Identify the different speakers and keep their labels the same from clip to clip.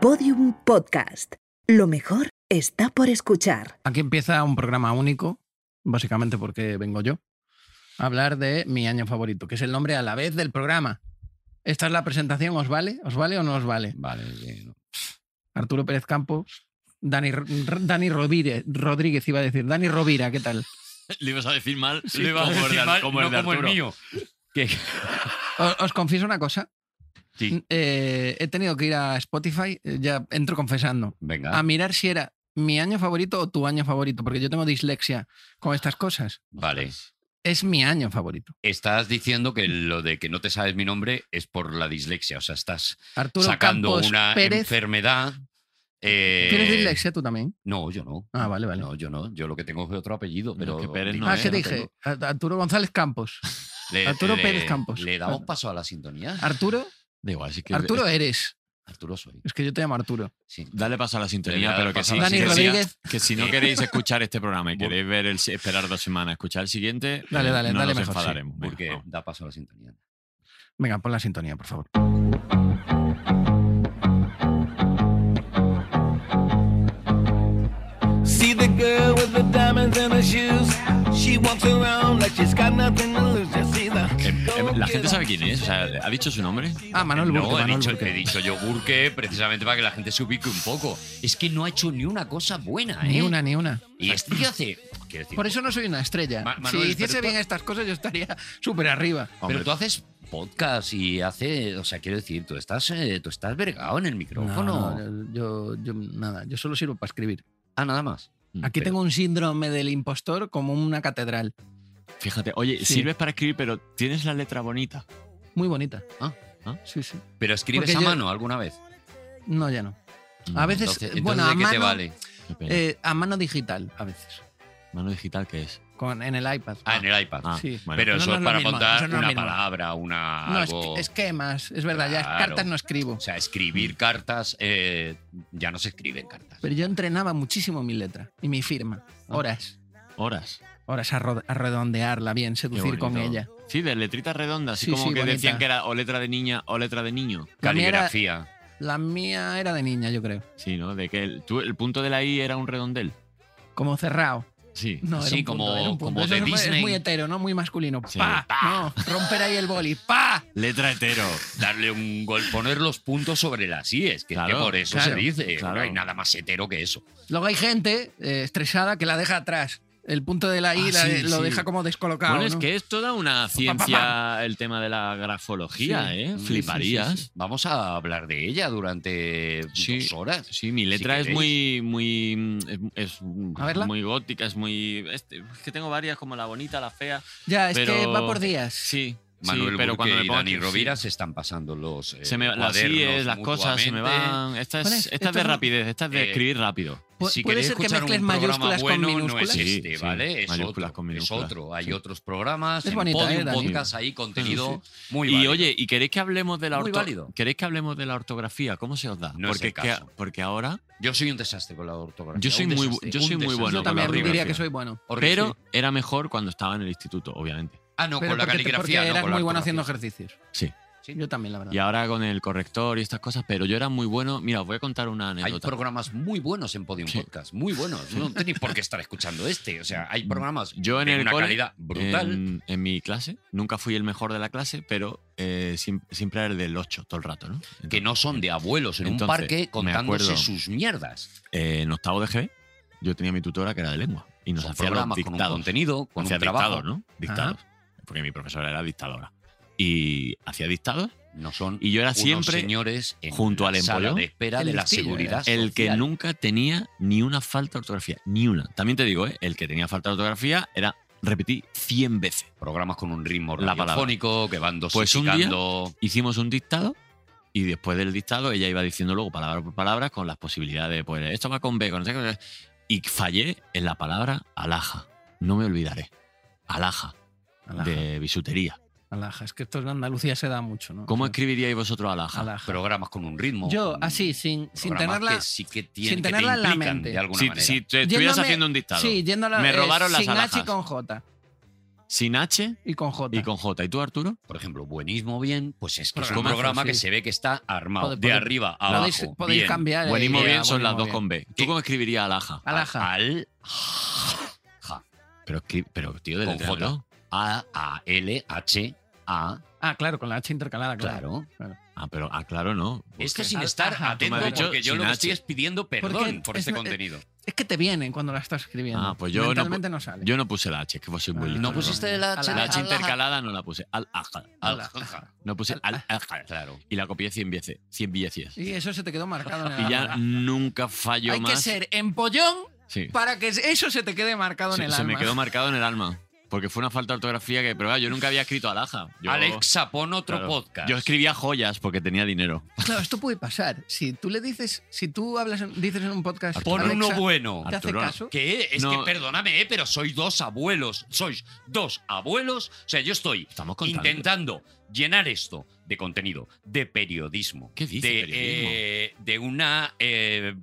Speaker 1: Podium Podcast. Lo mejor está por escuchar.
Speaker 2: Aquí empieza un programa único, básicamente porque vengo yo, a hablar de mi año favorito, que es el nombre a la vez del programa. Esta es la presentación, ¿os vale? ¿Os vale o no os vale?
Speaker 3: Vale, bien.
Speaker 2: Arturo Pérez Campos, Dani, R- Dani Rovire- Rodríguez iba a decir, Dani Rovira, ¿qué tal?
Speaker 3: Le ibas a decir mal,
Speaker 4: Sí,
Speaker 3: le ibas a
Speaker 4: como el
Speaker 3: decir
Speaker 4: de
Speaker 3: mal,
Speaker 4: Al-
Speaker 3: como
Speaker 4: no
Speaker 3: el de
Speaker 4: como el
Speaker 3: Arturo.
Speaker 4: mío.
Speaker 3: Que-
Speaker 2: Os, os confieso una cosa,
Speaker 3: Sí,
Speaker 2: eh, he tenido que ir a Spotify, eh, ya entro confesando,
Speaker 3: venga.
Speaker 2: a mirar si era mi año favorito o tu año favorito, porque yo tengo dislexia con estas cosas.
Speaker 3: Vale.
Speaker 2: Es mi año favorito.
Speaker 3: Estás diciendo que lo de que no te sabes mi nombre es por la dislexia. O sea, estás
Speaker 2: Arturo
Speaker 3: sacando
Speaker 2: Campos
Speaker 3: una
Speaker 2: Pérez.
Speaker 3: enfermedad. eh,
Speaker 2: ¿Tienes dislexia tú también?
Speaker 3: No, yo no.
Speaker 2: Ah, vale, vale.
Speaker 3: No, yo no. Yo lo que tengo es otro apellido.
Speaker 4: No,
Speaker 3: Pero
Speaker 4: que Pérez no
Speaker 2: ah,
Speaker 4: eh,
Speaker 2: ¿qué
Speaker 4: no
Speaker 2: dije? Ar- Arturo González Campos. Arturo Pérez Campos.
Speaker 3: ¿Le damos
Speaker 2: Claro.
Speaker 3: paso a la sintonía?
Speaker 2: Arturo,
Speaker 4: Da Mm, igual, sí que.
Speaker 2: Arturo eres.
Speaker 3: Arturo soy.
Speaker 2: Es que yo te llamo Arturo.
Speaker 3: Sí.
Speaker 4: Dale paso a la
Speaker 3: Le
Speaker 4: sintonía,
Speaker 3: da
Speaker 4: pero que
Speaker 3: paso
Speaker 4: sí.
Speaker 3: a la
Speaker 2: Dani
Speaker 4: que
Speaker 3: sintonía.
Speaker 4: sí,
Speaker 2: Rodríguez,
Speaker 4: Que si no queréis escuchar este programa y queréis ver el, esperar dos semanas, escuchar el siguiente,
Speaker 2: Dale,
Speaker 4: eh,
Speaker 2: dale,
Speaker 4: no
Speaker 2: dale
Speaker 4: nos
Speaker 2: mejor, sí.
Speaker 4: enfadaremos. Venga,
Speaker 3: Porque
Speaker 4: vamos.
Speaker 3: da paso a la sintonía.
Speaker 2: venga, pon la sintonía, por favor.
Speaker 5: See the girl with the diamonds in her shoes. She walks around like she's got nothing to lose. Just see the.
Speaker 4: Em, em, la gente sabe quién es, o sea, ¿ha dicho su nombre?
Speaker 2: Ah, Manuel
Speaker 3: no,
Speaker 2: Burke.
Speaker 3: he,
Speaker 2: Manuel
Speaker 3: dicho,
Speaker 2: Burke.
Speaker 3: he dicho yo Burke precisamente para que la gente se ubique un poco. Es que no ha hecho ni una cosa buena, ¿eh?
Speaker 2: Ni una, ni una.
Speaker 3: Y este tío hace. Quiero decir,
Speaker 2: Por eso no soy una estrella.
Speaker 3: Ma- Manuel,
Speaker 2: si hiciese
Speaker 3: pero tú-
Speaker 2: bien estas cosas, yo estaría súper arriba.
Speaker 3: pero
Speaker 4: Hombre.
Speaker 3: tú haces podcast y hace. O sea, quiero decir, tú estás, eh, tú estás vergado en el micrófono.
Speaker 2: No, no, yo, yo- nada, yo solo sirvo para escribir.
Speaker 3: Ah, nada más.
Speaker 2: Aquí
Speaker 3: Pero-
Speaker 2: tengo un síndrome del impostor como una catedral.
Speaker 4: Fíjate, oye,
Speaker 2: Sí.
Speaker 4: sirves para escribir, pero tienes la letra bonita.
Speaker 2: Muy bonita.
Speaker 3: Ah,
Speaker 4: ah.
Speaker 2: Sí, sí.
Speaker 3: Pero escribes
Speaker 2: Porque
Speaker 3: a
Speaker 2: yo-
Speaker 3: mano alguna vez.
Speaker 2: No, ya no. A veces,
Speaker 3: Entonces, entonces
Speaker 2: bueno,
Speaker 3: ¿de
Speaker 2: a
Speaker 3: qué te
Speaker 2: mano,
Speaker 3: vale?
Speaker 4: Mm, Qué pena.
Speaker 2: eh, a mano digital, a veces.
Speaker 4: ¿Mano digital qué es?
Speaker 2: Con, en el iPad.
Speaker 3: Ah, en el iPad.
Speaker 4: Ah,
Speaker 2: sí.
Speaker 4: bueno.
Speaker 3: Pero
Speaker 2: No,
Speaker 3: eso
Speaker 2: no es
Speaker 3: es
Speaker 2: lo
Speaker 3: para
Speaker 2: mismo, eso
Speaker 3: contar
Speaker 2: no es lo
Speaker 3: una
Speaker 2: mismo.
Speaker 3: palabra, una.
Speaker 2: No, es
Speaker 3: algo...
Speaker 2: que- esquemas, es verdad, ya
Speaker 3: Claro.
Speaker 2: cartas no escribo.
Speaker 3: O sea, escribir cartas. eh, ya no se escriben cartas.
Speaker 2: Pero yo entrenaba muchísimo mi letra y mi firma.
Speaker 3: Ah.
Speaker 2: Horas.
Speaker 4: Horas.
Speaker 2: Horas a, ro- a redondearla bien,
Speaker 4: Qué
Speaker 2: seducir con
Speaker 4: bonito.
Speaker 2: ella.
Speaker 4: Sí, de letritas redondas, así
Speaker 2: Sí,
Speaker 4: como
Speaker 2: sí,
Speaker 4: que
Speaker 2: bonita.
Speaker 4: decían que era o letra de niña o letra de niño.
Speaker 2: La mía era-
Speaker 3: Caligrafía.
Speaker 2: La mía era de niña, yo creo.
Speaker 4: Sí, ¿no? De que el, tú- el punto de la I era un redondel.
Speaker 2: Como cerrado.
Speaker 4: Sí.
Speaker 2: No, era
Speaker 3: Sí,
Speaker 2: un punto,
Speaker 3: como-
Speaker 2: era un punto.
Speaker 3: como
Speaker 2: Eso
Speaker 3: de
Speaker 2: no fue- Es
Speaker 3: Disney.
Speaker 2: muy hetero, ¿no? Muy masculino.
Speaker 4: Sí.
Speaker 2: ¡Pa! No, romper ahí el boli. ¡Pa!
Speaker 4: Letra hetero.
Speaker 3: darle un gol, poner los puntos sobre las IES, que, es que
Speaker 4: Claro,
Speaker 3: por eso
Speaker 2: claro,
Speaker 3: se dice.
Speaker 4: claro.
Speaker 3: No hay nada más hetero que eso.
Speaker 2: Luego hay gente eh, estresada que la deja atrás. El punto de la I
Speaker 4: Ah,
Speaker 2: la-
Speaker 4: sí,
Speaker 2: lo
Speaker 4: sí.
Speaker 2: deja como descolocado.
Speaker 4: bueno, es
Speaker 2: ¿no?
Speaker 4: que es toda una ciencia el tema de la grafología,
Speaker 2: Sí.
Speaker 4: ¿eh?
Speaker 2: Sí, sí,
Speaker 4: Fliparías.
Speaker 2: sí,
Speaker 3: Vamos a hablar de ella durante
Speaker 4: Sí.
Speaker 3: dos horas.
Speaker 4: Sí, mi letra es
Speaker 3: queréis.
Speaker 4: muy, muy, mm, es, es
Speaker 2: A verla.
Speaker 4: muy gótica, es muy, este, es que tengo varias como la bonita, la fea.
Speaker 2: Ya, es que
Speaker 4: pero-
Speaker 2: va por días.
Speaker 4: Sí,
Speaker 3: Manuel
Speaker 4: sí, pero
Speaker 3: Burke
Speaker 4: cuando me
Speaker 3: y
Speaker 4: pongo
Speaker 3: Dani
Speaker 4: aquí, sí.
Speaker 3: Rovira se están pasando los eh,
Speaker 4: se me, las
Speaker 3: cuadernos
Speaker 4: IES, las cosas se me
Speaker 3: mutuamente.
Speaker 4: van. Esta es,
Speaker 2: ¿Cuál es?
Speaker 4: esta es
Speaker 2: Esto
Speaker 4: de
Speaker 2: es un-
Speaker 4: rapidez, esta es de
Speaker 3: Eh,
Speaker 4: escribir rápido.
Speaker 2: Pu-
Speaker 3: Si
Speaker 2: puede
Speaker 3: queréis
Speaker 2: ser que
Speaker 3: escuchar
Speaker 2: mezcles
Speaker 3: un programa
Speaker 2: mayúsculas con
Speaker 3: bueno,
Speaker 2: minúsculas.
Speaker 3: No es
Speaker 4: Sí,
Speaker 3: este,
Speaker 4: sí,
Speaker 3: ¿vale? Es
Speaker 4: mayúsculas
Speaker 3: otro,
Speaker 4: con
Speaker 3: es
Speaker 4: minúsculas,
Speaker 3: otro. Hay
Speaker 4: sí.
Speaker 3: otros programas.
Speaker 2: Es
Speaker 3: en
Speaker 2: bonita,
Speaker 3: Podium
Speaker 2: ¿eh, Dani?
Speaker 3: Podcast hay contenido
Speaker 4: Sí,
Speaker 3: muy
Speaker 4: Y
Speaker 3: válido.
Speaker 4: oye, ¿y queréis que hablemos de la
Speaker 3: Muy
Speaker 4: orto-
Speaker 3: válido.
Speaker 4: ¿Queréis que hablemos de la ortografía? ¿Cómo se os da?
Speaker 3: No es
Speaker 4: porque
Speaker 3: el
Speaker 4: que-
Speaker 3: caso.
Speaker 4: porque ahora,
Speaker 3: yo soy un desastre con la ortografía.
Speaker 4: Yo soy
Speaker 3: un
Speaker 4: muy bu-
Speaker 3: desastre,
Speaker 4: yo
Speaker 3: un
Speaker 4: soy muy
Speaker 3: desastre.
Speaker 4: bueno
Speaker 2: Yo
Speaker 4: con la
Speaker 2: también diría
Speaker 4: ortografía.
Speaker 2: que soy bueno.
Speaker 3: Horrible.
Speaker 4: pero era mejor cuando estaba en el instituto, obviamente.
Speaker 3: Ah, no,
Speaker 2: pero
Speaker 3: con la
Speaker 2: porque, te- porque
Speaker 3: caligrafía. no,
Speaker 2: eras
Speaker 3: con la
Speaker 2: muy bueno haciendo
Speaker 3: ortografía.
Speaker 2: ejercicios.
Speaker 4: Sí.
Speaker 3: Sí.
Speaker 2: Yo también, la verdad.
Speaker 4: Y ahora con el corrector y estas cosas, pero yo era muy bueno. Mira, os voy a contar una
Speaker 3: Hay
Speaker 4: anécdota.
Speaker 3: programas muy buenos en Podium
Speaker 4: Sí.
Speaker 3: Podcast, muy buenos. No tenéis por qué estar escuchando este. O sea, hay programas
Speaker 4: Mm. Yo en
Speaker 3: de
Speaker 4: el
Speaker 3: una
Speaker 4: cole, eh,
Speaker 3: calidad brutal.
Speaker 4: En, en mi clase, nunca fui el mejor de la clase, pero eh, siem- siempre era el del 8 todo el rato, ¿no? Entonces,
Speaker 3: que no son de abuelos en un
Speaker 4: Entonces, me
Speaker 3: parque contándose
Speaker 4: acuerdo.
Speaker 3: sus mierdas.
Speaker 4: eh, en octavo de GB, yo tenía mi tutora que era de lengua y nos
Speaker 3: Son
Speaker 4: hacía los
Speaker 3: programas con un
Speaker 4: dictados.
Speaker 3: contenido, con
Speaker 4: hacía
Speaker 3: un trabajo.
Speaker 4: dictados, ¿no? Dictados. Porque mi profesora era dictadora. Y hacía dictados
Speaker 3: No son
Speaker 4: y yo era
Speaker 3: unos
Speaker 4: siempre
Speaker 3: señores en
Speaker 4: junto
Speaker 3: la
Speaker 4: al
Speaker 3: sala
Speaker 4: empollón,
Speaker 3: de espera
Speaker 2: el
Speaker 3: de la
Speaker 2: listillo
Speaker 3: seguridad
Speaker 2: eras.
Speaker 4: el que
Speaker 3: social.
Speaker 4: nunca tenía ni una falta de ortografía, ni una. También te digo, ¿eh? el que tenía falta de ortografía era repetí 100 veces.
Speaker 3: Programas con un ritmo
Speaker 4: La palabra.
Speaker 3: radiofónico que van
Speaker 4: Pues un día-
Speaker 3: dosificando.
Speaker 4: hicimos un dictado y después del dictado ella iba diciendo luego palabra por palabra con las posibilidades de, pues esto va con B, con no sé qué. Y fallé en la palabra alhaja. No me olvidaré. Alhaja,
Speaker 2: Alaja,
Speaker 4: de bisutería.
Speaker 2: alaja. Es que esto en Andalucía se da mucho, ¿no?
Speaker 4: ¿Cómo
Speaker 2: O sea,
Speaker 4: escribiríais vosotros alhaja?
Speaker 2: alaja.
Speaker 3: programas con un ritmo.
Speaker 2: Yo,
Speaker 3: con
Speaker 2: así, sin, sin
Speaker 3: programas
Speaker 2: tenerla.
Speaker 3: que sí que tienen,
Speaker 2: sin
Speaker 3: que te
Speaker 2: tenerla en la
Speaker 3: implican
Speaker 2: mente.
Speaker 3: De alguna
Speaker 4: Si,
Speaker 3: manera.
Speaker 4: si te estuvieras
Speaker 2: Yéndome-
Speaker 4: haciendo un dictado.
Speaker 2: Sí, yéndola.
Speaker 4: Me robaron las
Speaker 2: sin H y
Speaker 4: alhajas.
Speaker 2: con J.
Speaker 4: sin H
Speaker 2: Y con J.
Speaker 4: y con J. ¿Y tú, Arturo?
Speaker 3: Por ejemplo, buenismo bien, pues es que es un
Speaker 2: Programazo,
Speaker 3: programa que
Speaker 2: sí.
Speaker 3: se ve que está armado
Speaker 2: Podéis-
Speaker 3: de
Speaker 2: podéis-
Speaker 3: arriba a
Speaker 2: podéis,
Speaker 3: abajo.
Speaker 2: podéis
Speaker 3: bien.
Speaker 2: cambiar. eh,
Speaker 4: Buenismo
Speaker 2: idea,
Speaker 4: bien son las dos
Speaker 2: buenismo
Speaker 4: con B. ¿Tú
Speaker 3: Sí.
Speaker 4: cómo escribirías alhaja?
Speaker 2: Alhaja.
Speaker 3: Al ja.
Speaker 4: Pero, escri- pero tío, del
Speaker 3: Con J. A A L H A,
Speaker 2: bien. Ah, claro, con la H intercalada, claro.
Speaker 3: claro.
Speaker 4: Ah, pero ah, claro, no.
Speaker 3: Esto
Speaker 4: Porque-
Speaker 3: sin
Speaker 2: Al-
Speaker 3: estar
Speaker 2: ajá, tú
Speaker 4: me
Speaker 3: atento
Speaker 4: has dicho
Speaker 3: porque yo
Speaker 4: sin
Speaker 3: lo que
Speaker 4: H.
Speaker 3: estoy es pidiendo perdón
Speaker 2: Porque
Speaker 3: por
Speaker 2: es
Speaker 3: este
Speaker 2: no-
Speaker 3: contenido.
Speaker 2: Es que te vienen cuando la estás escribiendo.
Speaker 4: Ah, pues yo no pu-
Speaker 2: Mentalmente no, sale.
Speaker 4: Yo no puse la H, es que vos sois muy
Speaker 2: Ah.
Speaker 4: listo.
Speaker 3: ¿No pusiste la H?
Speaker 2: Al-
Speaker 4: La H
Speaker 2: al-
Speaker 4: intercalada no la puse. Al-aja.
Speaker 3: Al-
Speaker 2: Ala.
Speaker 3: ajá.
Speaker 4: No puse al-aja.
Speaker 3: Claro.
Speaker 4: Y la copié 100 veces. 100 veces.
Speaker 2: Y eso se te quedó marcado en el
Speaker 4: Y ya
Speaker 2: alma.
Speaker 4: nunca falló
Speaker 2: Hay
Speaker 4: más.
Speaker 2: que ser empollón
Speaker 4: Sí.
Speaker 2: para que eso se te quede marcado
Speaker 4: Se,
Speaker 2: en el
Speaker 4: se
Speaker 2: alma.
Speaker 4: me quedó marcado en el alma. Porque fue una falta de ortografía que, pero claro, yo nunca había escrito alaja. Yo,
Speaker 3: Alexa, pon otro
Speaker 4: claro.
Speaker 3: podcast.
Speaker 4: Yo escribía joyas porque tenía dinero.
Speaker 2: Claro, esto puede pasar. Si tú le dices, si tú hablas, en- dices en un podcast.
Speaker 3: Pon
Speaker 2: Alexa,
Speaker 3: uno bueno.
Speaker 2: ¿Te hace
Speaker 4: Arturo,
Speaker 2: caso?
Speaker 3: ¿Qué? Es
Speaker 4: No.
Speaker 3: que perdóname, eh, pero sois dos abuelos. Sois dos abuelos. O sea, yo estoy
Speaker 4: Estamos contando.
Speaker 3: intentando llenar esto de contenido, de periodismo.
Speaker 4: ¿Qué dice
Speaker 3: de,
Speaker 4: periodismo?
Speaker 3: eh, de una eh,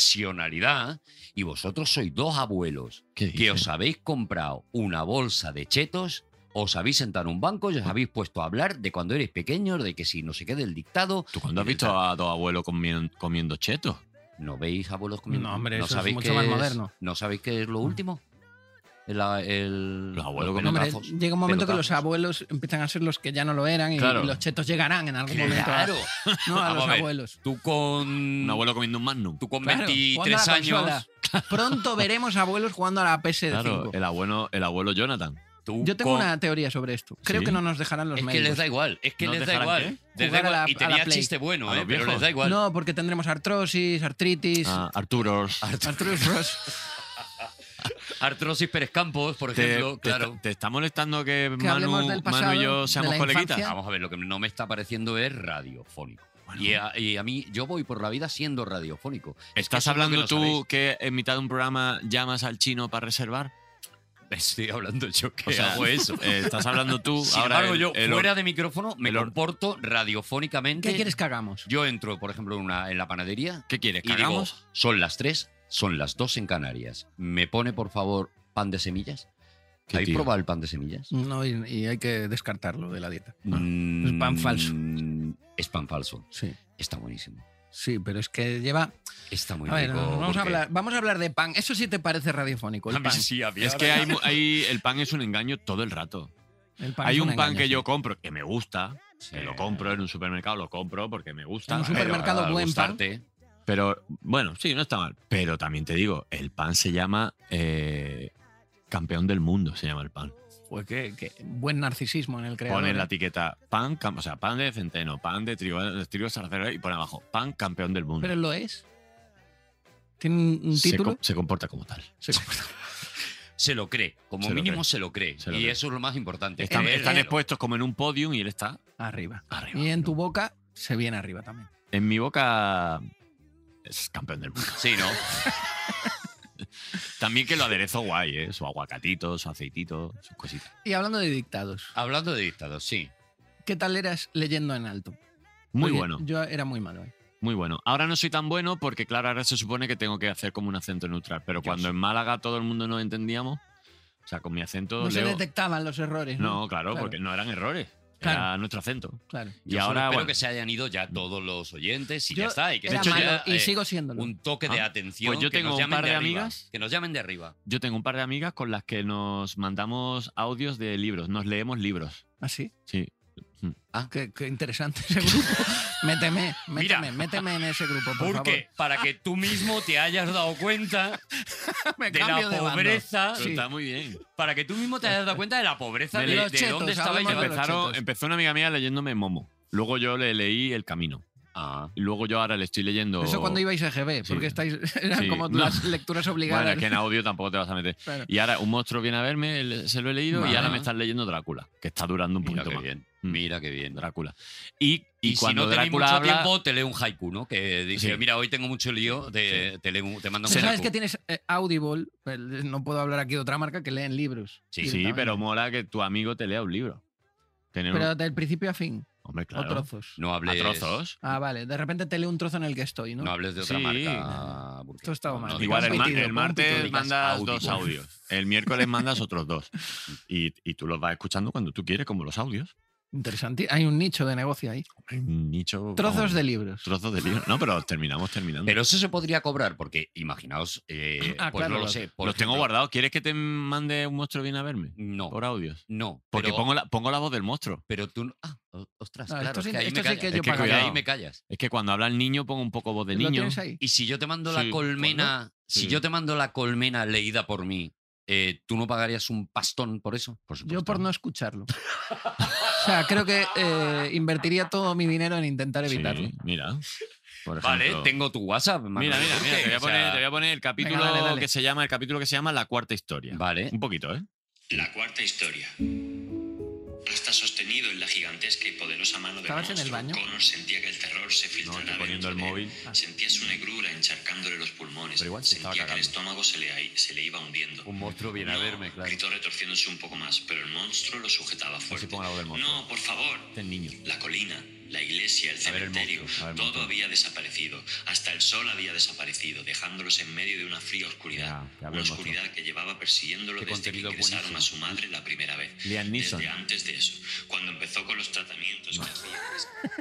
Speaker 3: profesionalidad. Y vosotros sois dos abuelos
Speaker 4: ¿Qué
Speaker 3: que
Speaker 4: dice?
Speaker 3: os habéis comprado una bolsa de chetos, os habéis sentado en un banco y os habéis puesto a hablar de cuando eres pequeños, de que si no se quede el dictado,
Speaker 4: ¿Tú cuándo has
Speaker 3: Y del
Speaker 4: visto a dos abuelos comien- comiendo chetos?
Speaker 3: ¿No veis abuelos comiendo?
Speaker 2: No, hombre, eso es
Speaker 3: sabéis
Speaker 2: mucho
Speaker 3: qué
Speaker 2: más moderno. Mm.
Speaker 3: ¿No sabéis qué es lo último? La- el-
Speaker 4: Los abuelos
Speaker 2: No, hombre,
Speaker 3: pelotazos.
Speaker 2: llega un momento que los
Speaker 3: Pelotazos.
Speaker 2: abuelos empiezan a ser los que ya no lo eran y,
Speaker 4: Claro.
Speaker 2: y los chetos llegarán en algún momento a,
Speaker 3: Claro.
Speaker 2: no, a
Speaker 3: Vamos
Speaker 2: los
Speaker 3: a ver.
Speaker 2: abuelos.
Speaker 3: Tú con.
Speaker 4: Un abuelo comiendo un magnum.
Speaker 3: Mm. Tú con
Speaker 2: Claro, jugando a
Speaker 3: 23
Speaker 2: la
Speaker 3: años.
Speaker 2: consola. Pronto veremos abuelos jugando a la PS5.
Speaker 4: Claro, el abuelo, el abuelo Jonathan.
Speaker 3: tú
Speaker 2: Yo tengo
Speaker 3: con-
Speaker 2: una teoría sobre esto. Creo
Speaker 4: Sí.
Speaker 2: que no nos dejarán los
Speaker 3: Es que
Speaker 2: médicos.
Speaker 3: les da igual. Es que
Speaker 4: ¿No
Speaker 3: les da
Speaker 4: dejarán
Speaker 3: igual.
Speaker 4: qué?
Speaker 3: Les da
Speaker 2: Jugar a la-
Speaker 3: igual. Y
Speaker 2: a la
Speaker 3: tenía
Speaker 2: Play.
Speaker 3: chiste bueno,
Speaker 4: ¿A
Speaker 3: ¿eh?
Speaker 4: los
Speaker 3: Pero les
Speaker 4: viejos?
Speaker 3: da igual.
Speaker 2: No, porque tendremos artrosis, artritis.
Speaker 4: Ah, Arturo.
Speaker 2: artrosis.
Speaker 3: Artrosis Pérez Campos, por
Speaker 4: Te,
Speaker 3: ejemplo.
Speaker 4: te
Speaker 3: claro.
Speaker 4: está- te está molestando que,
Speaker 2: Que hablemos del
Speaker 4: Manu,
Speaker 2: pasado,
Speaker 4: Manu y yo seamos
Speaker 2: de la
Speaker 4: coleguitas?
Speaker 2: infancia.
Speaker 3: Vamos a ver, lo que no me está pareciendo es radiofónico.
Speaker 4: Bueno.
Speaker 3: Y, a, y a mí, yo voy por la vida siendo radiofónico.
Speaker 4: ¿Estás
Speaker 3: eso es lo
Speaker 4: hablando
Speaker 3: que no
Speaker 4: tú que en mitad de un programa llamas al chino para reservar?
Speaker 3: Estoy hablando yo que
Speaker 4: O sea,
Speaker 3: hago eso.
Speaker 4: Eh, ¿Estás hablando tú?
Speaker 3: Sin
Speaker 4: ahora
Speaker 3: embargo,
Speaker 4: el-
Speaker 3: yo
Speaker 4: el-
Speaker 3: fuera de micrófono me
Speaker 4: el or-
Speaker 3: comporto radiofónicamente.
Speaker 2: ¿Qué quieres que hagamos?
Speaker 3: Yo entro, por ejemplo, en, una, en la panadería
Speaker 4: ¿Qué quieres?
Speaker 3: y digo,
Speaker 4: ¿Cagamos?
Speaker 3: son las 3, son las 2 en Canarias. ¿Me pone, por favor, pan de semillas?
Speaker 4: ¿Qué
Speaker 3: ¿Habéis
Speaker 4: tío?
Speaker 3: probado el pan de semillas?
Speaker 2: No, y, y hay que descartarlo de la dieta.
Speaker 3: Mm,
Speaker 2: es pan falso.
Speaker 3: Es pan falso.
Speaker 2: Sí,
Speaker 3: Está buenísimo.
Speaker 2: sí, pero es que lleva.
Speaker 3: Está muy
Speaker 2: A ver,
Speaker 3: rico.
Speaker 2: vamos, a
Speaker 3: porque-
Speaker 2: hablar, vamos a hablar de pan. Eso sí te parece radiofónico.
Speaker 3: A
Speaker 2: El
Speaker 3: mí
Speaker 2: pan.
Speaker 3: "Pues sí, a mí
Speaker 4: Es
Speaker 3: ahora
Speaker 4: que
Speaker 3: ya-
Speaker 4: hay, mu- hay- el pan es un engaño todo el rato.
Speaker 2: El pan
Speaker 4: hay
Speaker 2: es
Speaker 4: un, pan
Speaker 2: engaño,
Speaker 4: que
Speaker 2: sí.
Speaker 4: yo compro, que me gusta,
Speaker 3: Sí.
Speaker 4: que lo compro en un supermercado, lo compro porque me gusta.
Speaker 2: En un
Speaker 4: pero-
Speaker 2: supermercado
Speaker 3: al
Speaker 2: buen pan.
Speaker 3: gustarte,
Speaker 4: Pero bueno, sí, no está mal. Pero también te digo, el pan se llama eh, campeón del mundo, se llama el pan.
Speaker 2: Pues que, que buen narcisismo en el creador. ¿eh?
Speaker 4: Ponen la etiqueta pan, cam- o sea, pan de centeno, pan de trigo, de trigo sarraceno y pone abajo pan campeón del mundo.
Speaker 2: Pero lo es. ¿Tiene un- un
Speaker 4: se,
Speaker 2: título? Eh,
Speaker 4: co- se comporta como tal.
Speaker 2: Se comporta.
Speaker 3: Se lo cree. Como
Speaker 4: Se lo
Speaker 3: mínimo
Speaker 4: cree.
Speaker 3: se lo cree.
Speaker 4: Se lo
Speaker 3: y
Speaker 4: cree.
Speaker 3: eso es lo más importante. eh,
Speaker 4: Están,
Speaker 2: el-
Speaker 4: están
Speaker 2: el-
Speaker 4: expuestos como en un podium y él está
Speaker 2: Arriba.
Speaker 4: arriba.
Speaker 2: eh, Y en tu boca se viene arriba también.
Speaker 4: En mi boca es campeón del mundo.
Speaker 3: Sí, ¿no?
Speaker 4: También que lo aderezo guay, ¿eh? Su aguacatito, su aceitito, sus cositas.
Speaker 2: Y hablando de dictados,
Speaker 3: Hablando de dictados, sí.
Speaker 2: ¿qué tal eras leyendo en alto?
Speaker 4: Muy
Speaker 2: Oye,
Speaker 4: bueno,
Speaker 2: Yo era muy malo. ¿eh?
Speaker 4: muy bueno. Ahora no soy tan bueno porque, claro, ahora se supone que tengo que hacer como un acento neutral. Pero
Speaker 3: Yo
Speaker 4: cuando
Speaker 3: sí.
Speaker 4: en Málaga todo el mundo nos entendíamos, o sea, con mi acento.
Speaker 2: No se
Speaker 4: leo-
Speaker 2: detectaban los errores. No,
Speaker 4: No, claro,
Speaker 2: Claro.
Speaker 4: porque no eran errores. Era
Speaker 2: Claro.
Speaker 4: nuestro acento.
Speaker 2: claro.
Speaker 4: Y
Speaker 3: Yo solo
Speaker 4: ahora,
Speaker 3: espero
Speaker 4: bueno,
Speaker 3: que se hayan ido ya todos los oyentes y
Speaker 2: Yo
Speaker 3: ya está. Y que
Speaker 2: Era
Speaker 3: se
Speaker 2: malo
Speaker 3: haya,
Speaker 2: y
Speaker 3: eh,
Speaker 2: sigo siéndolo.
Speaker 3: un toque de
Speaker 4: Ah,
Speaker 3: atención.
Speaker 4: pues yo
Speaker 3: que
Speaker 4: tengo
Speaker 3: nos
Speaker 4: un
Speaker 3: llamen
Speaker 4: par de
Speaker 3: arriba,
Speaker 4: amigas.
Speaker 3: Que nos llamen de arriba.
Speaker 4: yo tengo un par de amigas con las que nos mandamos audios de libros, nos leemos libros.
Speaker 2: Así.
Speaker 4: Sí.
Speaker 2: Ah, qué, qué interesante ese grupo. méteme,
Speaker 3: Mira.
Speaker 2: méteme, méteme en ese grupo, por
Speaker 3: Porque para que tú mismo te hayas dado cuenta
Speaker 2: favor. Me
Speaker 3: de la
Speaker 2: cambio de bando.
Speaker 3: pobreza.
Speaker 2: Ah, Sí. Pues
Speaker 4: Está muy bien.
Speaker 3: Para que tú mismo te hayas dado cuenta de la pobreza
Speaker 4: De
Speaker 3: de,
Speaker 2: los
Speaker 3: de
Speaker 2: chetos,
Speaker 3: dónde estabais
Speaker 2: hablemos de
Speaker 3: llevando.
Speaker 2: los
Speaker 4: Empezaron,
Speaker 2: chetos.
Speaker 4: empezó una amiga mía leyéndome Momo. Luego yo le leí El Camino.
Speaker 3: Ah,
Speaker 4: Y luego yo ahora le estoy leyendo.
Speaker 2: Eso cuando ibais a GB,
Speaker 4: Sí.
Speaker 2: porque estáis, eran
Speaker 4: Sí.
Speaker 2: como
Speaker 4: No.
Speaker 2: las lecturas obligadas.
Speaker 4: Bueno, es que en audio tampoco te vas a meter.
Speaker 2: Claro.
Speaker 4: Y ahora un monstruo viene a verme, el- se lo he leído, y
Speaker 2: Vale.
Speaker 4: ahora me están leyendo Drácula, que está durando un
Speaker 3: mira
Speaker 4: poquito
Speaker 3: qué
Speaker 4: más.
Speaker 3: bien.
Speaker 4: Mm.
Speaker 3: Mira qué bien.
Speaker 4: Drácula. Y, y
Speaker 3: Y,
Speaker 4: cuando
Speaker 3: si no tenéis
Speaker 4: Drácula
Speaker 3: mucho
Speaker 4: habla.
Speaker 3: tiempo, te leo un haiku, ¿no? Que dice,
Speaker 4: Sí.
Speaker 3: mira, hoy tengo mucho lío, te, te, leo- te mando
Speaker 2: Tú
Speaker 3: un
Speaker 2: sabes
Speaker 3: haiku.
Speaker 2: que tienes eh, Audible, pero no puedo hablar aquí de otra marca que leen libros.
Speaker 3: Sí,
Speaker 4: Sí,
Speaker 2: directamente.
Speaker 4: pero mola que tu amigo te lea un libro. Tener un-
Speaker 2: Pero del principio a fin.
Speaker 4: Hombre,
Speaker 2: O
Speaker 4: claro.
Speaker 2: trozos.
Speaker 3: No
Speaker 4: A
Speaker 3: hables,
Speaker 4: trozos.
Speaker 2: Ah, vale. De repente te leo un trozo en el que estoy, ¿no?
Speaker 3: no hables de otra
Speaker 4: Sí.
Speaker 3: marca. porque-
Speaker 2: Esto está mal.
Speaker 3: No,
Speaker 2: Digas
Speaker 4: Igual el, ma-
Speaker 2: pitido,
Speaker 4: el
Speaker 2: pon
Speaker 4: martes
Speaker 2: pitido,
Speaker 3: digas
Speaker 4: mandas
Speaker 3: audio.
Speaker 4: dos audios. El miércoles mandas otros dos. Y, y tú los vas escuchando cuando tú quieres, como los audios.
Speaker 2: Interesante. Hay un nicho de negocio ahí.
Speaker 4: Hay un nicho.
Speaker 2: Trozos
Speaker 4: vamos,
Speaker 2: de libros.
Speaker 4: Trozos de libro. No, pero terminamos terminando.
Speaker 3: Pero eso se podría cobrar, porque imaginaos, eh,
Speaker 2: Ah,
Speaker 3: pues
Speaker 2: claro,
Speaker 3: no lo
Speaker 2: los-
Speaker 3: sé. por
Speaker 4: los tengo
Speaker 3: ejemplo-
Speaker 4: guardados. ¿Quieres que te mande un monstruo viene a verme?
Speaker 3: No,
Speaker 4: Por audios.
Speaker 3: no.
Speaker 4: Porque
Speaker 3: pero,
Speaker 4: pongo, la, pongo la voz del monstruo.
Speaker 3: pero tú. no- Ah, o- ostras,
Speaker 2: Ah,
Speaker 3: claro.
Speaker 2: esto
Speaker 3: es
Speaker 2: sí-
Speaker 3: que ahí
Speaker 2: esto sí
Speaker 3: me
Speaker 2: que
Speaker 3: callas.
Speaker 2: yo
Speaker 3: Es que
Speaker 4: pagaría.
Speaker 3: cuidado, ahí me callas.
Speaker 4: Es que cuando habla el niño pongo un poco voz de
Speaker 2: ¿Lo
Speaker 4: niño.
Speaker 2: tienes ahí?
Speaker 3: Y si yo te mando
Speaker 4: Sí, pues,
Speaker 3: la colmena, si
Speaker 4: Sí.
Speaker 3: yo te mando la colmena leída por mí, eh, ¿tú no pagarías un pastón por eso?
Speaker 4: Por
Speaker 2: Yo
Speaker 4: supuesto.
Speaker 2: por no escucharlo. O sea, creo que eh, invertiría todo mi dinero en intentar
Speaker 4: Sí,
Speaker 2: evitarlo.
Speaker 4: mira. Por
Speaker 3: Vale,
Speaker 4: ejemplo.
Speaker 3: tengo tu WhatsApp. Manuel
Speaker 4: Mira,
Speaker 3: Enrique,
Speaker 4: mira, mira, te voy a
Speaker 3: o sea,
Speaker 4: poner, te voy a poner el capítulo
Speaker 2: dale, dale.
Speaker 4: que se llama, el capítulo que se llama La cuarta historia.
Speaker 3: Vale.
Speaker 4: Un poquito, ¿eh?
Speaker 6: La cuarta historia. Hasta sostenido en la gigantesca y poderosa mano de
Speaker 2: ¿Estabas en el baño?
Speaker 6: Connor sentía que el terror se filtraba Sentía su negrura hincharcándole los pulmones.
Speaker 3: Pero igual se
Speaker 6: Sentía
Speaker 3: estaba
Speaker 6: que el
Speaker 3: cagando.
Speaker 6: estómago se le, ahí- se le iba hundiendo.
Speaker 3: Un monstruo viene a
Speaker 6: No,
Speaker 3: verme, claro.
Speaker 6: Gritó retorciéndose un poco más, pero el monstruo lo sujetaba fuerte.
Speaker 3: pongo la voz del monstruo.
Speaker 6: No, por favor.
Speaker 4: Este
Speaker 3: El niño.
Speaker 6: La colina, la iglesia, el
Speaker 3: A ver el
Speaker 6: cementerio,
Speaker 3: monstruo, a ver el
Speaker 6: todo
Speaker 3: monstruo.
Speaker 6: había desaparecido. Hasta el sol había desaparecido, dejándolos en medio de una fría oscuridad.
Speaker 4: Ya, ya
Speaker 6: una
Speaker 4: veo el monstruo.
Speaker 6: oscuridad que llevaba persiguiéndolo
Speaker 3: Qué
Speaker 6: desde que
Speaker 3: contenido
Speaker 6: ingresaron
Speaker 3: buenísimo.
Speaker 6: a su madre la primera vez.
Speaker 4: Liam Neeson.
Speaker 6: Desde antes de eso, cuando empezó con los tratamientos que hacía.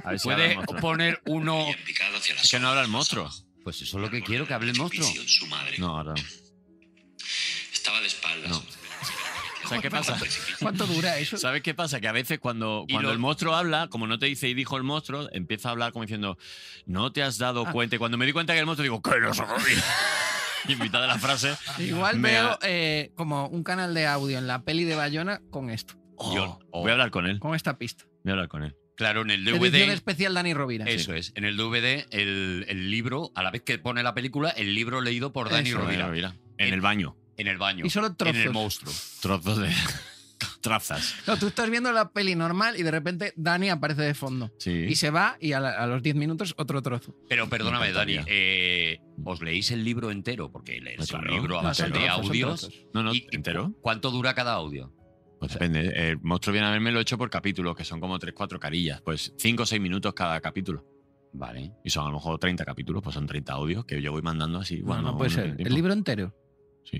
Speaker 4: A ver si habla el
Speaker 3: Puede
Speaker 4: monstruo.
Speaker 3: poner uno.
Speaker 6: Y en picado hacia la
Speaker 4: Es que no
Speaker 6: sombra.
Speaker 4: habla el monstruo.
Speaker 3: Pues eso es lo que quiero que hable el monstruo.
Speaker 6: Su madre
Speaker 4: No, ahora. no.
Speaker 6: estaba de espaldas.
Speaker 4: No. ¿Sabes qué pasa?
Speaker 2: ¿Cuánto dura eso?
Speaker 4: ¿Sabes qué pasa? Que a veces cuando,
Speaker 3: Y
Speaker 4: cuando
Speaker 3: lo-
Speaker 4: el monstruo habla, como no te dice y dijo el monstruo, empieza a hablar como diciendo, no te has dado
Speaker 2: Ah.
Speaker 4: cuenta. Y cuando me di cuenta que el monstruo, digo, ¿qué no soy?". Y en mitad de la frase,
Speaker 2: Igual
Speaker 4: me
Speaker 2: veo
Speaker 4: ha-
Speaker 2: eh, como un canal de audio en la peli de Bayona con esto,
Speaker 4: yo voy a hablar con él.
Speaker 2: con esta pista.
Speaker 4: Voy a hablar con él.
Speaker 3: Claro, en el
Speaker 2: Edición
Speaker 3: DVD.
Speaker 2: especial Dani Rovira.
Speaker 3: Eso es. En el DVD, el, el libro, a la vez que pone la película, el libro leído por Dani
Speaker 2: Eso,
Speaker 3: Rovira.
Speaker 4: En el baño.
Speaker 3: En el baño.
Speaker 2: Y solo trozos.
Speaker 3: En el monstruo.
Speaker 4: Trozos de. Trazas.
Speaker 2: No, tú estás viendo la peli normal y de repente Dani aparece de fondo.
Speaker 4: Sí.
Speaker 2: Y se va y a, la- a los 10 minutos otro trozo.
Speaker 3: Pero perdóname,
Speaker 4: Me
Speaker 3: Dani.
Speaker 4: encantaría.
Speaker 3: eh, ¿Os leéis el libro entero? Porque leerse
Speaker 4: Claro,
Speaker 3: un libro a
Speaker 4: no,
Speaker 3: base
Speaker 4: son
Speaker 3: de
Speaker 4: trozos,
Speaker 2: son
Speaker 3: audios.
Speaker 2: trozos.
Speaker 4: No, no,
Speaker 3: y-
Speaker 4: entero.
Speaker 3: ¿Cuánto dura cada audio?
Speaker 4: Pues depende. El monstruo viene a verme lo he hecho por capítulos, que son como 3-4 carillas. Pues 5 o 6 minutos cada capítulo.
Speaker 3: Vale.
Speaker 4: Y son a lo mejor 30 capítulos, pues son 30 audios que yo voy mandando así.
Speaker 2: No,
Speaker 4: cuando-
Speaker 2: no puede ser.
Speaker 4: cuando tengo
Speaker 2: El
Speaker 4: tiempo.
Speaker 2: libro entero.
Speaker 4: Sí.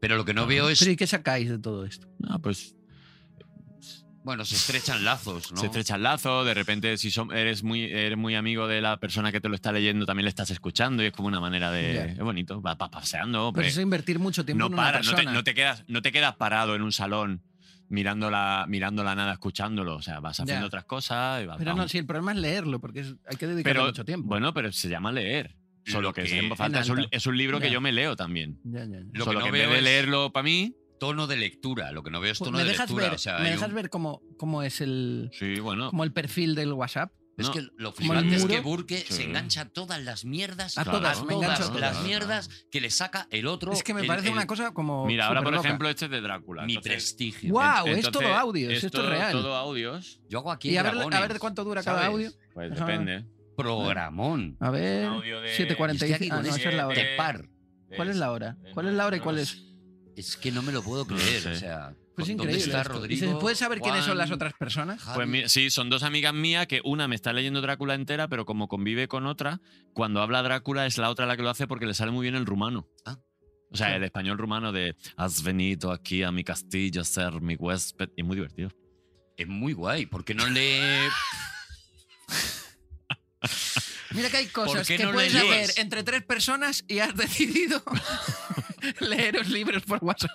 Speaker 3: Pero lo que no veo es.
Speaker 2: Pero ¿y qué sacáis de todo esto?
Speaker 4: Ah, pues
Speaker 3: Bueno, se estrechan lazos, ¿no?
Speaker 4: se estrechan lazos, de repente si son, eres, muy, eres muy amigo de la persona que te lo está leyendo, también le estás escuchando y es como una manera de...
Speaker 2: Ya.
Speaker 4: Es bonito, vas vas paseando.
Speaker 2: Pero
Speaker 4: hombre.
Speaker 2: eso es invertir mucho tiempo
Speaker 4: no
Speaker 2: en una
Speaker 4: paras, no te,
Speaker 2: persona.
Speaker 4: no te quedas, no te quedas parado en un salón mirando la, mirando la nada, escuchándolo. O sea, vas haciendo
Speaker 2: Ya.
Speaker 4: otras cosas y vas...
Speaker 2: Pero no,
Speaker 4: vamos.
Speaker 2: sí, el problema es leerlo, porque es- hay que dedicarle
Speaker 4: Pero,
Speaker 2: mucho tiempo.
Speaker 4: Bueno, pero se llama leer. Solo
Speaker 3: Lo
Speaker 4: que,
Speaker 3: que-
Speaker 4: se-
Speaker 3: en
Speaker 4: falta es un,
Speaker 2: alta.
Speaker 4: es un libro que
Speaker 2: Ya.
Speaker 4: yo me leo también.
Speaker 2: Ya, ya, ya.
Speaker 3: Lo que
Speaker 4: Solo
Speaker 3: no
Speaker 4: que en vez
Speaker 3: veo
Speaker 4: de
Speaker 3: es-
Speaker 4: leerlo para mí...
Speaker 3: Tono de lectura. Lo que no veo es
Speaker 2: Pues,
Speaker 3: tono
Speaker 2: me
Speaker 3: de
Speaker 2: dejas
Speaker 3: lectura.
Speaker 2: ver,
Speaker 3: o sea,
Speaker 2: me
Speaker 3: hay
Speaker 2: dejas
Speaker 3: un-
Speaker 2: ver cómo, cómo es el,
Speaker 4: Sí, bueno.
Speaker 2: como el perfil del WhatsApp.
Speaker 3: Es
Speaker 4: No.
Speaker 3: que lo
Speaker 2: Como el
Speaker 3: flipante es que
Speaker 2: muro.
Speaker 3: Burke
Speaker 4: Sí.
Speaker 3: se engancha a todas las mierdas.
Speaker 2: A
Speaker 4: Claro,
Speaker 2: todas, me
Speaker 3: todas
Speaker 2: engancho a
Speaker 3: las
Speaker 2: todas.
Speaker 4: mierdas.
Speaker 3: mierdas que le saca el otro.
Speaker 2: Es que me
Speaker 3: el-
Speaker 2: parece
Speaker 3: el-
Speaker 2: una cosa como.
Speaker 4: Mira, ahora por
Speaker 2: superloca.
Speaker 4: ejemplo este es de Drácula.
Speaker 3: Mi
Speaker 4: entonces-
Speaker 3: prestigio.
Speaker 2: ¡Guau! es
Speaker 4: Entonces,
Speaker 2: todo audios, esto es
Speaker 4: todo-
Speaker 2: real.
Speaker 4: Todo audios.
Speaker 3: Yo hago aquí
Speaker 2: y a ver, a
Speaker 3: dragones,
Speaker 2: ver cuánto dura cada
Speaker 3: ¿sabes?
Speaker 2: audio.
Speaker 4: Pues
Speaker 2: Ajá.
Speaker 4: depende.
Speaker 3: Programón.
Speaker 2: A ver.
Speaker 4: Audio de-
Speaker 3: Estoy aquí
Speaker 2: 7.45. Ah,
Speaker 3: con
Speaker 2: no,
Speaker 3: este
Speaker 2: esa es la hora.
Speaker 4: de-
Speaker 3: de par.
Speaker 2: ¿Cuál es la hora? ¿Cuál es la hora y cuál es?
Speaker 3: Es que no me lo puedo
Speaker 4: No lo
Speaker 3: creer.
Speaker 4: sé.
Speaker 3: O sea,
Speaker 2: Pues
Speaker 3: ¿dónde
Speaker 2: increíble.
Speaker 3: está
Speaker 2: esto.
Speaker 3: Rodrigo?
Speaker 2: Dices, ¿Puedes saber quiénes son las
Speaker 3: Juan,
Speaker 2: otras personas?
Speaker 3: Javi?
Speaker 4: Pues mi- sí, son dos amigas mías que una me está leyendo Drácula entera, pero como convive con otra, cuando habla Drácula es la otra la que lo hace porque le sale muy bien el rumano.
Speaker 3: Ah.
Speaker 4: O sea,
Speaker 2: Sí.
Speaker 4: el español rumano de has venido aquí a mi castillo a ser mi huésped. Y es muy divertido.
Speaker 3: Es muy guay. ¿Por qué no le
Speaker 2: Mira que hay
Speaker 3: ¿Por
Speaker 2: cosas
Speaker 3: qué
Speaker 2: que
Speaker 3: no
Speaker 2: puedes
Speaker 3: lees?
Speaker 2: hacer entre tres personas y has decidido leeros libros por WhatsApp.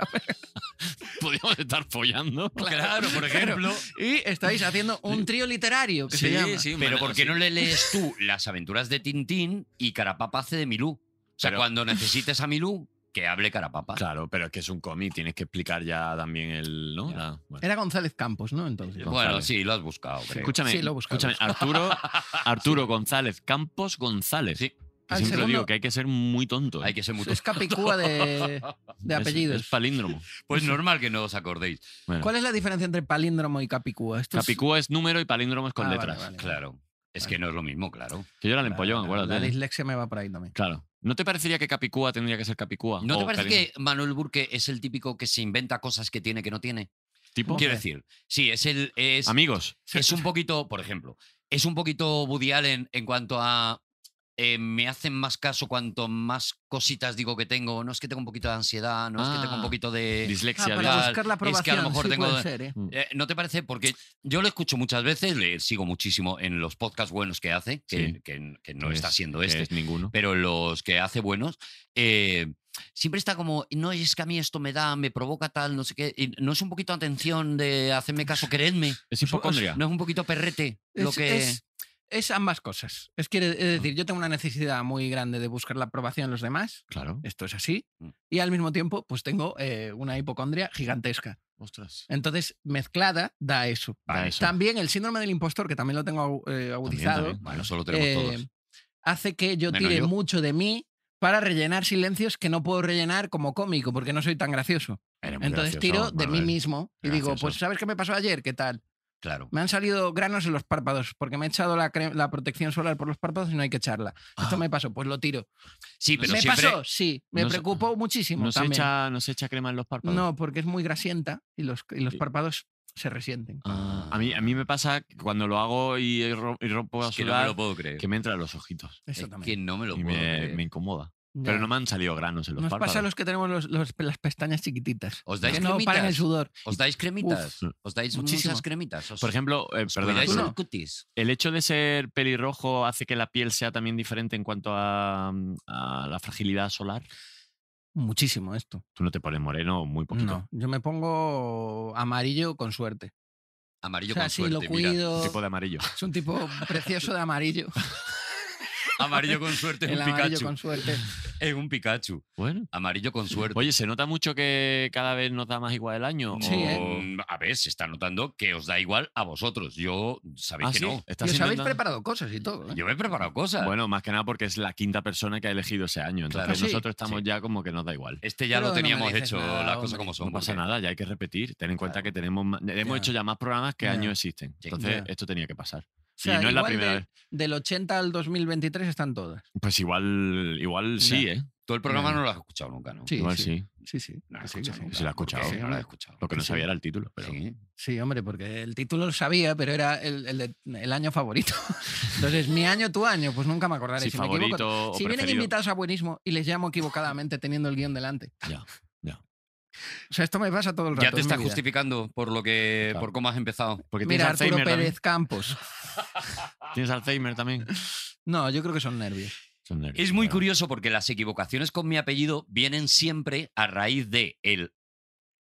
Speaker 4: Podríamos estar follando.
Speaker 3: Claro, por ejemplo.
Speaker 2: Y estáis haciendo un trío literario que se llama.
Speaker 3: Pero ¿por qué no le lees tú las aventuras de Tintín y Carapapa hace de Milú? O sea,
Speaker 4: Pero-
Speaker 3: cuando necesites a Milú, que hable Carapapa.
Speaker 4: Claro, pero es que es un cómic, tienes que explicar ya también el. ¿no?
Speaker 3: Ya.
Speaker 4: La- bueno.
Speaker 2: Era González Campos, ¿no? Entonces.
Speaker 3: Bueno,
Speaker 4: González.
Speaker 3: sí, lo has buscado. creo.
Speaker 4: Escúchame,
Speaker 2: Sí, lo he buscado.
Speaker 4: escúchame, Arturo, Arturo González, Campos González.
Speaker 3: Sí.
Speaker 4: Que
Speaker 2: Al
Speaker 4: siempre
Speaker 2: Ah, segundo-
Speaker 4: digo que hay que ser muy tonto. ¿eh?
Speaker 3: Hay que ser muy
Speaker 2: Es capicúa de, de
Speaker 4: Es-
Speaker 2: apellidos.
Speaker 4: Es, palíndromo.
Speaker 3: Pues normal que no os acordéis.
Speaker 4: Bueno,
Speaker 2: ¿Cuál es la diferencia entre palíndromo y capicúa? Esto es-
Speaker 4: Pues Capicúa es número y palíndromo es con
Speaker 2: Ah, vale,
Speaker 4: letras.
Speaker 2: vale.
Speaker 3: Claro. Es que no es lo mismo, claro.
Speaker 4: Que yo era el empollón,
Speaker 2: La,
Speaker 4: acuérdate.
Speaker 2: dislexia me va por ahí también.
Speaker 4: Claro. ¿No te parecería que Capicúa tendría que ser Capicúa?
Speaker 3: ¿No
Speaker 4: O
Speaker 3: te parece
Speaker 4: palíndromo?
Speaker 3: que Manuel Burke es el típico que se inventa cosas que tiene que no tiene?
Speaker 4: Tipo,
Speaker 3: Quiero decir, sí, es el. Es,
Speaker 4: amigos.
Speaker 3: es un poquito, por ejemplo, es un poquito Woody Allen en cuanto a. eh, me hacen más caso cuanto más cositas digo que tengo. No es que tengo un poquito de ansiedad, no es que tengo
Speaker 4: Ah,
Speaker 3: un poquito de.
Speaker 2: Ah,
Speaker 4: Dislexia.
Speaker 2: para
Speaker 3: ya,
Speaker 4: digo.
Speaker 2: buscar la
Speaker 3: es que a lo
Speaker 2: aprobación.
Speaker 3: mejor
Speaker 2: sí
Speaker 3: tengo-
Speaker 2: puede ser, ¿eh?
Speaker 3: Eh, ¿No te parece? Porque yo lo escucho muchas veces, le sigo muchísimo en los podcasts buenos que hace, que,
Speaker 4: Sí.
Speaker 3: que- que no
Speaker 4: Que
Speaker 3: está
Speaker 4: es- eh.
Speaker 3: siendo
Speaker 4: que
Speaker 3: este,
Speaker 4: es ninguno.
Speaker 3: pero los que hace buenos, eh, siempre está como, no, es que a mí esto me da, me provoca tal, no sé qué. Y no es un poquito atención de hacerme caso, queredme.
Speaker 4: Es hipocondria.
Speaker 3: No es un poquito perrete
Speaker 2: Es,
Speaker 3: lo que.
Speaker 2: es- es ambas cosas. Es, quiere- es decir, yo tengo una necesidad muy grande de buscar la aprobación de los demás.
Speaker 4: Claro.
Speaker 2: Esto es así.
Speaker 3: Mm.
Speaker 2: Y al mismo tiempo, pues tengo eh, una hipocondria gigantesca.
Speaker 4: Ostras.
Speaker 2: Entonces, mezclada da eso.
Speaker 4: Da eso.
Speaker 2: También el síndrome del impostor, que también lo tengo agu- eh, agudizado,
Speaker 4: también.
Speaker 3: Bueno, solo tenemos
Speaker 2: eh,
Speaker 3: todos.
Speaker 2: hace que yo
Speaker 4: Menos
Speaker 2: tire
Speaker 4: yo.
Speaker 2: mucho de mí para rellenar silencios que no puedo rellenar como cómico, porque no soy tan gracioso.
Speaker 4: Eres muy
Speaker 2: Entonces tiro
Speaker 4: gracioso,
Speaker 2: de mí
Speaker 4: Manuel.
Speaker 2: mismo y digo,
Speaker 4: Gracioso.
Speaker 2: pues ¿sabes qué me pasó ayer? ¿Qué tal?
Speaker 3: Claro.
Speaker 2: Me han salido granos en los párpados porque me he echado la, cre- la protección solar por los párpados y no hay que echarla. Esto me pasó, pues lo tiro.
Speaker 3: Sí, pero
Speaker 2: ¿Me
Speaker 3: siempre.
Speaker 2: pasó? Sí, me
Speaker 4: Ah. No se-
Speaker 2: preocupó muchísimo
Speaker 4: No se,
Speaker 2: también.
Speaker 4: echa, no se echa crema en los párpados.
Speaker 2: No, porque es muy grasienta y los, y los
Speaker 4: Sí.
Speaker 2: párpados se resienten.
Speaker 3: Ah,
Speaker 4: A mí, a mí me pasa que cuando lo hago y, ro- y rompo a
Speaker 3: es que no me
Speaker 4: sudar,
Speaker 3: lo puedo creer.
Speaker 4: que me entran los ojitos.
Speaker 2: Eso
Speaker 3: Es que
Speaker 2: también.
Speaker 3: no me lo
Speaker 4: y
Speaker 3: puedo
Speaker 4: me,
Speaker 3: creer.
Speaker 4: me incomoda.
Speaker 2: Ya.
Speaker 4: Pero no me han salido granos en los
Speaker 2: Nos
Speaker 4: párpados.
Speaker 2: pasa a los que tenemos los- los- las pestañas chiquititas.
Speaker 3: ¿Os dais
Speaker 2: que no
Speaker 3: cremitas?
Speaker 2: paran el sudor.
Speaker 3: ¿Os dais cremitas?
Speaker 4: Uf,
Speaker 3: ¿Os dais
Speaker 2: muchísimo.
Speaker 3: muchas cremitas? ¿Os-
Speaker 4: Por ejemplo, eh,
Speaker 3: os
Speaker 4: perdona,
Speaker 3: cuidáis
Speaker 4: Bruno,
Speaker 3: el cutis?
Speaker 4: el hecho de ser pelirrojo hace que la piel sea también diferente en cuanto a, mm, a la fragilidad solar.
Speaker 2: Muchísimo esto.
Speaker 4: Tú no te pones moreno muy poquito.
Speaker 2: No, yo me pongo amarillo con suerte. o
Speaker 3: Amarillo
Speaker 2: sea,
Speaker 3: con
Speaker 2: si
Speaker 3: suerte.
Speaker 2: lo
Speaker 3: mira.
Speaker 2: cuido.
Speaker 4: Tipo de amarillo.
Speaker 2: Es un tipo precioso de amarillo.
Speaker 3: Amarillo con suerte es
Speaker 2: el
Speaker 3: un
Speaker 2: amarillo
Speaker 3: Pikachu.
Speaker 2: con suerte.
Speaker 3: Es un Pikachu.
Speaker 4: Bueno.
Speaker 3: Amarillo con suerte.
Speaker 4: Oye, ¿se nota mucho que cada vez nos da más igual el año?
Speaker 2: Sí, ¿eh?
Speaker 3: Mm, A ver, se está notando que os da igual a vosotros. Yo sabéis
Speaker 4: Ah,
Speaker 3: que
Speaker 4: sí,
Speaker 3: no.
Speaker 4: estás
Speaker 2: Y os habéis
Speaker 4: inventando.
Speaker 2: preparado cosas y todo. ¿eh?
Speaker 3: Yo me he preparado cosas.
Speaker 4: Bueno, más que nada porque es la quinta persona que ha elegido ese año. Entonces
Speaker 3: Claro.
Speaker 2: Sí,
Speaker 4: nosotros estamos
Speaker 3: sí.
Speaker 4: ya como que nos da igual.
Speaker 3: este ya
Speaker 2: Pero
Speaker 3: lo
Speaker 2: no me
Speaker 3: teníamos
Speaker 2: dices
Speaker 3: hecho,
Speaker 2: nada,
Speaker 3: las cosas
Speaker 2: hombre.
Speaker 3: como son.
Speaker 4: No pasa
Speaker 3: porque-
Speaker 4: nada, ya hay que repetir. Ten en cuenta
Speaker 2: Claro.
Speaker 4: que tenemos ma- eh, hemos
Speaker 2: Ya.
Speaker 4: hecho ya más programas que
Speaker 2: Ya.
Speaker 4: años existen.
Speaker 3: Sí.
Speaker 4: Entonces,
Speaker 2: Ya.
Speaker 4: esto tenía que pasar.
Speaker 2: O sea,
Speaker 4: y no es la
Speaker 2: igual
Speaker 4: primera
Speaker 2: de-
Speaker 4: vez.
Speaker 2: Del 80 al 2023 están todas.
Speaker 4: Pues igual, igual
Speaker 2: Ya.
Speaker 4: sí, ¿eh?
Speaker 3: Tú el programa no lo has escuchado nunca, ¿no?
Speaker 2: Sí,
Speaker 4: igual
Speaker 2: sí.
Speaker 4: sí.
Speaker 2: Sí, sí.
Speaker 3: No lo has
Speaker 2: Sí, que
Speaker 3: escuchado
Speaker 2: sí.
Speaker 3: nunca,
Speaker 4: Sí, lo he escuchado.
Speaker 3: porque
Speaker 2: Sí,
Speaker 3: No lo
Speaker 2: hombre.
Speaker 3: has escuchado.
Speaker 4: Lo que no
Speaker 2: Sí.
Speaker 4: sabía era el título. Pero...
Speaker 3: Sí.
Speaker 2: Sí, hombre, porque el título lo sabía, pero era el, el de- el año favorito. Entonces, mi año, tu año, pues nunca me acordaré.
Speaker 4: Si
Speaker 2: Si, me equivoco,
Speaker 4: favorito o
Speaker 2: si vienen
Speaker 4: preferido.
Speaker 2: invitados a buenismo y les llamo equivocadamente teniendo el guión delante.
Speaker 4: Ya, ya.
Speaker 2: O sea, esto me pasa todo el rato.
Speaker 3: Ya te
Speaker 2: es mi
Speaker 3: estás
Speaker 2: vida.
Speaker 3: justificando por lo que
Speaker 4: Claro.
Speaker 3: por cómo has empezado.
Speaker 4: Porque
Speaker 2: Mira,
Speaker 4: tienes
Speaker 2: Arturo
Speaker 4: Alzheimer
Speaker 2: Pérez Campos.
Speaker 4: también. Tienes Alzheimer también.
Speaker 2: No, yo creo que son nervios.
Speaker 4: Son nervios,
Speaker 3: Es muy
Speaker 4: claro.
Speaker 3: curioso porque las equivocaciones con mi apellido vienen siempre a raíz de el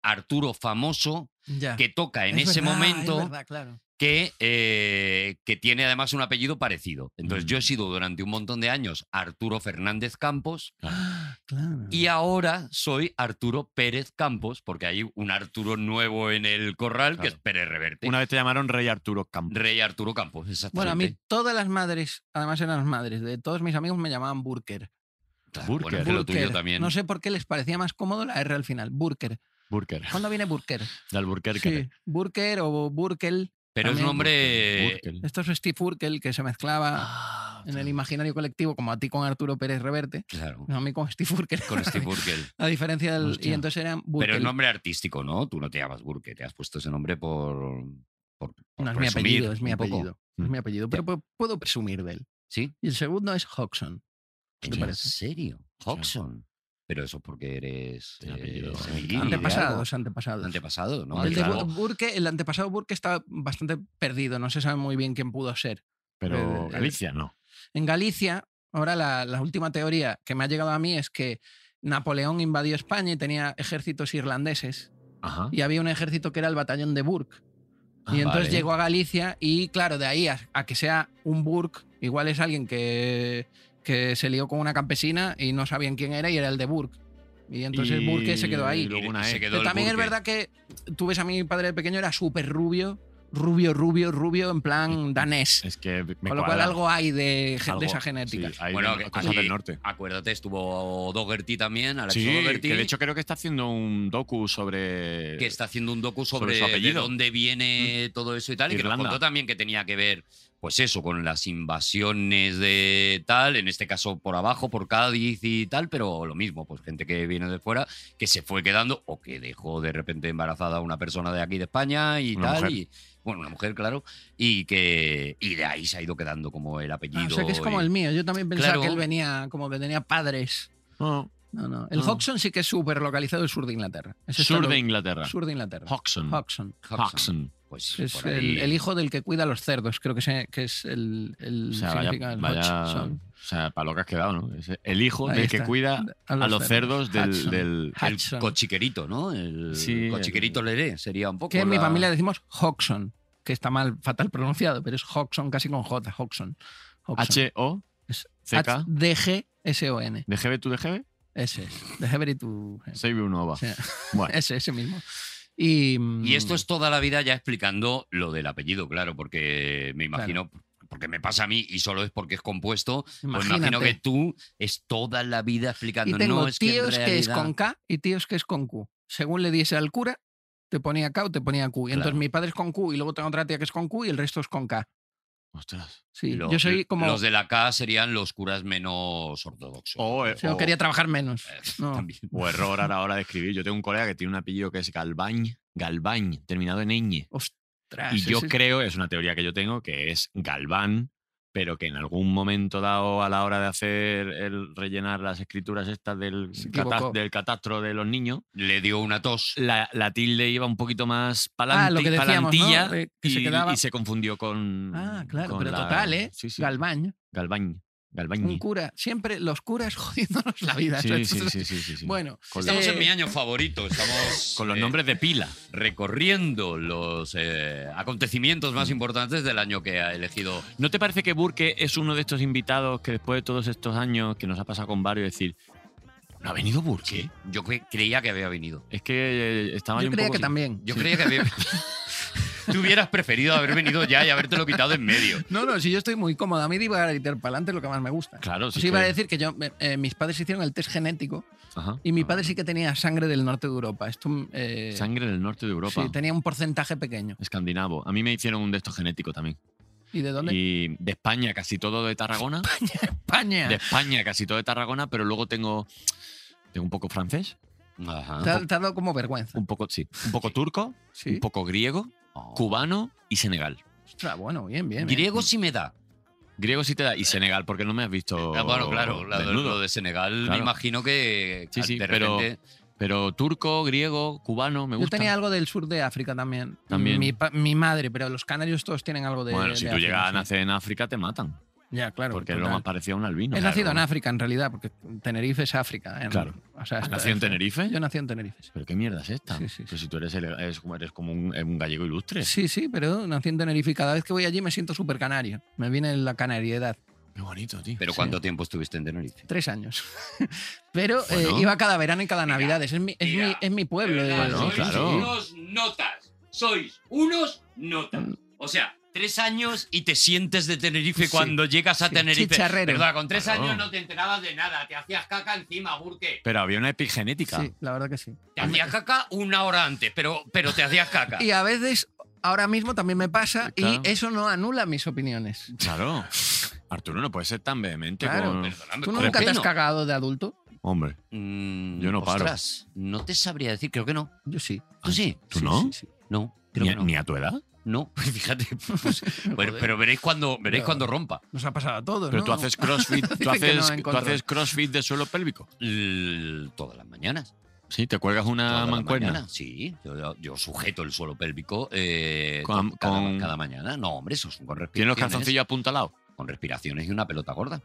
Speaker 3: Arturo famoso
Speaker 4: Ah,
Speaker 2: Ya.
Speaker 3: que toca en
Speaker 2: Es
Speaker 3: ese
Speaker 2: verdad, es
Speaker 3: momento
Speaker 2: verdad, claro.
Speaker 3: que, eh, que tiene además un apellido parecido. Entonces
Speaker 4: Mm.
Speaker 3: yo he sido durante un montón de años Arturo Fernández Campos
Speaker 2: Ah, claro.
Speaker 3: y ahora soy Arturo Pérez Campos, porque hay un Arturo nuevo en el corral que
Speaker 4: Claro.
Speaker 3: es Pérez Reverte.
Speaker 4: Una vez te llamaron Rey Arturo Campos.
Speaker 3: Rey Arturo Campos, exactamente.
Speaker 2: Bueno, a mí todas las madres, además eran las madres de todos mis amigos, me llamaban Burker.
Speaker 3: Claro,
Speaker 4: Burker.
Speaker 3: bueno, que lo
Speaker 2: Burker.
Speaker 3: tuyo también.
Speaker 2: No sé por qué les parecía más cómodo la R al final. Burker.
Speaker 4: Burker.
Speaker 2: ¿Cuándo viene Burker?
Speaker 4: De Alburquerque.
Speaker 2: Sí, Burker o Burkel.
Speaker 3: Pero es
Speaker 2: también.
Speaker 3: un hombre...
Speaker 4: Burker.
Speaker 2: Esto es Steve Burkel que se mezclaba
Speaker 4: Ah,
Speaker 2: en el imaginario colectivo, como a ti con Arturo Pérez Reverte,
Speaker 3: Claro,
Speaker 2: no a mí con Steve Burkel.
Speaker 3: con Steve Burker.
Speaker 2: A diferencia del. Y
Speaker 4: Hostia.
Speaker 2: entonces eran
Speaker 3: Pero es
Speaker 2: Burkel.
Speaker 3: nombre artístico, ¿no? Tú no te llamas Burke, te has puesto ese nombre por... por, por
Speaker 2: No, es mi
Speaker 3: presumir
Speaker 2: apellido, es mi
Speaker 3: un poco. Mm.
Speaker 2: apellido. Es mi apellido, pero pu- puedo presumir de él.
Speaker 3: ¿Sí?
Speaker 2: Y el segundo es Hodgson.
Speaker 3: Ah,
Speaker 2: ¿Qué te
Speaker 3: ¿En
Speaker 2: parece?
Speaker 3: serio? Hawkson. Pero eso porque eres...
Speaker 4: Tiene apellido
Speaker 3: sevillano de algo.
Speaker 2: Antepasados, antepasados.
Speaker 3: Antepasado, ¿no?
Speaker 4: Hombre,
Speaker 2: el, de
Speaker 4: claro.
Speaker 2: Bu- Burke, el antepasado Burke está bastante perdido, no se sabe muy bien quién pudo ser.
Speaker 4: Pero
Speaker 2: Eh,
Speaker 4: Galicia no.
Speaker 2: En Galicia, ahora la, la última teoría que me ha llegado a mí es que Napoleón invadió España y tenía ejércitos irlandeses
Speaker 4: Ajá.
Speaker 2: y había un ejército que era el batallón de Burke.
Speaker 4: Ah,
Speaker 2: Y entonces
Speaker 4: vale.
Speaker 2: llegó a Galicia y claro, de ahí a, a que sea un Burke, igual es alguien que, que se lió con una campesina y no sabían quién era y era el de Burke. Y entonces
Speaker 4: Y-
Speaker 2: Burke se quedó ahí.
Speaker 4: y luego una
Speaker 3: Se
Speaker 4: E.
Speaker 3: quedó
Speaker 2: Pero
Speaker 3: el
Speaker 2: también es
Speaker 3: Burke.
Speaker 2: verdad que tú ves a mi padre de pequeño, era súper rubio, rubio, rubio, rubio, en plan danés.
Speaker 4: Es que me
Speaker 2: Con lo cual
Speaker 4: cuadra.
Speaker 2: algo hay de, gen-
Speaker 4: Algo,
Speaker 2: de esa genética.
Speaker 4: sí, hay
Speaker 3: Bueno,
Speaker 4: de-
Speaker 3: que
Speaker 4: cosas
Speaker 3: aquí-
Speaker 4: del norte.
Speaker 3: Acuérdate, estuvo Dogerty también, Alex
Speaker 4: Sí,
Speaker 3: Dougherty,
Speaker 4: que de hecho creo que está haciendo un docu sobre.
Speaker 3: que está haciendo un docu
Speaker 4: sobre
Speaker 3: sobre,
Speaker 4: su
Speaker 3: de
Speaker 4: apellido. Mm.
Speaker 3: dónde viene todo eso y tal, y que nos
Speaker 4: Irlanda.
Speaker 3: contó también que tenía que ver pues eso, con las invasiones de tal, en este caso por abajo, por Cádiz y tal, pero lo mismo, pues gente que viene de fuera, que se fue quedando o que dejó de repente embarazada a una persona de aquí de España y
Speaker 4: Una
Speaker 3: tal,
Speaker 4: mujer.
Speaker 3: y bueno, una mujer, claro, y que y de ahí se ha ido quedando como el apellido.
Speaker 2: Ah, o sea, que es como
Speaker 3: y-
Speaker 2: el mío. Yo también pensaba
Speaker 3: Claro.
Speaker 2: que él venía, como que tenía padres. No, no. El
Speaker 4: Ah.
Speaker 2: Hoxton sí que es súper localizado el sur de Inglaterra. Ese está
Speaker 4: Sur de
Speaker 2: lo-
Speaker 4: Inglaterra.
Speaker 2: Sur de Inglaterra.
Speaker 4: Hoxton.
Speaker 2: Hoxton.
Speaker 4: Hoxton.
Speaker 3: Pues
Speaker 2: Es
Speaker 3: por
Speaker 2: el,
Speaker 3: ahí.
Speaker 2: el hijo del que cuida a los cerdos, creo que, se- que es el, el
Speaker 4: O sea,
Speaker 2: significado
Speaker 4: vaya,
Speaker 2: del
Speaker 4: vaya-
Speaker 2: Hodgson.
Speaker 4: o sea, para lo que has quedado, ¿no? Es el hijo
Speaker 2: Ahí
Speaker 4: del que
Speaker 2: está.
Speaker 4: cuida a los cerdos del,
Speaker 2: Hodgson.
Speaker 4: del-
Speaker 2: Hodgson.
Speaker 3: El cochiquerito, ¿no? El
Speaker 4: Sí,
Speaker 3: cochiquerito Leré sería un poco.
Speaker 2: Que en mi
Speaker 3: la-
Speaker 2: familia decimos Hoxon, que está mal, fatal pronunciado, pero es Hoxon casi con J, Hoxon. Hoxon.
Speaker 4: H-O,
Speaker 2: Es
Speaker 4: C-K,
Speaker 2: D-G-S-O-N.
Speaker 4: de GB, tú de GB,
Speaker 2: Ese. es. De Hebery to Heaven.
Speaker 4: save un
Speaker 2: O
Speaker 4: OVA.
Speaker 2: sea,
Speaker 4: Bueno,
Speaker 2: Ese, ese mismo. Y,
Speaker 3: Y esto
Speaker 2: mm,
Speaker 3: es toda la vida ya explicando lo del apellido, claro, porque me imagino, porque me pasa a mí y solo es porque es compuesto, pues me imagino
Speaker 2: imagínate.
Speaker 3: que tú es toda la vida explicando.
Speaker 2: Y tengo
Speaker 3: no, es que, en
Speaker 2: tíos que, es
Speaker 3: realidad-
Speaker 2: con K y tíos que es con Q. Según le diese al cura, te ponía K o te ponía Q. Y entonces
Speaker 3: Claro.
Speaker 2: mi padre es con Q y luego tengo otra tía que es con Q y el resto es con K.
Speaker 4: ostras.
Speaker 2: Sí,
Speaker 3: lo-
Speaker 2: yo soy como...
Speaker 3: Los de la K serían los curas menos ortodoxos.
Speaker 4: O,
Speaker 2: o sea, yo quería trabajar menos.
Speaker 3: Eh,
Speaker 2: No.
Speaker 3: También.
Speaker 4: o Pues error a la hora de escribir. Yo tengo un colega que tiene un apellido que es Galbañ, Galbañ, terminado en ñ.
Speaker 2: Ostras,
Speaker 4: Y
Speaker 2: Ah, sí,
Speaker 4: yo
Speaker 2: sí, sí.
Speaker 4: creo, es una teoría que yo tengo, que es Galván, pero que en algún momento dado a la hora de hacer el rellenar las escrituras estas del,
Speaker 2: Se
Speaker 4: cata-
Speaker 2: equivocó.
Speaker 4: del catastro de los niños,
Speaker 3: Le dio una tos.
Speaker 2: Eh,
Speaker 4: la, la tilde iba un poquito más
Speaker 2: Ah, lo que
Speaker 4: pa'lante-
Speaker 2: decíamos,
Speaker 4: palantilla
Speaker 2: ¿no? De que
Speaker 4: y,
Speaker 2: se quedaba...
Speaker 4: y se confundió con.
Speaker 2: Ah, claro,
Speaker 4: con
Speaker 2: pero
Speaker 4: la-
Speaker 2: total, ¿eh? Mm.
Speaker 4: Sí, sí.
Speaker 2: Galbañ,
Speaker 4: Galbañ. Galbañ.
Speaker 2: un cura. Siempre los curas jodiéndonos la vida.
Speaker 4: Sí,
Speaker 2: eso es-
Speaker 4: sí, sí, sí, sí, sí.
Speaker 2: Bueno,
Speaker 4: Con
Speaker 3: Estamos
Speaker 2: eh,
Speaker 3: en mi año favorito, estamos
Speaker 4: Con los
Speaker 3: eh,
Speaker 4: nombres de pila.
Speaker 3: recorriendo los eh, acontecimientos
Speaker 4: Mm.
Speaker 3: más importantes del año que ha elegido
Speaker 4: ¿No te parece que Burke es uno de estos invitados que después de todos estos años que nos ha pasado con varios decir, ¿no ha venido Burke?
Speaker 3: Yo cre- creía que había venido.
Speaker 4: Es que eh, estaban
Speaker 2: yo
Speaker 4: un
Speaker 2: creía
Speaker 4: poco
Speaker 2: que
Speaker 4: sin-
Speaker 2: también.
Speaker 3: Yo creía que había. Tú hubieras preferido haber venido ya y habértelo quitado de en medio.
Speaker 2: No, no, si yo estoy muy cómodo. A mí divagar y tirar para adelante es lo que más me gusta.
Speaker 4: Claro, sí.
Speaker 2: Os iba a decir que yo, eh, eh, mis padres hicieron el test genético y mi padre sí que tenía sangre del norte de Europa. Esto, eh,
Speaker 4: Sangre del norte de Europa.
Speaker 2: Sí, tenía un porcentaje pequeño.
Speaker 4: Escandinavo. A mí me hicieron un de estos genético también.
Speaker 2: ¿Y de dónde?
Speaker 4: Y de España, casi todo de Tarragona.
Speaker 2: España.
Speaker 4: de España, casi todo de Tarragona, pero luego tengo, tengo un poco francés,
Speaker 3: Ajá.
Speaker 2: Te ha, te ha dado como vergüenza.
Speaker 4: un poco, sí, un poco turco,
Speaker 2: Sí.
Speaker 4: un poco griego, cubano y Senegal.
Speaker 2: Ostras, bueno, bien, bien. eh. bien.
Speaker 3: Griego sí me da.
Speaker 4: Griego sí te da y Senegal porque no me has visto.
Speaker 3: Ah, bueno, claro, la-
Speaker 4: desnudo.
Speaker 3: lo de Senegal me
Speaker 4: Oh, Claro.
Speaker 3: imagino que
Speaker 4: Sí, sí,
Speaker 3: de
Speaker 4: pero-
Speaker 3: repente
Speaker 4: Pero turco, griego, cubano, me
Speaker 2: Yo
Speaker 4: gusta.
Speaker 2: tenía algo del sur de África también.
Speaker 4: También.
Speaker 2: Mi, pa- mi madre, pero los canarios todos tienen algo de.
Speaker 4: bueno, si
Speaker 2: de
Speaker 4: tú
Speaker 2: África,
Speaker 4: llegas a
Speaker 2: sí.
Speaker 4: nacer en África te matan,
Speaker 2: Ya, claro.
Speaker 4: porque es lo
Speaker 2: total.
Speaker 4: más parecido a un albino.
Speaker 2: He
Speaker 4: Claro.
Speaker 2: nacido en África, en realidad, porque Tenerife es África. en-
Speaker 4: Claro.
Speaker 2: O sea,
Speaker 4: ¿Has
Speaker 2: está-
Speaker 4: nacido en Tenerife?
Speaker 2: Yo nací en Tenerife. sí.
Speaker 4: Pero qué mierda es esta.
Speaker 2: Sí, sí,
Speaker 4: Pero si tú eres, el- eres como- eres como un, un gallego ilustre.
Speaker 2: Sí, sí, pero nací en Tenerife. y Cada vez que voy allí me siento súper canario. Me viene la canariedad.
Speaker 4: Qué bonito, tío.
Speaker 3: Pero
Speaker 2: Sí.
Speaker 3: ¿cuánto tiempo estuviste en Tenerife?
Speaker 2: Tres años. Pero eh,
Speaker 4: Bueno.
Speaker 2: iba cada verano y cada Navidades. Es mi, es
Speaker 6: mira,
Speaker 2: mi, es mi pueblo.
Speaker 6: de
Speaker 2: eh.
Speaker 6: verdad,
Speaker 4: Bueno,
Speaker 6: sois
Speaker 4: claro.
Speaker 6: unos notas. Sois unos notas. O sea,
Speaker 3: Tres años y te sientes de Tenerife
Speaker 2: Sí.
Speaker 3: cuando llegas a
Speaker 2: Sí,
Speaker 3: Tenerife.
Speaker 2: chicharrero.
Speaker 3: Perdona, con tres
Speaker 4: Claro.
Speaker 3: años no te enterabas de nada, te hacías caca encima, Burke.
Speaker 4: Pero había una epigenética.
Speaker 2: Sí, la verdad que sí.
Speaker 3: Te hacías caca una hora antes, pero, pero te hacías caca.
Speaker 2: Y a veces, ahora mismo también me pasa
Speaker 4: Claro.
Speaker 2: y eso no anula mis opiniones.
Speaker 4: Claro. Arturo no puede ser tan vehemente
Speaker 2: Claro.
Speaker 4: con-
Speaker 3: Perdóname,
Speaker 2: ¿Tú
Speaker 3: ¿cómo
Speaker 2: nunca
Speaker 3: que
Speaker 2: te has
Speaker 3: no?
Speaker 2: cagado de adulto?
Speaker 4: Hombre,
Speaker 3: Mm,
Speaker 4: Yo no paro.
Speaker 3: ostras, no te sabría decir, creo que no.
Speaker 2: Yo sí.
Speaker 3: ¿Tú sí?
Speaker 4: ¿tú
Speaker 2: Sí,
Speaker 4: no?
Speaker 2: sí, sí.
Speaker 3: No, creo
Speaker 4: ni,
Speaker 3: que
Speaker 4: a-
Speaker 3: no.
Speaker 4: ni a tu edad.
Speaker 3: No, fíjate. pues, pero, pero veréis cuando veréis
Speaker 2: Claro.
Speaker 3: cuando rompa.
Speaker 2: Nos ha pasado a todos.
Speaker 4: Pero
Speaker 2: ¿no?
Speaker 4: tú haces crossfit, tú
Speaker 2: Dicen que no,
Speaker 4: haces,
Speaker 2: en
Speaker 4: tú
Speaker 2: contra.
Speaker 4: haces crossfit de suelo pélvico.
Speaker 3: L- Todas las mañanas.
Speaker 4: Sí, te cuelgas una
Speaker 3: todas las
Speaker 4: Ah, mancuerna.
Speaker 3: mañanas, Sí, yo, yo sujeto el suelo pélvico eh,
Speaker 4: Con-
Speaker 3: to- cada,
Speaker 4: con-
Speaker 3: cada mañana. No, hombre, eso son con
Speaker 4: Tienes
Speaker 3: respiraciones.
Speaker 4: los calzoncillos apuntalados.
Speaker 3: Con respiraciones y una pelota gorda.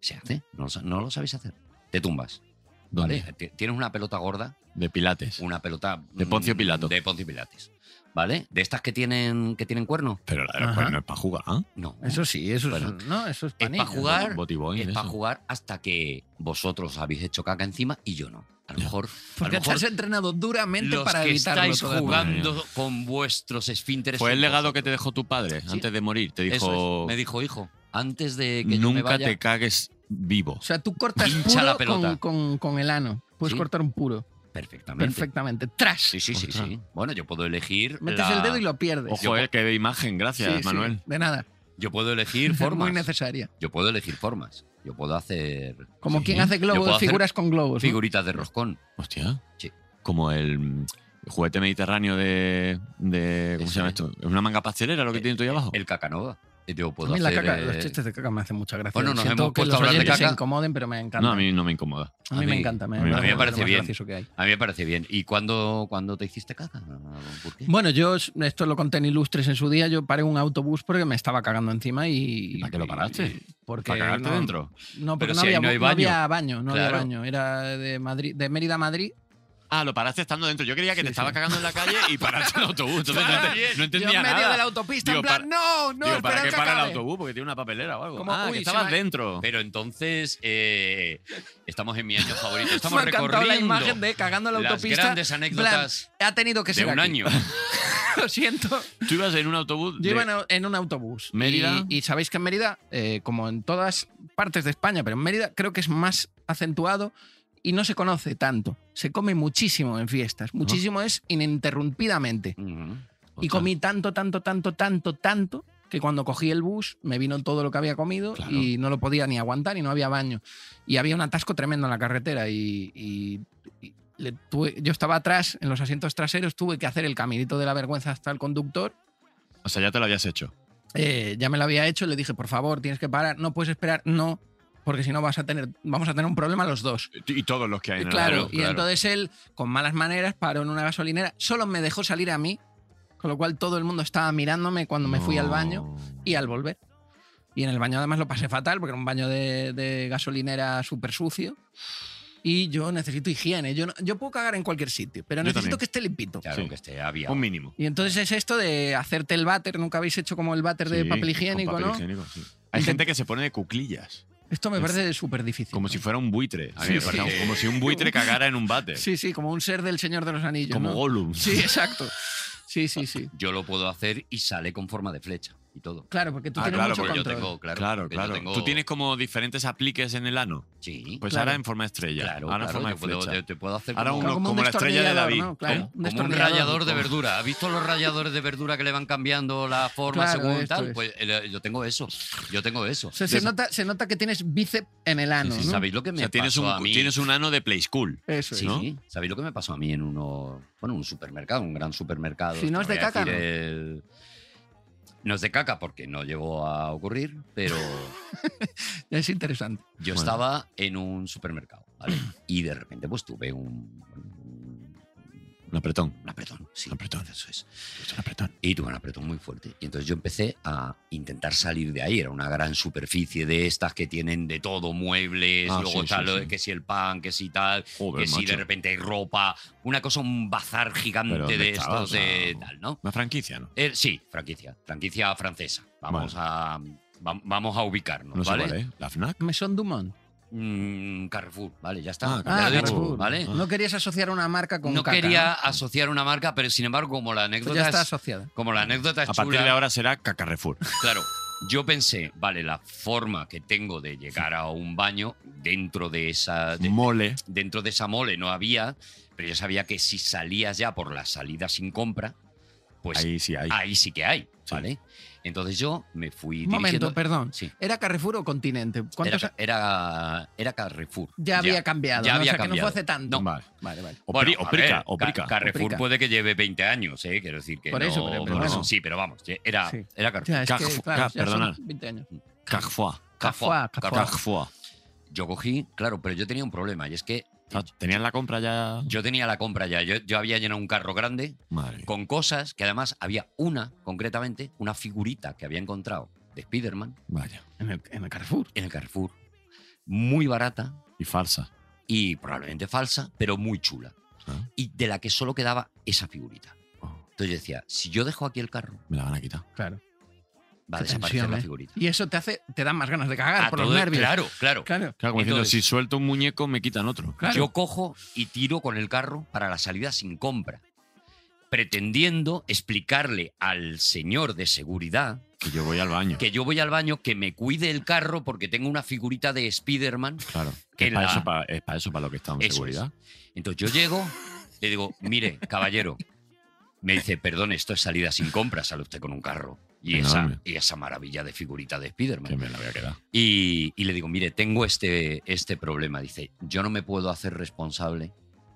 Speaker 3: Se hace, no, lo sa- no lo sabéis hacer. Te tumbas.
Speaker 4: ¿Dónde?
Speaker 3: ¿vale? T- Tienes una pelota gorda,
Speaker 4: De pilates.
Speaker 3: una pelota
Speaker 4: De Poncio
Speaker 3: mm,
Speaker 4: Pilato.
Speaker 3: De Poncio Pilates. ¿vale? De estas que tienen que tienen cuerno.
Speaker 4: Pero la de los
Speaker 2: Ajá.
Speaker 4: cuernos es para jugar. ¿ah?
Speaker 3: No.
Speaker 2: Eso sí, eso
Speaker 3: Bueno,
Speaker 2: es. No, eso es,
Speaker 3: pa'
Speaker 2: panilla.
Speaker 3: jugar. Claro,
Speaker 4: Botiboy,
Speaker 3: es
Speaker 4: de
Speaker 3: para
Speaker 4: eso.
Speaker 3: jugar hasta que vosotros habéis hecho caca encima y yo no. A lo
Speaker 4: Ya.
Speaker 3: mejor, a
Speaker 2: Porque
Speaker 3: lo
Speaker 2: te
Speaker 3: mejor
Speaker 2: has entrenado duramente
Speaker 3: los
Speaker 2: para
Speaker 3: que
Speaker 2: evitarlo.
Speaker 3: estáis
Speaker 2: todo el rato.
Speaker 3: jugando con vuestros esfínteres.
Speaker 4: Fue el
Speaker 3: sois
Speaker 4: legado que
Speaker 3: vosotros.
Speaker 4: te dejó tu padre
Speaker 3: Sí.
Speaker 4: antes de morir. Te
Speaker 3: Eso
Speaker 4: dijo,
Speaker 3: es. Me dijo, hijo, antes de que yo me
Speaker 4: nunca
Speaker 3: vaya,
Speaker 4: te cagues vivo.
Speaker 2: O sea, tú cortas
Speaker 3: Hincha
Speaker 2: puro
Speaker 3: la pelota.
Speaker 2: con, con- con el ano. Puedes
Speaker 3: Sí.
Speaker 2: cortar un puro.
Speaker 3: perfectamente.
Speaker 2: Perfectamente. Tras.
Speaker 3: Sí, sí, sí,
Speaker 4: Ostras.
Speaker 3: sí. Bueno, yo puedo elegir.
Speaker 2: Metes
Speaker 3: la-
Speaker 2: el dedo y lo pierdes.
Speaker 4: Ojo, eh, que de imagen. Gracias,
Speaker 2: pues, Sí, sí,
Speaker 4: Manuel.
Speaker 2: de nada.
Speaker 3: Yo puedo elegir
Speaker 2: Muy
Speaker 3: formas.
Speaker 2: necesaria.
Speaker 3: Yo puedo elegir formas. Yo puedo hacer
Speaker 2: Como
Speaker 4: Sí.
Speaker 2: quien hace
Speaker 3: Yo puedo
Speaker 2: globos,
Speaker 3: hacer
Speaker 2: figuras con globos. ¿no?
Speaker 3: figuritas de roscón.
Speaker 4: Hostia.
Speaker 3: Sí.
Speaker 4: Como el mm, juguete mediterráneo de. de- ¿Cómo
Speaker 3: Ese.
Speaker 4: se llama esto? ¿Es una manga pastelera lo que
Speaker 3: Eh,
Speaker 4: tienes tú ahí abajo?
Speaker 3: El cacanova. Yo
Speaker 2: A
Speaker 3: puedo
Speaker 2: mí la
Speaker 3: hacer.
Speaker 2: caca- los
Speaker 3: eh,
Speaker 2: chistes de caca me hacen mucha gracia.
Speaker 3: Bueno, nos
Speaker 2: Siento
Speaker 3: hemos
Speaker 2: que
Speaker 3: puesto
Speaker 2: los
Speaker 3: a hablar de
Speaker 2: oyentes se
Speaker 3: caca.
Speaker 2: incomoden, pero me encanta.
Speaker 4: no, a mí no me incomoda.
Speaker 2: A mí
Speaker 3: a
Speaker 2: me
Speaker 3: mí-
Speaker 2: encanta. Me,
Speaker 4: a mí me
Speaker 2: lo
Speaker 3: parece
Speaker 2: más
Speaker 3: bien.
Speaker 2: gracioso que hay.
Speaker 3: A mí me parece bien. ¿Y cuándo, cuándo te hiciste caca? ¿Por qué?
Speaker 2: Bueno, yo s- esto lo conté en Ilustres en su día. Yo paré un autobús porque me estaba cagando encima y.
Speaker 4: ¿Y para qué lo paraste?
Speaker 2: y- Porque
Speaker 4: ¿Para cagarte
Speaker 2: no,
Speaker 4: dentro?
Speaker 2: No, porque
Speaker 3: Pero
Speaker 2: no,
Speaker 3: si ahí
Speaker 2: había,
Speaker 3: no hay
Speaker 2: no había
Speaker 3: baño.
Speaker 2: baño. No había
Speaker 3: Claro.
Speaker 2: baño. Era de, Madrid, de Mérida a Madrid.
Speaker 4: Ah, lo paraste estando dentro. Yo creía que
Speaker 2: Sí,
Speaker 4: te estabas
Speaker 2: sí.
Speaker 4: cagando en la calle y paraste el autobús. Entonces no,
Speaker 2: Claro.
Speaker 4: ente- no
Speaker 2: Yo
Speaker 4: entendía
Speaker 2: en medio
Speaker 4: nada.
Speaker 2: de la autopista,
Speaker 4: Digo,
Speaker 2: en plan,
Speaker 4: para-
Speaker 2: no, no,
Speaker 4: Digo,
Speaker 2: espera
Speaker 4: ¿para qué
Speaker 2: que
Speaker 4: para el
Speaker 2: acabe".
Speaker 4: autobús? Porque tiene una papelera o algo.
Speaker 2: Como,
Speaker 4: ah,
Speaker 2: uy,
Speaker 4: que
Speaker 2: se
Speaker 4: estabas
Speaker 2: va-
Speaker 4: dentro.
Speaker 3: Pero entonces eh, estamos en mi año favorito.
Speaker 2: me
Speaker 3: Estamos
Speaker 2: ha encantado
Speaker 3: recorriendo
Speaker 2: la imagen de cagando en la
Speaker 3: las
Speaker 2: autopista.
Speaker 3: grandes anécdotas
Speaker 2: Ha tenido que
Speaker 3: de
Speaker 2: ser aquí.
Speaker 3: un año.
Speaker 2: Lo siento.
Speaker 4: Tú ibas en un autobús.
Speaker 2: Yo
Speaker 4: de-
Speaker 2: iba en, en un autobús.
Speaker 4: Mérida.
Speaker 2: Y, y sabéis que en Mérida, eh, como en todas partes de España, pero en Mérida creo que es más acentuado y no se conoce tanto. Se come muchísimo en fiestas. Muchísimo es ininterrumpidamente.
Speaker 3: Ujú.
Speaker 2: Y
Speaker 4: Ostras.
Speaker 2: comí tanto, tanto, tanto, tanto, tanto que cuando cogí el bus me vino todo lo que había comido
Speaker 4: Claro.
Speaker 2: y no lo podía ni aguantar y no había baño. Y había un atasco tremendo en la carretera y, y- y le tuve- yo estaba atrás, en los asientos traseros, tuve que hacer el caminito de la vergüenza hasta el conductor
Speaker 4: O sea, ya te lo habías hecho.
Speaker 2: eh, ya me lo había hecho, le dije, por favor, tienes que parar, no puedes esperar, no, porque si no vas a tener, vamos a tener un problema los dos.
Speaker 4: Eh, Y todos los que hay en el
Speaker 2: claro,
Speaker 4: autobús,
Speaker 2: y entonces él, con malas maneras, paró en una gasolinera, solo me dejó salir a mí, con lo cual todo el mundo estaba mirándome cuando me fui al baño
Speaker 4: No.
Speaker 2: y al volver. Y en el baño además lo pasé fatal, porque era un baño de, de gasolinera súper sucio. Y yo necesito higiene. Yo, no- yo puedo cagar en cualquier sitio, pero
Speaker 4: Yo
Speaker 2: necesito
Speaker 4: también.
Speaker 2: que esté limpito.
Speaker 3: Claro,
Speaker 4: Sí.
Speaker 3: que esté había.
Speaker 4: Un mínimo.
Speaker 2: Y entonces es esto de hacerte el váter. Nunca habéis hecho como el váter de
Speaker 4: Sí,
Speaker 2: papel
Speaker 4: con
Speaker 2: higiénico,
Speaker 4: papel
Speaker 2: ¿no?
Speaker 4: higiénico, sí. Hay
Speaker 2: Intent-
Speaker 4: gente que se pone de cuclillas.
Speaker 2: Esto me
Speaker 4: Es-
Speaker 2: parece súper difícil.
Speaker 4: Como si fuera un buitre. A mí
Speaker 3: Sí,
Speaker 4: me
Speaker 3: sí.
Speaker 4: parece como- Como si un buitre cagara en un váter.
Speaker 2: Sí, sí, como un ser del Señor de los Anillos.
Speaker 4: como
Speaker 2: ¿no?
Speaker 4: Gollum.
Speaker 2: Sí, exacto. Sí, sí, sí.
Speaker 3: Yo lo puedo hacer y sale con forma de flecha y todo.
Speaker 2: Claro, porque tú
Speaker 4: Ah,
Speaker 2: tienes
Speaker 4: claro,
Speaker 2: mucho
Speaker 3: porque yo
Speaker 2: control.
Speaker 3: tengo, claro,
Speaker 4: Claro,
Speaker 3: porque yo
Speaker 4: claro.
Speaker 3: tengo-
Speaker 4: Tú tienes como diferentes apliques en el ano.
Speaker 3: Sí,
Speaker 4: Pues
Speaker 2: Claro.
Speaker 4: ahora en forma de estrella.
Speaker 3: claro,
Speaker 4: ahora
Speaker 3: claro,
Speaker 4: en forma
Speaker 3: te
Speaker 4: de
Speaker 3: puedo-
Speaker 4: flecha.
Speaker 3: te- te puedo hacer
Speaker 4: Ahora
Speaker 3: como-
Speaker 4: uno- como la estrella de
Speaker 2: destornillador,
Speaker 4: David,
Speaker 2: ¿no? Claro,
Speaker 4: ¿eh?
Speaker 3: Como un
Speaker 2: destornillador.
Speaker 3: rallador de verdura. ¿Has visto los ralladores de verdura que le van cambiando la forma
Speaker 2: Claro,
Speaker 3: según
Speaker 2: esto
Speaker 3: tal?
Speaker 2: es.
Speaker 3: Pues eh, yo tengo eso. Yo tengo eso.
Speaker 2: O sea, se, nota, se nota que tienes bíceps en el ano,
Speaker 3: Sí, sí,
Speaker 2: ¿no?
Speaker 3: ¿Sabéis lo que
Speaker 4: O
Speaker 3: me
Speaker 4: sea, tienes
Speaker 3: pasó
Speaker 4: un,
Speaker 3: a mí?
Speaker 4: tienes un ano de Play School.
Speaker 2: Eso es.
Speaker 3: Sí,
Speaker 4: ¿no?
Speaker 3: ¿Sabéis lo que me pasó a mí en uno, bueno, un supermercado, un gran supermercado?
Speaker 2: Si no es de
Speaker 3: voy a
Speaker 2: caca,
Speaker 3: decir el- no es de caca porque no llegó a ocurrir, pero
Speaker 2: Es interesante.
Speaker 3: yo
Speaker 4: Bueno.
Speaker 3: estaba en un supermercado, ¿vale? Y de repente pues tuve un, un-
Speaker 4: Un apretón.
Speaker 3: un apretón, sí,
Speaker 4: Un apretón.
Speaker 3: eso es.
Speaker 4: Un apretón.
Speaker 3: Y tuve un apretón muy fuerte. Y entonces yo empecé a intentar salir de ahí. Era una gran superficie de estas que tienen de todo, muebles,
Speaker 4: Ah,
Speaker 3: luego
Speaker 4: sí,
Speaker 3: tal,
Speaker 4: sí,
Speaker 3: lo de
Speaker 4: sí.
Speaker 3: que si el pan, que si tal,
Speaker 4: Joder,
Speaker 3: que si
Speaker 4: macho.
Speaker 3: de repente hay ropa. Una cosa, un bazar
Speaker 4: Pero
Speaker 3: gigante
Speaker 4: ¿dónde
Speaker 3: de
Speaker 4: estabas? Ah,
Speaker 3: estos de
Speaker 4: O sea,
Speaker 3: tal, ¿no?
Speaker 4: Una franquicia, ¿no?
Speaker 3: Eh, sí, franquicia. Franquicia francesa. Vamos a. va- Vamos a ubicarnos,
Speaker 4: No sé
Speaker 3: ¿vale?
Speaker 4: cuál es. ¿eh? La FNAC.
Speaker 2: Maison Dumont.
Speaker 3: Mm, Carrefour, ¿vale? Ya está. ya
Speaker 4: Ah,
Speaker 3: lo he dicho,
Speaker 2: Carrefour.
Speaker 3: ¿vale?
Speaker 2: No querías asociar una marca con
Speaker 3: Ah. No
Speaker 2: caca,
Speaker 3: quería asociar una marca, pero sin embargo, como la
Speaker 2: Pues
Speaker 3: anécdota
Speaker 2: ya está
Speaker 3: es,
Speaker 2: asociada.
Speaker 3: como la anécdota es
Speaker 4: A partir
Speaker 3: chula-
Speaker 4: de ahora será Cacarrefour.
Speaker 3: Claro, yo pensé, vale, la forma que tengo de llegar a un baño dentro de esa de-
Speaker 4: Mole.
Speaker 3: dentro de esa mole no había, pero yo sabía que si salías ya por la salida sin compra, pues ahí,
Speaker 4: Ahí sí hay.
Speaker 3: sí que hay,
Speaker 4: Sí.
Speaker 3: ¿vale? Entonces yo me fui
Speaker 2: Un momento,
Speaker 3: dirigiendo-
Speaker 2: perdón.
Speaker 3: sí,
Speaker 2: ¿Era Carrefour o Continente?
Speaker 3: era,
Speaker 2: ¿Cuántos
Speaker 3: ca- era, era Carrefour.
Speaker 2: ya, había cambiado?
Speaker 3: ya
Speaker 2: ¿no?
Speaker 3: había
Speaker 2: o sea, que no
Speaker 3: cambiado.
Speaker 2: fue hace tanto.
Speaker 4: Vale.
Speaker 2: Vale, vale.
Speaker 4: O,
Speaker 3: Bueno,
Speaker 4: pri- o
Speaker 3: a
Speaker 4: prica,
Speaker 3: ver,
Speaker 4: o
Speaker 3: Ca-
Speaker 4: prica.
Speaker 3: Carrefour
Speaker 2: Prica.
Speaker 3: puede que lleve 20 años, ¿eh? Quiero decir que
Speaker 2: Por eso,
Speaker 3: no-
Speaker 2: pero-
Speaker 4: pero
Speaker 3: por eso,
Speaker 4: bueno.
Speaker 3: sí, pero vamos, era,
Speaker 2: Sí.
Speaker 3: era Carrefour.
Speaker 2: Ya, es que,
Speaker 4: Carrefour-
Speaker 2: claro,
Speaker 4: Car-
Speaker 2: ya son
Speaker 4: perdonad.
Speaker 2: 20 años.
Speaker 4: Carrefour.
Speaker 2: Carrefour, Carrefour.
Speaker 4: Carrefour.
Speaker 3: Yo cogí, claro, pero yo tenía un problema y es que
Speaker 4: Ah, ¿Tenías la compra ya?
Speaker 3: yo tenía la compra ya. Yo, yo había llenado un carro grande
Speaker 4: Madre. mía.
Speaker 3: con cosas que además había una, concretamente, una figurita que había encontrado de Spider-Man
Speaker 4: Vaya.
Speaker 2: En el, en el Carrefour.
Speaker 3: en el Carrefour, muy barata
Speaker 4: Y farsa.
Speaker 3: y probablemente falsa, pero muy chula.
Speaker 4: Ah.
Speaker 3: Y de la que solo quedaba esa figurita.
Speaker 4: Oh,
Speaker 3: Entonces yo decía, si yo dejo aquí el carro,
Speaker 4: me la van a quitar.
Speaker 2: Claro.
Speaker 3: va a
Speaker 2: Qué
Speaker 3: desaparecer
Speaker 2: tensión,
Speaker 3: la
Speaker 2: ¿eh?
Speaker 3: figurita.
Speaker 2: Y eso te hace, te dan más ganas de cagar
Speaker 3: A
Speaker 2: por los
Speaker 3: Ah, todo-
Speaker 2: nervios.
Speaker 3: Claro, claro.
Speaker 2: Claro.
Speaker 4: Claro, como diciendo, si
Speaker 3: Entonces-
Speaker 4: suelto un muñeco, me quitan otro.
Speaker 2: Claro.
Speaker 3: Yo cojo y tiro con el carro para la salida sin compra, pretendiendo explicarle al señor de seguridad
Speaker 4: Que yo voy al baño.
Speaker 3: que yo voy al baño, que me cuide el carro porque tengo una figurita de Spider-Man.
Speaker 4: Claro. Que es
Speaker 3: en
Speaker 4: para,
Speaker 3: la-
Speaker 4: eso, para, es para eso para lo que estamos en
Speaker 3: Eso es.
Speaker 4: seguridad.
Speaker 3: Entonces yo llego, le digo, mire, caballero, me dice, perdón, esto es salida sin compra, sale usted con un carro. Y esa,
Speaker 4: Enorme.
Speaker 3: y esa maravilla de figurita de Spiderman.
Speaker 4: Que me la voy a quedar.
Speaker 3: Y, y le digo, mire, tengo este, este problema. Dice, yo no me puedo hacer responsable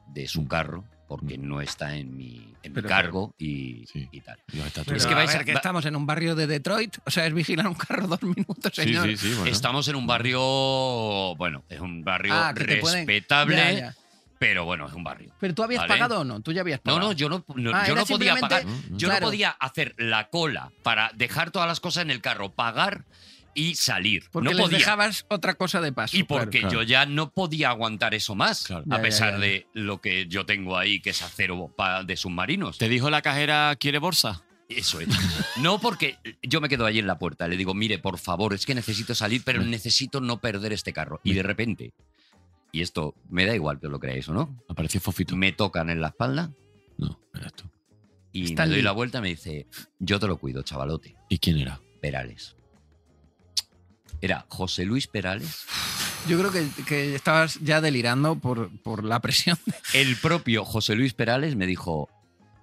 Speaker 3: de
Speaker 4: Mm.
Speaker 3: su carro porque no está en mi, en mi
Speaker 2: Pero-
Speaker 3: cargo y,
Speaker 4: Sí.
Speaker 3: y tal.
Speaker 4: Dios, está
Speaker 2: Pero
Speaker 3: Es
Speaker 2: es
Speaker 3: que
Speaker 2: que
Speaker 3: vais a-
Speaker 2: que
Speaker 3: va-
Speaker 2: estamos en un barrio de Detroit. O sea, es vigilar un carro dos minutos,
Speaker 4: sí,
Speaker 2: señor.
Speaker 4: sí, sí, bueno. Mm.
Speaker 3: Estamos en un barrio, bueno, es un barrio
Speaker 2: Ah, que te pueden-
Speaker 3: respetable,
Speaker 2: Ya, ya.
Speaker 3: pero bueno, es un barrio.
Speaker 2: Pero tú habías
Speaker 3: Vale.
Speaker 2: pagado o no? Tú ya habías
Speaker 3: No,
Speaker 2: pagado.
Speaker 3: no, yo no, no-
Speaker 2: Ah,
Speaker 3: yo
Speaker 2: era
Speaker 3: no podía
Speaker 2: simplemente-
Speaker 3: pagar.
Speaker 4: Mm, mm.
Speaker 3: Yo
Speaker 2: Claro.
Speaker 3: no podía hacer la cola para dejar todas las cosas en el carro, pagar y salir.
Speaker 2: Porque
Speaker 3: no
Speaker 2: les
Speaker 3: podía.
Speaker 2: dejabas otra cosa de paso.
Speaker 3: Y porque
Speaker 4: claro.
Speaker 3: yo ya no podía aguantar eso más,
Speaker 4: Claro.
Speaker 2: Ya,
Speaker 3: a
Speaker 2: ya,
Speaker 3: pesar
Speaker 2: ya, ya.
Speaker 3: de lo que yo tengo ahí, que es acero pa- de submarinos.
Speaker 4: ¿Te dijo la cajera quiere bolsa?
Speaker 3: Eso es. No porque yo me quedo allí en la puerta, le digo, mire, por favor, es que necesito salir, pero necesito no perder este carro. Y de repente, y esto me da igual que os lo creáis o no,
Speaker 4: Apareció Fofito.
Speaker 3: me tocan en la espalda
Speaker 4: No, eras tú.
Speaker 3: y
Speaker 2: Está
Speaker 3: me doy
Speaker 2: li-
Speaker 3: la vuelta y me dice, yo te lo cuido, chavalote,
Speaker 4: ¿Y quién era?
Speaker 3: Perales. Era José Luis Perales,
Speaker 2: Yo creo que, que estabas ya delirando por, por la presión.
Speaker 3: El propio José Luis Perales me dijo,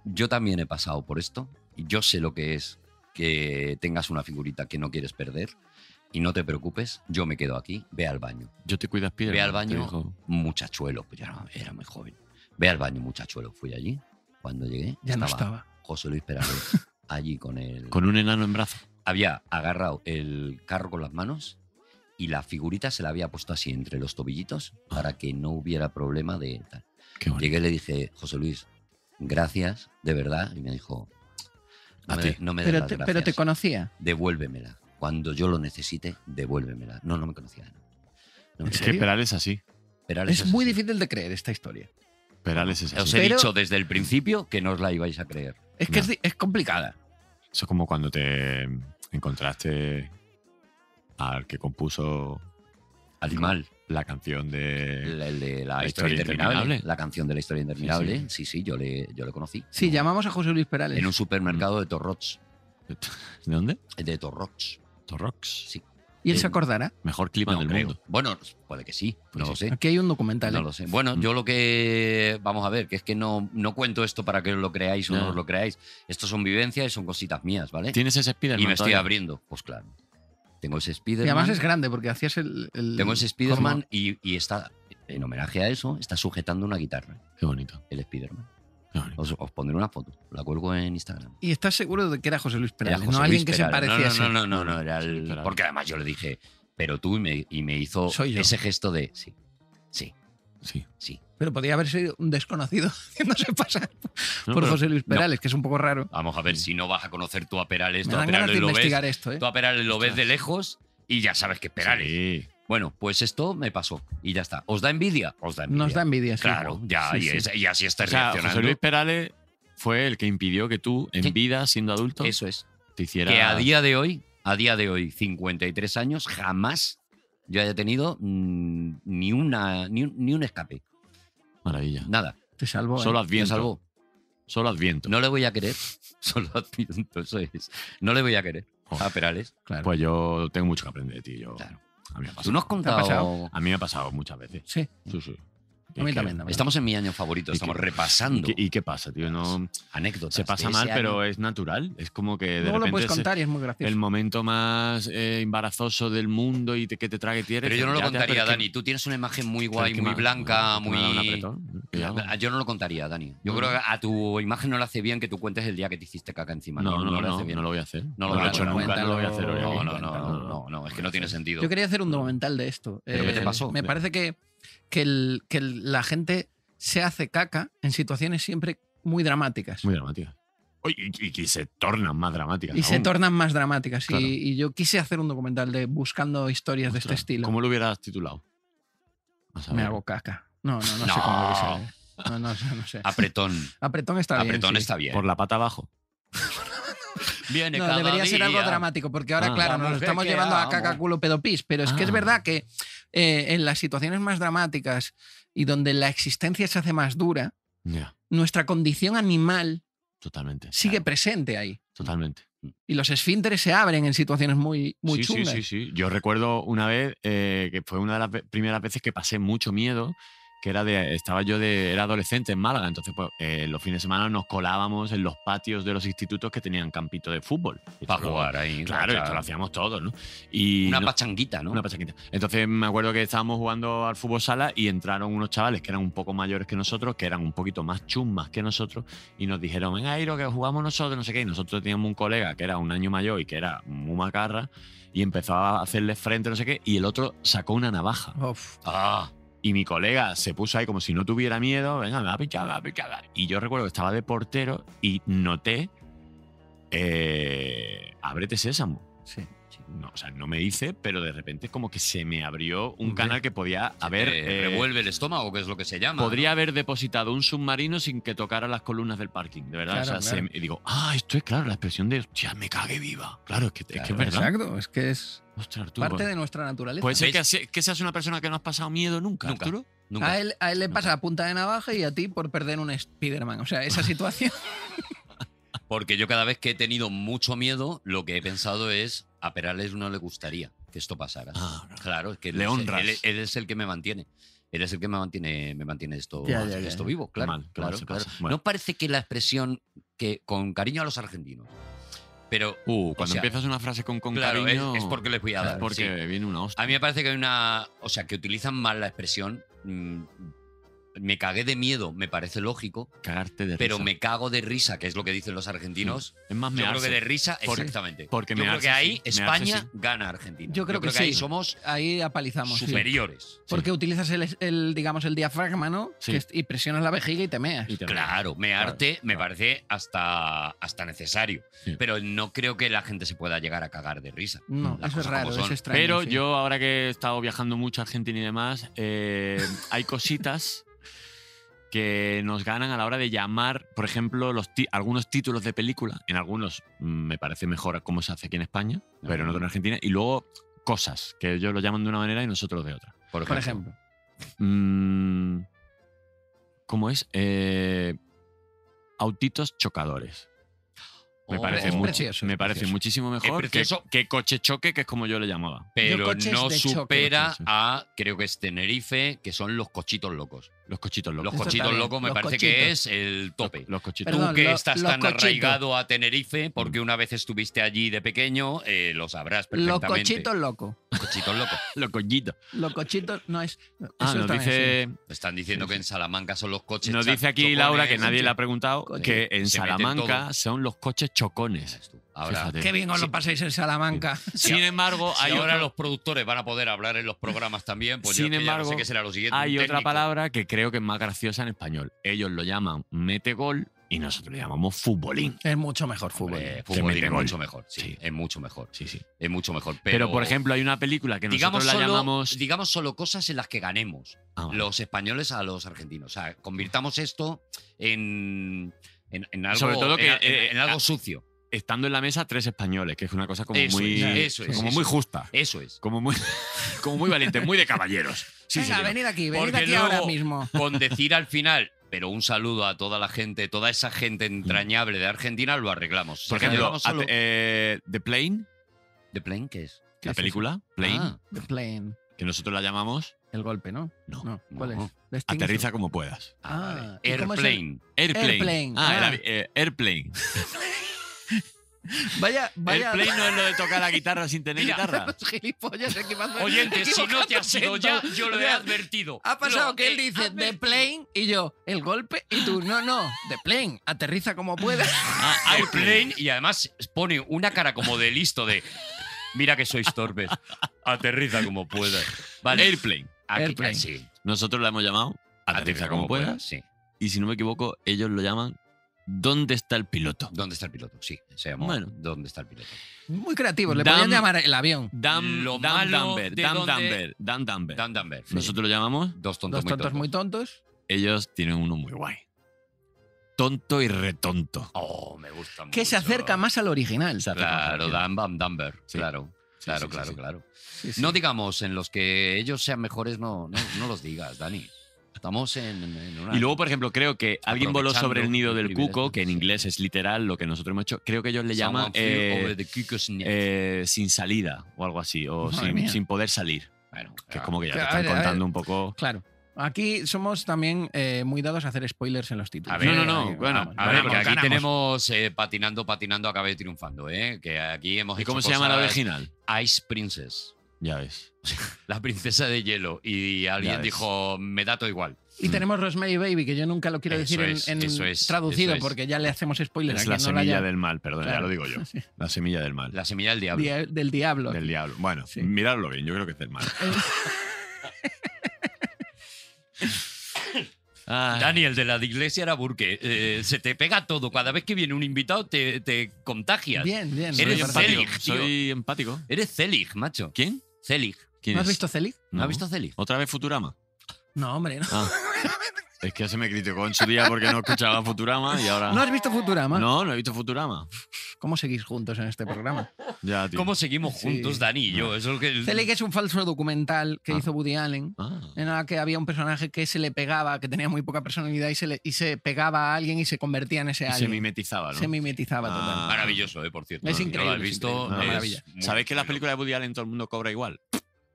Speaker 3: yo también he pasado por esto, y yo sé lo que es que tengas una figurita que no quieres perder, y no te preocupes, yo me quedo aquí, ve al baño.
Speaker 4: Yo te cuidas piedra.
Speaker 3: Ve al baño. Muchachuelo, pues ya era- era muy joven, ve al baño muchachuelo, fui allí, cuando llegué,
Speaker 2: Ya no estaba.
Speaker 3: José Luis Perales allí con el...
Speaker 4: Con un enano en brazo.
Speaker 3: Había agarrado el carro con las manos y la figurita se la había puesto así entre los tobillitos para que no hubiera problema de tal.
Speaker 4: Qué bonito.
Speaker 3: Llegué y le dije, José Luis, gracias, de verdad. Y me dijo, no
Speaker 4: A
Speaker 3: me,
Speaker 4: ti.
Speaker 3: de- no me des
Speaker 2: Pero
Speaker 3: las
Speaker 2: te,
Speaker 3: gracias.
Speaker 2: pero te conocía.
Speaker 3: Devuélvemela. Cuando yo lo necesite, devuélvemela. No, no me conocía. No. No me
Speaker 4: Es
Speaker 3: conocía.
Speaker 4: que Perales es así.
Speaker 3: Perales
Speaker 2: Es muy
Speaker 3: así.
Speaker 2: difícil de creer esta historia.
Speaker 4: Perales es
Speaker 3: Os
Speaker 4: así.
Speaker 3: he
Speaker 2: Pero-
Speaker 3: dicho desde el principio que no os la ibais a creer.
Speaker 2: Es que
Speaker 4: No.
Speaker 2: es, di- es complicada.
Speaker 4: Eso es como cuando te encontraste al que compuso
Speaker 3: Animal.
Speaker 4: la canción de.
Speaker 3: El, el de la,
Speaker 4: La
Speaker 3: historia
Speaker 4: historia
Speaker 3: interminable.
Speaker 4: interminable.
Speaker 3: La canción de la historia interminable. Sí, sí, yo, le, yo le conocí.
Speaker 2: Sí,
Speaker 3: En un-
Speaker 2: llamamos a José Luis Perales.
Speaker 3: En un supermercado de Torrots.
Speaker 4: ¿De dónde?
Speaker 3: De Torrots.
Speaker 4: Torrox.
Speaker 2: ¿Y él se
Speaker 3: en-
Speaker 2: acordará?
Speaker 4: Mejor clima
Speaker 3: No
Speaker 4: del
Speaker 3: creo.
Speaker 4: mundo.
Speaker 3: Bueno, puede que sí,
Speaker 4: Pues
Speaker 3: no lo
Speaker 4: sí.
Speaker 3: sé.
Speaker 2: Aquí hay un documental.
Speaker 3: No
Speaker 2: ¿eh?
Speaker 3: lo sé. Bueno,
Speaker 4: Mm.
Speaker 3: yo lo que. Vamos a ver, que es que no, no cuento esto para que os lo creáis o no,
Speaker 4: Ya.
Speaker 3: os lo creáis. Esto son vivencias y son cositas mías, ¿vale?
Speaker 4: ¿Tienes ese Spider-Man?
Speaker 3: y me estoy
Speaker 4: todavía?
Speaker 3: abriendo. Pues claro. Tengo ese
Speaker 2: Y además
Speaker 3: Spider-Man.
Speaker 2: es grande porque hacías el. el-
Speaker 3: Tengo ese
Speaker 2: como-
Speaker 3: Spider-Man y, y está, en homenaje a eso, está sujetando una guitarra,
Speaker 4: Qué bonito.
Speaker 3: el Spider-Man.
Speaker 4: qué bonito.
Speaker 3: Os, os pondré una foto, la cuelgo en Instagram.
Speaker 2: Y estás seguro de que era José Luis
Speaker 3: Era
Speaker 2: Perales,
Speaker 3: José
Speaker 2: no alguien
Speaker 3: Luis
Speaker 2: que se
Speaker 3: Perales. No,
Speaker 2: parecía
Speaker 3: no, no, no, no, era
Speaker 4: José Luis
Speaker 3: el-
Speaker 4: Perales.
Speaker 3: Porque además yo le dije, pero tú, y me, y me hizo
Speaker 2: Soy yo.
Speaker 3: ese gesto de sí, sí,
Speaker 4: Sí.
Speaker 3: sí.
Speaker 2: Pero podría haber sido un desconocido haciéndose pasar
Speaker 4: No,
Speaker 2: por
Speaker 4: pero-
Speaker 2: José Luis Perales, que es un poco raro.
Speaker 3: Vamos a ver si no vas a conocer tú a Perales,
Speaker 2: Me
Speaker 3: tú a
Speaker 2: dan ganas
Speaker 3: Perales
Speaker 2: de
Speaker 3: lo ves,
Speaker 2: investigar esto, ¿eh?
Speaker 3: Tú a Perales lo ves de lejos y ya sabes que es Perales.
Speaker 4: Sí.
Speaker 3: Bueno, pues esto me pasó y ya está. ¿Os da envidia? Os da envidia.
Speaker 2: Nos da envidia. sí.
Speaker 3: Claro, ya,
Speaker 2: Sí,
Speaker 3: y,
Speaker 2: sí.
Speaker 3: es- y así
Speaker 4: O
Speaker 3: estás
Speaker 4: sea, José
Speaker 3: reaccionando.
Speaker 4: Luis Perales fue el que impidió que tú, en
Speaker 3: Sí.
Speaker 4: vida, siendo adulto,
Speaker 3: Eso es.
Speaker 4: te hicieras.
Speaker 3: Que a día de hoy, a día de hoy, 53 años, jamás yo haya tenido mm, ni, una, ni, un, ni un escape.
Speaker 4: Maravilla.
Speaker 3: Nada.
Speaker 2: Te salvó. ¿eh?
Speaker 4: Solo
Speaker 3: Me
Speaker 4: adviento.
Speaker 3: salvó.
Speaker 4: Solo adviento.
Speaker 3: No le voy a querer. Solo adviento, eso es. No le voy a querer a Perales.
Speaker 2: Claro.
Speaker 4: Pues yo tengo mucho que aprender de ti. Yo,
Speaker 3: Claro.
Speaker 4: a, mí me ha
Speaker 3: Tú
Speaker 4: pasado,
Speaker 3: no has contado.
Speaker 2: pasado?
Speaker 4: a mí me ha pasado muchas veces.
Speaker 2: sí.
Speaker 4: Sí, sí.
Speaker 2: A mí
Speaker 4: Es que-
Speaker 2: también, también.
Speaker 3: Estamos en mi año favorito,
Speaker 4: ¿Y qué-
Speaker 3: estamos
Speaker 4: ¿Y
Speaker 3: repasando
Speaker 4: qué, y qué pasa, tío? No,
Speaker 3: anécdotas.
Speaker 4: se pasa
Speaker 3: de
Speaker 4: mal,
Speaker 3: ese año.
Speaker 4: pero es natural. Es como que de
Speaker 2: Luego lo
Speaker 4: repente
Speaker 2: puedes
Speaker 4: es
Speaker 2: contar y es muy gracioso.
Speaker 4: el momento más eh, embarazoso del mundo y te- que te trague tierra.
Speaker 3: Pero yo no lo contaría, Dani.
Speaker 4: Tú
Speaker 3: Tú tienes una imagen muy guay, muy blanca, muy. Yo no lo contaría, Dani. Yo
Speaker 4: No,
Speaker 3: creo
Speaker 4: no.
Speaker 3: que a tu imagen no le hace bien que tú cuentes el día que te hiciste caca encima.
Speaker 4: No, no, no,
Speaker 3: le hace
Speaker 4: no,
Speaker 3: bien.
Speaker 4: lo voy a hacer.
Speaker 3: No lo
Speaker 4: he
Speaker 3: voy a
Speaker 4: hecho
Speaker 3: hacer,
Speaker 4: nunca, no lo voy a hacer.
Speaker 2: cuéntalo,
Speaker 4: obviamente.
Speaker 3: No, no, no,
Speaker 2: cuéntalo.
Speaker 3: no, no, no, es que no tiene sentido.
Speaker 2: Yo quería hacer un documental de esto. Eh,
Speaker 3: ¿Pero qué te pasó?
Speaker 2: Me parece que, que, el- que el- la gente se hace caca en situaciones siempre muy dramáticas.
Speaker 4: Muy dramática. Oye, Y, y- y se tornan más dramáticas.
Speaker 2: y se
Speaker 4: aún.
Speaker 2: tornan más dramáticas. Y-
Speaker 4: Claro.
Speaker 2: Y, yo quise hacer un documental de buscando historias de
Speaker 4: Ostras,
Speaker 2: este estilo.
Speaker 4: ¿Cómo lo hubieras titulado? A saber.
Speaker 2: Me hago caca. No, no, no,
Speaker 3: No.
Speaker 2: sé cómo lo hice. No, no, sé, no sé.
Speaker 3: Apretón.
Speaker 2: Apretón está bien.
Speaker 3: Apretón
Speaker 2: sí.
Speaker 3: está bien.
Speaker 4: Por la pata abajo.
Speaker 3: Viene
Speaker 2: No,
Speaker 3: cada
Speaker 2: debería ser algo
Speaker 3: día.
Speaker 2: dramático, porque ahora,
Speaker 4: Ah.
Speaker 2: claro,
Speaker 3: La
Speaker 2: nos lo
Speaker 3: mujer
Speaker 2: estamos
Speaker 3: que
Speaker 2: llevando a
Speaker 3: amo.
Speaker 2: caca culo pedo pis, pero es que es
Speaker 4: Ah.
Speaker 2: verdad que eh, en las situaciones más dramáticas y donde la existencia se hace más dura,
Speaker 4: Ya,
Speaker 2: nuestra condición animal
Speaker 4: totalmente.
Speaker 2: sigue presente ahí.
Speaker 4: Totalmente.
Speaker 2: Y los esfínteres se abren en situaciones muy, muy
Speaker 4: sí,
Speaker 2: chungas.
Speaker 4: Sí, sí, sí. Yo recuerdo una vez eh, que fue una de las ve- primeras veces que pasé mucho miedo, que era de, estaba yo de, era adolescente en Málaga, entonces pues eh, los fines de semana nos colábamos en los patios de los institutos que tenían campito de fútbol. Y
Speaker 3: Para
Speaker 4: esto lo-
Speaker 3: jugar ahí.
Speaker 4: Claro,
Speaker 3: o sea,
Speaker 4: esto lo hacíamos todos, ¿no? Y
Speaker 3: Una
Speaker 4: no-
Speaker 3: pachanguita, ¿no?
Speaker 4: una pachaquita. Entonces me acuerdo que estábamos jugando al fútbol sala y entraron unos chavales que eran un poco mayores que nosotros, que eran un poquito más chumas que nosotros, y nos dijeron, venga, Airo, que jugamos nosotros, no sé qué. Y nosotros teníamos un colega que era un año mayor y que era muy macarra, y empezaba a hacerle frente, no sé qué, y el otro sacó una navaja.
Speaker 2: Uf.
Speaker 4: Ah. Y mi colega se puso ahí como si no tuviera miedo, venga, me va a pichar, me va a pichar. Y yo recuerdo que estaba de portero y noté, eh, ábrete sésamo.
Speaker 2: Sí.
Speaker 4: No, o sea, no me hice, pero de repente es como que se me abrió un
Speaker 2: Hombre.
Speaker 4: canal que podía
Speaker 3: A
Speaker 4: haber.
Speaker 3: ver,
Speaker 4: eh,
Speaker 3: revuelve el estómago, que es lo que se llama.
Speaker 4: podría haber depositado un submarino sin que tocara las columnas del parking, de verdad.
Speaker 2: Claro,
Speaker 4: o sea, se
Speaker 2: claro.
Speaker 4: me- y digo, ah, esto es claro, la expresión de, hostia, me cague viva. Claro, es que, es, que es
Speaker 2: Claro,
Speaker 4: verdad.
Speaker 2: Exacto, es que es
Speaker 4: Ostras, Arturo.
Speaker 2: parte de nuestra naturaleza.
Speaker 4: Puede ser
Speaker 3: ¿Ves?
Speaker 4: que, así- que seas una persona que no has pasado miedo nunca,
Speaker 3: Nunca.
Speaker 4: Arturo.
Speaker 3: ¿no? Nunca.
Speaker 2: a, él, a él le
Speaker 4: Nunca.
Speaker 2: pasa a punta de navaja y a ti por perder un Spider-Man. O sea, esa situación.
Speaker 3: Porque yo cada vez que he tenido mucho miedo, lo que he pensado es, a Perales no le gustaría que esto pasara.
Speaker 4: Ah, claro.
Speaker 3: Claro, es que él
Speaker 4: Le
Speaker 3: es-
Speaker 4: honras.
Speaker 3: Él, él es el que me mantiene. Él es el que me mantiene, me mantiene esto,
Speaker 2: Ya, ya, ya.
Speaker 3: esto vivo, claro.
Speaker 4: mal, qué
Speaker 3: claro,
Speaker 4: mal se
Speaker 3: claro.
Speaker 4: pasa. Bueno.
Speaker 3: No parece que la expresión que con cariño a los argentinos, pero
Speaker 4: Uh, cuando
Speaker 3: sea,
Speaker 4: empiezas una frase con, con
Speaker 3: claro, es,
Speaker 4: cariño.
Speaker 3: es porque les voy a
Speaker 4: es
Speaker 3: dar. sí.
Speaker 4: porque viene una hostia.
Speaker 3: A mí me parece que hay una. O sea, que utilizan mal la expresión. mm, me cagué de miedo, me parece lógico,
Speaker 4: Cagarte de
Speaker 3: pero
Speaker 4: risa.
Speaker 3: me cago de risa, que es lo que dicen los argentinos.
Speaker 4: Es más, me
Speaker 3: Yo creo que
Speaker 4: arce.
Speaker 3: de risa,
Speaker 4: Porque-
Speaker 3: exactamente.
Speaker 4: porque
Speaker 3: yo creo
Speaker 4: mearse
Speaker 3: que ahí
Speaker 4: sí, mearse
Speaker 3: España
Speaker 4: sí.
Speaker 3: gana a Argentina.
Speaker 2: Yo creo que
Speaker 3: ahí
Speaker 2: sí.
Speaker 3: somos
Speaker 2: Ahí apalizamos. sí.
Speaker 3: superiores.
Speaker 2: Porque utilizas el, el, digamos, el diafragma, ¿no?
Speaker 4: Sí.
Speaker 2: Que es- y presionas la vejiga y te meas.
Speaker 4: Y te-
Speaker 3: Claro, mearte me
Speaker 4: claro.
Speaker 3: parece hasta, hasta necesario.
Speaker 4: Sí.
Speaker 3: Pero no creo que la gente se pueda llegar a cagar de risa.
Speaker 2: No,
Speaker 3: Las
Speaker 2: eso es
Speaker 3: cosas
Speaker 2: raro,
Speaker 3: como son.
Speaker 2: es extraño.
Speaker 4: Pero
Speaker 2: sí.
Speaker 4: yo, ahora que he estado viajando mucho a Argentina y demás, eh, hay cositas que nos ganan a la hora de llamar, por ejemplo, los ti- algunos títulos de película. En algunos mm, me parece mejor cómo se hace aquí en España, pero en otros en Argentina. Y luego cosas, que ellos lo llaman de una manera y nosotros de otra.
Speaker 3: Por ejemplo.
Speaker 2: Por ejemplo.
Speaker 4: Mm, ¿Cómo es? Eh, autitos chocadores. Me
Speaker 3: Oh,
Speaker 4: parece,
Speaker 3: es
Speaker 4: mucho-
Speaker 2: precioso,
Speaker 4: me
Speaker 2: es
Speaker 4: parece
Speaker 2: precioso.
Speaker 4: muchísimo
Speaker 3: Es
Speaker 4: mejor que,
Speaker 3: precioso.
Speaker 4: que coche choque, que es como yo le llamaba.
Speaker 2: Yo
Speaker 3: Pero
Speaker 2: coches
Speaker 3: no
Speaker 2: de choque.
Speaker 3: supera
Speaker 4: Coches.
Speaker 3: a, creo que es Tenerife, que son los cochitos locos.
Speaker 4: Los cochitos
Speaker 3: Los
Speaker 4: locos.
Speaker 2: Eso
Speaker 3: cochitos
Speaker 2: está bien,
Speaker 3: locos me
Speaker 2: los
Speaker 3: parece que
Speaker 2: cochitos.
Speaker 3: es el tope.
Speaker 4: Los cochitos.
Speaker 2: Perdón,
Speaker 3: Tú que
Speaker 2: lo-
Speaker 3: estás
Speaker 2: los
Speaker 3: tan
Speaker 2: cochitos.
Speaker 3: arraigado a Tenerife, porque una vez estuviste allí de pequeño, eh, lo sabrás
Speaker 2: Los
Speaker 3: perfectamente.
Speaker 2: cochitos loco.
Speaker 3: Cochitos locos.
Speaker 4: Los cochitos.
Speaker 2: Los cochitos no es.
Speaker 4: Ah,
Speaker 2: eso
Speaker 4: nos
Speaker 2: también,
Speaker 4: dice,
Speaker 3: Están diciendo que en Salamanca son los coches.
Speaker 4: nos
Speaker 3: cha-
Speaker 4: dice aquí
Speaker 3: chocones.
Speaker 4: Laura, que nadie le ha
Speaker 3: Sí.
Speaker 4: preguntado,
Speaker 2: Coche.
Speaker 4: que en
Speaker 3: Se meten
Speaker 4: Salamanca
Speaker 3: todo.
Speaker 4: son los coches chocones.
Speaker 3: Verás tú. Ahora,
Speaker 2: sí.
Speaker 4: Fíjate.
Speaker 2: Qué bien os
Speaker 4: Sí.
Speaker 2: lo pasáis en Salamanca.
Speaker 4: Sin embargo,
Speaker 3: si
Speaker 4: hay,
Speaker 3: ahora
Speaker 4: otro-
Speaker 3: los productores van a poder hablar en los programas también, pues yo
Speaker 4: Sin
Speaker 3: es que ya no
Speaker 4: embargo,
Speaker 3: sé qué será lo siguiente. un
Speaker 4: hay otra
Speaker 3: técnico. eh,
Speaker 4: palabra que creo que es más graciosa en español. Ellos lo llaman mete gol y nosotros lo llamamos futbolín.
Speaker 2: Es mucho mejor fútbol.
Speaker 3: Hombre,
Speaker 4: Se
Speaker 3: futbolín
Speaker 4: mete
Speaker 3: es
Speaker 4: gol.
Speaker 3: mucho mejor, sí,
Speaker 4: Sí.
Speaker 3: es mucho mejor,
Speaker 4: Sí, sí.
Speaker 3: es mucho mejor. Pero,
Speaker 4: Pero, por ejemplo, hay una película que
Speaker 3: digamos
Speaker 4: nosotros la
Speaker 3: solo,
Speaker 4: llamamos.
Speaker 3: digamos solo cosas en las que ganemos
Speaker 4: Ah, vale.
Speaker 3: los españoles a los argentinos. O sea, convirtamos esto en, en, en algo,
Speaker 4: Sobre todo que,
Speaker 3: en- en-
Speaker 4: eh,
Speaker 3: en algo
Speaker 4: ah,
Speaker 3: sucio.
Speaker 4: Estando en la mesa tres españoles, que es una cosa como
Speaker 3: Eso
Speaker 4: muy.
Speaker 3: es, eso es,
Speaker 4: como
Speaker 3: eso
Speaker 4: muy
Speaker 3: es.
Speaker 4: justa.
Speaker 3: Eso es.
Speaker 4: Como muy, como muy valiente, muy de caballeros. Sí,
Speaker 2: Venga,
Speaker 4: señor.
Speaker 2: venid aquí, venid
Speaker 3: Porque
Speaker 2: aquí
Speaker 3: luego-
Speaker 2: ahora mismo.
Speaker 3: Con decir al final, pero un saludo a toda la gente, toda esa gente entrañable de Argentina, lo arreglamos.
Speaker 4: Por
Speaker 3: Si
Speaker 4: ejemplo,
Speaker 3: arreglamos solo-
Speaker 4: at- eh, The Plane,
Speaker 3: ¿De Plane qué es?
Speaker 4: la película, Plane,
Speaker 3: Ah,
Speaker 2: The plane.
Speaker 4: que nosotros la llamamos.
Speaker 2: El golpe, ¿no?
Speaker 4: No,
Speaker 2: No. ¿Cuál
Speaker 3: no.
Speaker 2: es? Destination.
Speaker 4: Aterriza como puedas.
Speaker 3: ah,
Speaker 2: Ah,
Speaker 3: vale.
Speaker 2: ¿y cómo es el-
Speaker 3: Airplane.
Speaker 4: Airplane.
Speaker 2: Airplane,
Speaker 4: Ah,
Speaker 2: ah.
Speaker 4: era- eh, Airplane.
Speaker 2: Vaya, vaya.
Speaker 4: Airplane no es lo de tocar la guitarra sin tener guitarra.
Speaker 2: Los gilipollas equivocando-
Speaker 3: Oyente, si no te has ido
Speaker 2: equivocando
Speaker 3: ya,
Speaker 2: acento.
Speaker 3: yo lo he
Speaker 2: Ya.
Speaker 3: advertido.
Speaker 2: Ha pasado
Speaker 3: Lo
Speaker 2: que él
Speaker 3: he
Speaker 2: dice The
Speaker 3: advertido.
Speaker 2: plane y yo, el golpe, y tú, no, no, The plane, aterriza como puedas.
Speaker 4: Ah,
Speaker 3: Airplane y además pone una cara como de listo de mira que sois torpes. Aterriza como puedas. Vale.
Speaker 4: Airplane.
Speaker 3: Aquí-
Speaker 2: Airplane.
Speaker 3: sí.
Speaker 4: Nosotros la hemos llamado Aterriza como puedas.
Speaker 3: Sí.
Speaker 4: Y si no me equivoco, ellos lo llaman ¿Dónde está el piloto?
Speaker 3: ¿Dónde está el piloto? Sí, se llamó.
Speaker 4: Bueno.
Speaker 3: ¿Dónde está el piloto?
Speaker 2: Muy creativo, le
Speaker 4: Dam-
Speaker 2: podían llamar el avión.
Speaker 4: Dan,
Speaker 3: Lo
Speaker 4: Dan
Speaker 3: malo
Speaker 4: Dunbar,
Speaker 3: de
Speaker 4: Dan
Speaker 3: dónde-
Speaker 4: Dunbar, Dan Dunbar.
Speaker 3: Dan Danver.
Speaker 4: Nosotros lo llamamos,
Speaker 3: Dos tontos,
Speaker 2: Dos tontos
Speaker 3: muy tontos.
Speaker 2: muy tontos.
Speaker 4: ellos tienen uno muy guay. Tonto y retonto.
Speaker 3: Oh, me gusta mucho.
Speaker 2: Que se acerca más al original.
Speaker 4: Se acerca más
Speaker 3: Claro,
Speaker 4: rápido.
Speaker 3: Dan Van Danver.
Speaker 4: Sí.
Speaker 3: Claro.
Speaker 4: Sí,
Speaker 3: Claro,
Speaker 4: sí, sí,
Speaker 3: claro,
Speaker 4: sí.
Speaker 3: claro.
Speaker 2: Sí, sí.
Speaker 3: No digamos en los que ellos sean mejores, no, no, no los digas, Dani. Estamos en, en una.
Speaker 4: Y luego, pues, por ejemplo, creo que alguien voló sobre el nido del
Speaker 3: Aprovechando el
Speaker 4: cuco, que en
Speaker 3: privilegio,
Speaker 4: inglés es literal lo que nosotros hemos hecho. Creo que ellos le llaman
Speaker 3: Someone flew
Speaker 4: eh,
Speaker 3: over the cuckoo's nest.
Speaker 4: eh, sin salida o algo así, o
Speaker 2: Madre
Speaker 4: sin,
Speaker 2: mía.
Speaker 4: sin poder salir.
Speaker 3: Bueno,
Speaker 4: Que es
Speaker 3: ah,
Speaker 4: como que ya te
Speaker 2: A
Speaker 4: están
Speaker 2: ver, a ver.
Speaker 4: contando un poco.
Speaker 2: Claro. Aquí somos también eh, muy dados a hacer spoilers en los títulos.
Speaker 3: A ver,
Speaker 4: no, no, no, bueno,
Speaker 2: vamos,
Speaker 3: A ver,
Speaker 2: ganamos,
Speaker 3: que aquí
Speaker 2: ganamos.
Speaker 3: tenemos eh, patinando, patinando, acabé triunfando, ¿eh? Que aquí hemos
Speaker 4: ¿Y
Speaker 3: hecho
Speaker 4: cómo se llama la
Speaker 3: cosas-
Speaker 4: original?
Speaker 3: Ice Princess.
Speaker 4: Ya ves.
Speaker 3: La princesa de hielo. Y
Speaker 4: Ya
Speaker 3: alguien
Speaker 4: ves.
Speaker 3: dijo, me da todo igual.
Speaker 2: Y tenemos Rosemary Baby, que yo nunca lo quiero
Speaker 3: Eso
Speaker 2: decir en-
Speaker 3: es,
Speaker 2: en,
Speaker 3: eso es,
Speaker 2: traducido,
Speaker 3: eso es.
Speaker 2: porque ya le hacemos spoilers
Speaker 4: Es
Speaker 2: a
Speaker 4: la
Speaker 2: quien no la
Speaker 4: semilla
Speaker 2: haya.
Speaker 4: del mal, perdón, ya
Speaker 2: Claro.
Speaker 4: lo digo yo. La semilla del mal.
Speaker 3: La semilla del diablo.
Speaker 2: Dia- del diablo.
Speaker 4: Del diablo. Bueno,
Speaker 2: Sí.
Speaker 4: miradlo bien, yo creo que es del mal. Ay.
Speaker 3: Daniel, de la de iglesia era Burke. Eh, se te pega todo. Cada vez que viene un invitado te, te contagias.
Speaker 2: Bien, bien.
Speaker 4: Soy
Speaker 3: Eres
Speaker 2: me parece.
Speaker 3: Zelig,
Speaker 4: empático.
Speaker 3: tío.
Speaker 4: Soy empático.
Speaker 3: Eres Zelig, macho.
Speaker 4: ¿Quién?
Speaker 3: Zelig.
Speaker 4: ¿Quién
Speaker 2: ¿No has
Speaker 4: es?
Speaker 2: visto Celic?
Speaker 3: ¿No,
Speaker 4: No.
Speaker 3: has visto Zelig?
Speaker 4: ¿Otra vez Futurama?
Speaker 2: No, hombre, no.
Speaker 4: Ah. es que se me criticó en su día porque no escuchaba Futurama y
Speaker 3: Ah.
Speaker 4: ahora.
Speaker 2: ¿No has visto Futurama?
Speaker 4: No, no he visto Futurama.
Speaker 2: ¿Cómo seguís juntos en este programa?
Speaker 4: Ya, tío.
Speaker 3: ¿Cómo seguimos
Speaker 2: Sí.
Speaker 3: juntos, Dani y yo? Eso es lo que.
Speaker 2: Celic es un falso documental que
Speaker 4: Ah.
Speaker 2: hizo Woody Allen.
Speaker 4: Ah.
Speaker 2: En la que había un personaje que se le pegaba, que tenía muy poca personalidad y se, le, y se pegaba a alguien y se convertía en ese
Speaker 4: Y se
Speaker 2: alguien.
Speaker 4: mimetizaba, ¿no?
Speaker 2: Se mimetizaba
Speaker 4: Ah.
Speaker 2: totalmente.
Speaker 3: Maravilloso, eh, por cierto.
Speaker 2: Es
Speaker 3: Si no
Speaker 2: increíble,
Speaker 3: lo has
Speaker 2: es
Speaker 3: visto.
Speaker 2: increíble, una
Speaker 3: es
Speaker 2: maravilla.
Speaker 3: muy,
Speaker 4: ¿Sabéis que las
Speaker 3: muy loco.
Speaker 4: películas de Woody Allen todo el mundo cobra igual?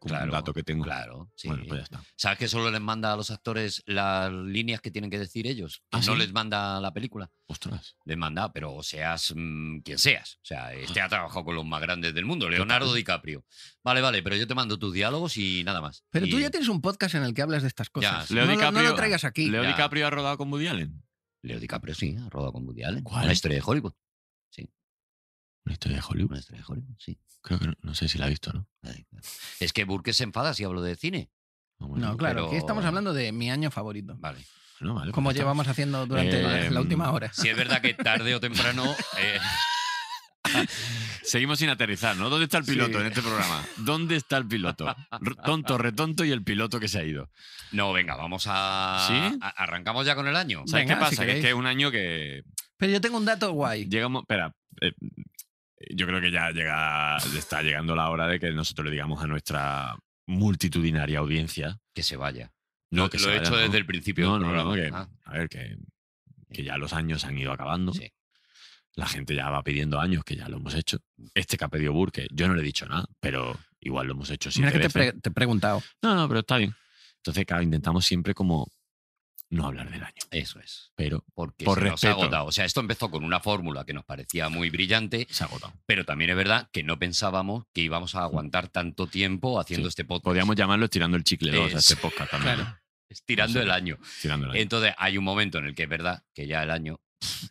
Speaker 4: Como
Speaker 3: Claro,
Speaker 4: un dato que tengo.
Speaker 3: Claro, sí.
Speaker 4: Bueno, pues ya está.
Speaker 3: ¿Sabes que solo les manda a los actores las líneas que tienen que decir ellos? Que
Speaker 4: ¿Ah,
Speaker 3: no
Speaker 4: sí?
Speaker 3: les manda la película.
Speaker 4: Ostras.
Speaker 3: Les manda, pero seas mm, quien seas. O sea, este ha trabajado con los más grandes del mundo, Leonardo DiCaprio. Vale, vale, pero yo te mando tus diálogos y nada más.
Speaker 2: Pero tú
Speaker 3: Y-
Speaker 2: ya tienes un podcast en el que hablas de estas cosas.
Speaker 3: sí.
Speaker 2: no,
Speaker 4: Leo
Speaker 2: lo- no lo
Speaker 4: DiCaprio-
Speaker 2: traigas aquí.
Speaker 4: ¿Leo
Speaker 3: Ya.
Speaker 4: DiCaprio ha rodado con Woody Allen?
Speaker 3: Leo DiCaprio sí, ha rodado con Woody Allen.
Speaker 4: ¿Cuál?
Speaker 3: Una historia de Hollywood.
Speaker 4: Una historia de Hollywood.
Speaker 3: Una historia de Hollywood, sí.
Speaker 4: Creo que no, no sé si la ha visto, ¿no?
Speaker 3: Ay, claro. Es que Burke se enfada si hablo de cine.
Speaker 4: Ah, bueno,
Speaker 2: No, claro,
Speaker 3: pero-
Speaker 2: aquí estamos hablando de mi año favorito.
Speaker 3: Vale.
Speaker 4: bueno, vale,
Speaker 2: Como
Speaker 4: pues ya está.
Speaker 2: llevamos haciendo durante la-
Speaker 4: Eh,
Speaker 2: la última hora.
Speaker 3: Si es verdad que tarde o temprano. eh,
Speaker 4: Seguimos sin aterrizar, ¿no? ¿Dónde está el piloto
Speaker 2: Sí.
Speaker 4: en este programa? ¿Dónde está el piloto? R- Tonto, retonto y el piloto que se ha ido.
Speaker 3: no, venga, vamos a,
Speaker 4: ¿Sí?
Speaker 3: a- Arrancamos ya con el año.
Speaker 4: ¿Sabes
Speaker 2: Venga,
Speaker 4: qué pasa?
Speaker 2: si
Speaker 4: que es
Speaker 2: queréis.
Speaker 4: que es un año que
Speaker 2: Pero yo tengo un dato guay.
Speaker 4: llegamos. Espera. eh, yo creo que ya llega, está llegando la hora de que nosotros le digamos a nuestra multitudinaria audiencia.
Speaker 3: Que se vaya.
Speaker 4: No,
Speaker 3: Lo-
Speaker 4: que
Speaker 3: lo
Speaker 4: se
Speaker 3: he
Speaker 4: vayan,
Speaker 3: hecho
Speaker 4: ¿no?
Speaker 3: desde el principio.
Speaker 4: No,
Speaker 3: del
Speaker 4: no, no,
Speaker 3: programa.
Speaker 4: que-
Speaker 3: Ah,
Speaker 4: a ver, que, que ya los años han ido acabando.
Speaker 3: sí.
Speaker 4: La gente ya va pidiendo años, que ya lo hemos hecho. Este que ha pedido Burke, yo no le he dicho nada, pero igual lo hemos hecho
Speaker 2: Mira
Speaker 4: siete
Speaker 2: que te,
Speaker 4: veces.
Speaker 2: pre- te he preguntado.
Speaker 4: No, no, pero está bien. Entonces, claro, intentamos siempre como no hablar del año,
Speaker 3: Eso es.
Speaker 4: pero
Speaker 3: Porque
Speaker 4: Por
Speaker 3: se nos ha
Speaker 4: respeto.
Speaker 3: agotado. O sea, esto empezó con una fórmula que nos parecía muy brillante,
Speaker 4: se ha agotado.
Speaker 3: pero también es verdad que no pensábamos que íbamos a aguantar tanto tiempo haciendo
Speaker 4: Sí.
Speaker 3: este podcast.
Speaker 4: Podríamos llamarlo estirando el chicle 2 a
Speaker 3: Es-
Speaker 4: este podcast también.
Speaker 2: Claro.
Speaker 3: Estirando
Speaker 4: Sí.
Speaker 3: el año.
Speaker 4: Estirando el año.
Speaker 3: Entonces, hay un momento en el que es verdad que ya el año.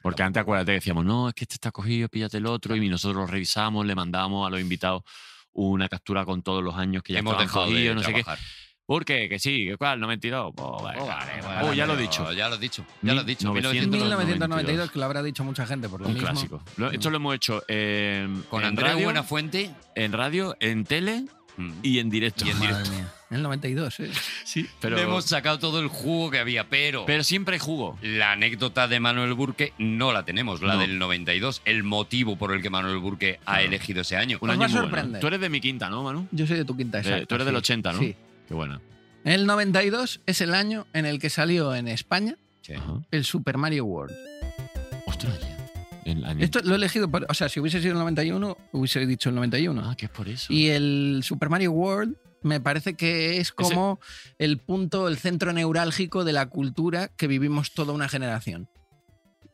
Speaker 4: Porque antes acuérdate que decíamos, no, es que este está cogido, píllate el otro, y nosotros lo revisamos, le mandamos a los invitados una captura con todos los años que ya
Speaker 3: hemos
Speaker 4: estaban
Speaker 3: dejado
Speaker 4: cogidos,
Speaker 3: de
Speaker 4: no sé qué.
Speaker 3: trabajar.
Speaker 4: ¿Por qué? Que sí, que cuál, 92. Pues, venga.
Speaker 3: Oh, vale, vale,
Speaker 4: Oh, ya lo he
Speaker 3: pero
Speaker 4: dicho.
Speaker 3: Ya lo has dicho. Ya lo has dicho.
Speaker 4: 1900.
Speaker 3: 1900.
Speaker 2: 1992, que lo habrá dicho mucha gente, por lo
Speaker 4: Un
Speaker 2: mismo. Mm.
Speaker 4: clásico. Lo- Esto lo hemos hecho eh,
Speaker 3: Con
Speaker 4: en
Speaker 3: Andrea
Speaker 4: radio,
Speaker 3: Buenafuente.
Speaker 4: en radio, en tele
Speaker 3: mm,
Speaker 4: y en directo.
Speaker 3: Y en
Speaker 2: Madre
Speaker 3: directo.
Speaker 2: mía, En el 92, ¿eh?
Speaker 4: Sí, pero,
Speaker 3: le hemos sacado todo el jugo que había, pero,
Speaker 4: pero siempre hay jugo.
Speaker 3: la anécdota de Manuel Burke no la tenemos, la
Speaker 4: No.
Speaker 3: del 92, el motivo por el que Manuel Burke ha
Speaker 4: Claro.
Speaker 3: elegido ese año.
Speaker 4: Un
Speaker 2: Os
Speaker 4: año
Speaker 2: va a
Speaker 4: muy bueno.
Speaker 2: sorprender.
Speaker 4: Tú eres de mi quinta, ¿no, Manu?
Speaker 2: Yo soy de tu quinta,
Speaker 4: Eh,
Speaker 2: exacto.
Speaker 4: tú eres del
Speaker 2: sí.
Speaker 4: 80, ¿no?
Speaker 2: Sí.
Speaker 4: Qué buena.
Speaker 2: El 92 es el año en el que salió en España
Speaker 3: Sí.
Speaker 4: Ajá.
Speaker 2: el Super Mario World.
Speaker 4: Eh, Ostras. En la- en-
Speaker 2: Esto lo he elegido, por- o sea, si hubiese sido el 91, hubiese dicho el 91.
Speaker 4: Ah, que es por eso.
Speaker 2: Y el Super Mario World me parece que es como el punto, el centro neurálgico de la cultura que vivimos toda una generación.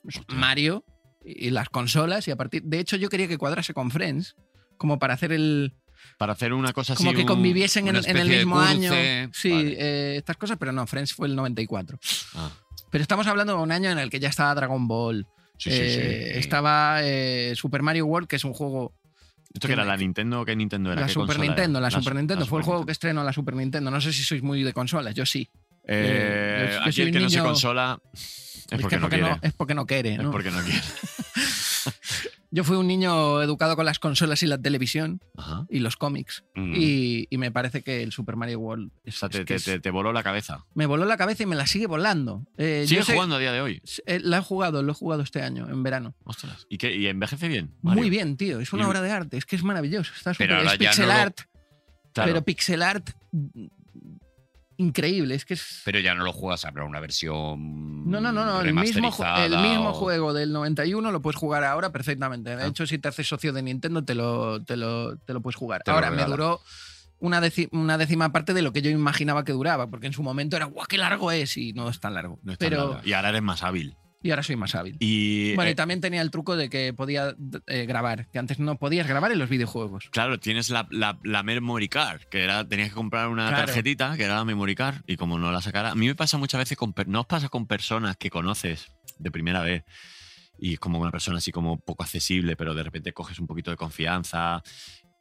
Speaker 2: Es
Speaker 4: Hostia.
Speaker 2: Mario y y las consolas y a partir... De hecho, yo quería que cuadrase con Friends, como para hacer el...
Speaker 4: Para hacer una cosa así.
Speaker 2: Como que
Speaker 4: un-
Speaker 2: conviviesen en,
Speaker 3: una
Speaker 2: en el
Speaker 3: especie de
Speaker 2: mismo año.
Speaker 3: cruce,
Speaker 2: Sí,
Speaker 3: vale.
Speaker 2: eh, estas cosas, pero no, Friends fue el 94.
Speaker 4: Ah,
Speaker 2: Pero estamos hablando de un año en el que ya estaba Dragon Ball,
Speaker 4: sí, sí, sí.
Speaker 2: eh, estaba eh, Super Mario World, que es un juego
Speaker 4: ¿Esto que era? ¿La Nintendo? ¿Qué Nintendo era?
Speaker 2: la
Speaker 4: ¿Qué
Speaker 2: Super
Speaker 4: consola era?
Speaker 2: Nintendo, la, Super
Speaker 4: su-
Speaker 2: Nintendo fue el
Speaker 4: Super
Speaker 2: juego que estrenó la Super Nintendo. No sé si sois muy de consolas, yo sí. Eh,
Speaker 4: Eh,
Speaker 2: yo- yo
Speaker 4: aquí
Speaker 2: soy
Speaker 4: el
Speaker 2: un
Speaker 4: que no se
Speaker 2: niño-
Speaker 4: consola es
Speaker 2: que
Speaker 4: porque no quiere.
Speaker 2: es porque no quiere,
Speaker 4: Es
Speaker 2: ¿no?
Speaker 4: porque no quiere.
Speaker 2: Yo fui un niño educado con las consolas y la televisión
Speaker 4: Ajá.
Speaker 2: y los cómics.
Speaker 3: Mm.
Speaker 2: Y, y me parece que el Super Mario World
Speaker 4: O
Speaker 2: es-
Speaker 4: sea,
Speaker 2: es
Speaker 4: te,
Speaker 2: que
Speaker 4: te-
Speaker 2: es-
Speaker 4: te- te voló la cabeza.
Speaker 2: me voló la cabeza y me la sigue volando. Eh, yo
Speaker 4: Sigue
Speaker 2: sé-
Speaker 4: jugando a día de hoy.
Speaker 2: eh, la he jugado, lo he jugado este año, en verano.
Speaker 4: Ostras. ¿Y, qué? ¿Y envejece bien?
Speaker 2: Muy
Speaker 4: Mario?
Speaker 2: bien, tío. Es
Speaker 4: Y-
Speaker 2: una obra de arte. Es que es maravilloso. Está súper-
Speaker 3: Pero ahora
Speaker 2: es
Speaker 3: ya
Speaker 2: pixel
Speaker 3: no lo-
Speaker 2: art,
Speaker 4: Claro.
Speaker 2: pero pixel art mm, increíble. Es que es.
Speaker 3: Pero ya no lo juegas, habrá una versión.
Speaker 2: No, no, no, no. El mismo, ju- el
Speaker 3: remasterizada
Speaker 2: mismo
Speaker 3: o-
Speaker 2: juego del 91 lo puedes jugar ahora perfectamente. De
Speaker 4: Ah.
Speaker 2: hecho, si te haces socio de Nintendo, te lo, te lo, te lo puedes jugar.
Speaker 3: Te lo
Speaker 2: ahora, me
Speaker 3: regala.
Speaker 2: duró una, deci- una décima parte de lo que yo imaginaba que duraba, porque en su momento era, guau, qué largo es, y no es tan largo.
Speaker 4: No es tan
Speaker 2: Pero,
Speaker 4: larga. Y ahora eres más hábil.
Speaker 2: Y ahora soy más hábil.
Speaker 4: Y,
Speaker 2: bueno,
Speaker 4: eh,
Speaker 2: y también tenía el truco de que podía eh, grabar, que antes no podías grabar en los videojuegos.
Speaker 4: Claro, tienes la, la, la memory card, que era, tenías que comprar una
Speaker 2: Claro.
Speaker 4: tarjetita, que era la memory card, y como no la sacara. A mí me pasa muchas veces con. per- No os pasa con personas que conoces de primera vez y es como una persona así como poco accesible, pero de repente coges un poquito de confianza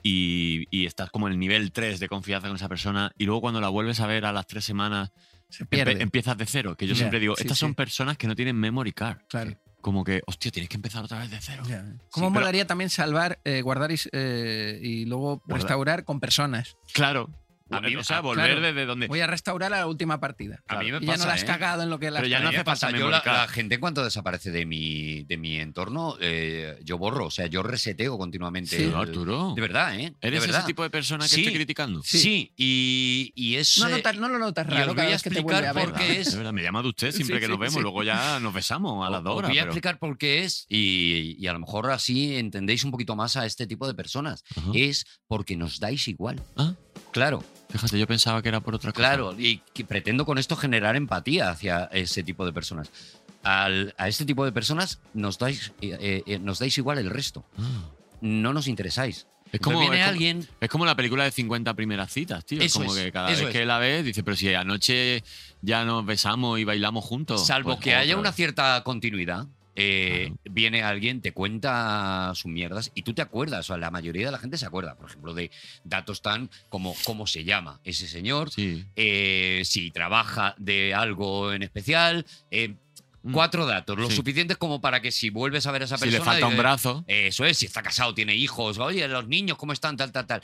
Speaker 4: y, y estás como en el nivel 3 de confianza con esa persona, y luego cuando la vuelves a ver a las tres semanas,
Speaker 2: Se
Speaker 4: empe-
Speaker 2: pierde.
Speaker 3: em-
Speaker 4: empiezas de cero. Que yo
Speaker 2: Ya,
Speaker 4: siempre digo,
Speaker 2: sí,
Speaker 4: estas
Speaker 2: sí.
Speaker 4: son personas que no tienen memory card.
Speaker 2: Claro.
Speaker 4: Como que, hostia, tienes que empezar otra vez de cero.
Speaker 2: Ya. ¿Cómo
Speaker 4: pero-
Speaker 2: molaría también salvar, eh, guardar y, s- eh, y luego
Speaker 4: Guarda-
Speaker 2: restaurar con personas?
Speaker 4: Claro.
Speaker 3: A mí-
Speaker 4: o sea,
Speaker 3: ah,
Speaker 4: volver
Speaker 2: claro.
Speaker 4: desde donde.
Speaker 2: Voy a restaurar a la última partida.
Speaker 3: A mí me
Speaker 2: Y ya no
Speaker 3: pasa,
Speaker 2: la has
Speaker 3: ¿eh?
Speaker 2: cagado en lo que la
Speaker 4: Pero
Speaker 2: has
Speaker 4: ya no
Speaker 3: A mí
Speaker 2: cagado.
Speaker 4: hace
Speaker 3: me pasa,
Speaker 4: falta
Speaker 3: yo la,
Speaker 4: memorizar.
Speaker 3: la gente cuando desaparece de mi, de mi entorno, eh, yo borro, o sea, yo reseteo continuamente.
Speaker 2: Sí.
Speaker 3: el-
Speaker 4: No, Arturo.
Speaker 3: De verdad, ¿eh? De
Speaker 4: ¿Eres
Speaker 3: verdad.
Speaker 4: ese tipo de persona que
Speaker 3: Sí.
Speaker 4: estoy criticando?
Speaker 3: Sí, y, y es.
Speaker 2: no,
Speaker 3: eh,
Speaker 2: notas- no lo notas
Speaker 3: y
Speaker 2: raro
Speaker 3: os
Speaker 2: cada
Speaker 3: voy a
Speaker 2: vez que te
Speaker 3: explicar
Speaker 2: vuelve a ver.
Speaker 3: por qué
Speaker 4: Es
Speaker 3: es.
Speaker 4: verdad, me llama de usted
Speaker 2: Sí,
Speaker 4: siempre que
Speaker 2: sí,
Speaker 4: nos vemos,
Speaker 2: sí.
Speaker 4: luego ya nos besamos a las dos
Speaker 3: Os
Speaker 4: horas.
Speaker 3: voy a
Speaker 4: pero-
Speaker 3: explicar por qué es, y, y a lo mejor así entendéis un poquito más a este tipo de personas.
Speaker 4: Ajá.
Speaker 3: Es porque nos dais igual.
Speaker 4: Ah.
Speaker 3: Claro,
Speaker 4: Fíjate, yo pensaba que era por otra cosa.
Speaker 3: claro. Y que pretendo con esto generar empatía hacia ese tipo de personas. Al- a este tipo de personas nos dais, eh, eh, eh, nos dais igual el resto.
Speaker 4: Ah.
Speaker 3: No nos interesáis.
Speaker 4: Es como,
Speaker 3: Entonces
Speaker 4: es,
Speaker 3: viene
Speaker 4: como,
Speaker 3: alguien.
Speaker 4: es como la película de 50 primeras citas, tío.
Speaker 3: Eso
Speaker 4: es como
Speaker 3: es,
Speaker 4: que cada vez
Speaker 3: eso
Speaker 4: que
Speaker 3: es.
Speaker 4: la ves, dice, pero si anoche ya nos besamos y bailamos juntos.
Speaker 3: Salvo
Speaker 4: Pues
Speaker 3: que
Speaker 4: otra
Speaker 3: haya una
Speaker 4: vez.
Speaker 3: cierta continuidad. eh,
Speaker 4: Claro.
Speaker 3: Viene alguien, te cuenta sus mierdas y tú te acuerdas, o sea, la mayoría de la gente se acuerda, por ejemplo, de datos tan como cómo se llama ese señor,
Speaker 4: Sí.
Speaker 3: eh, si trabaja de algo en especial, eh, cuatro datos, lo
Speaker 4: Mm. Sí.
Speaker 3: suficientes como para que si vuelves a ver a esa
Speaker 4: Si
Speaker 3: persona...
Speaker 4: le falta un
Speaker 3: dices,
Speaker 4: brazo.
Speaker 3: Eso es, si está casado, tiene hijos, oye, los niños, ¿cómo están? Tal, tal, tal.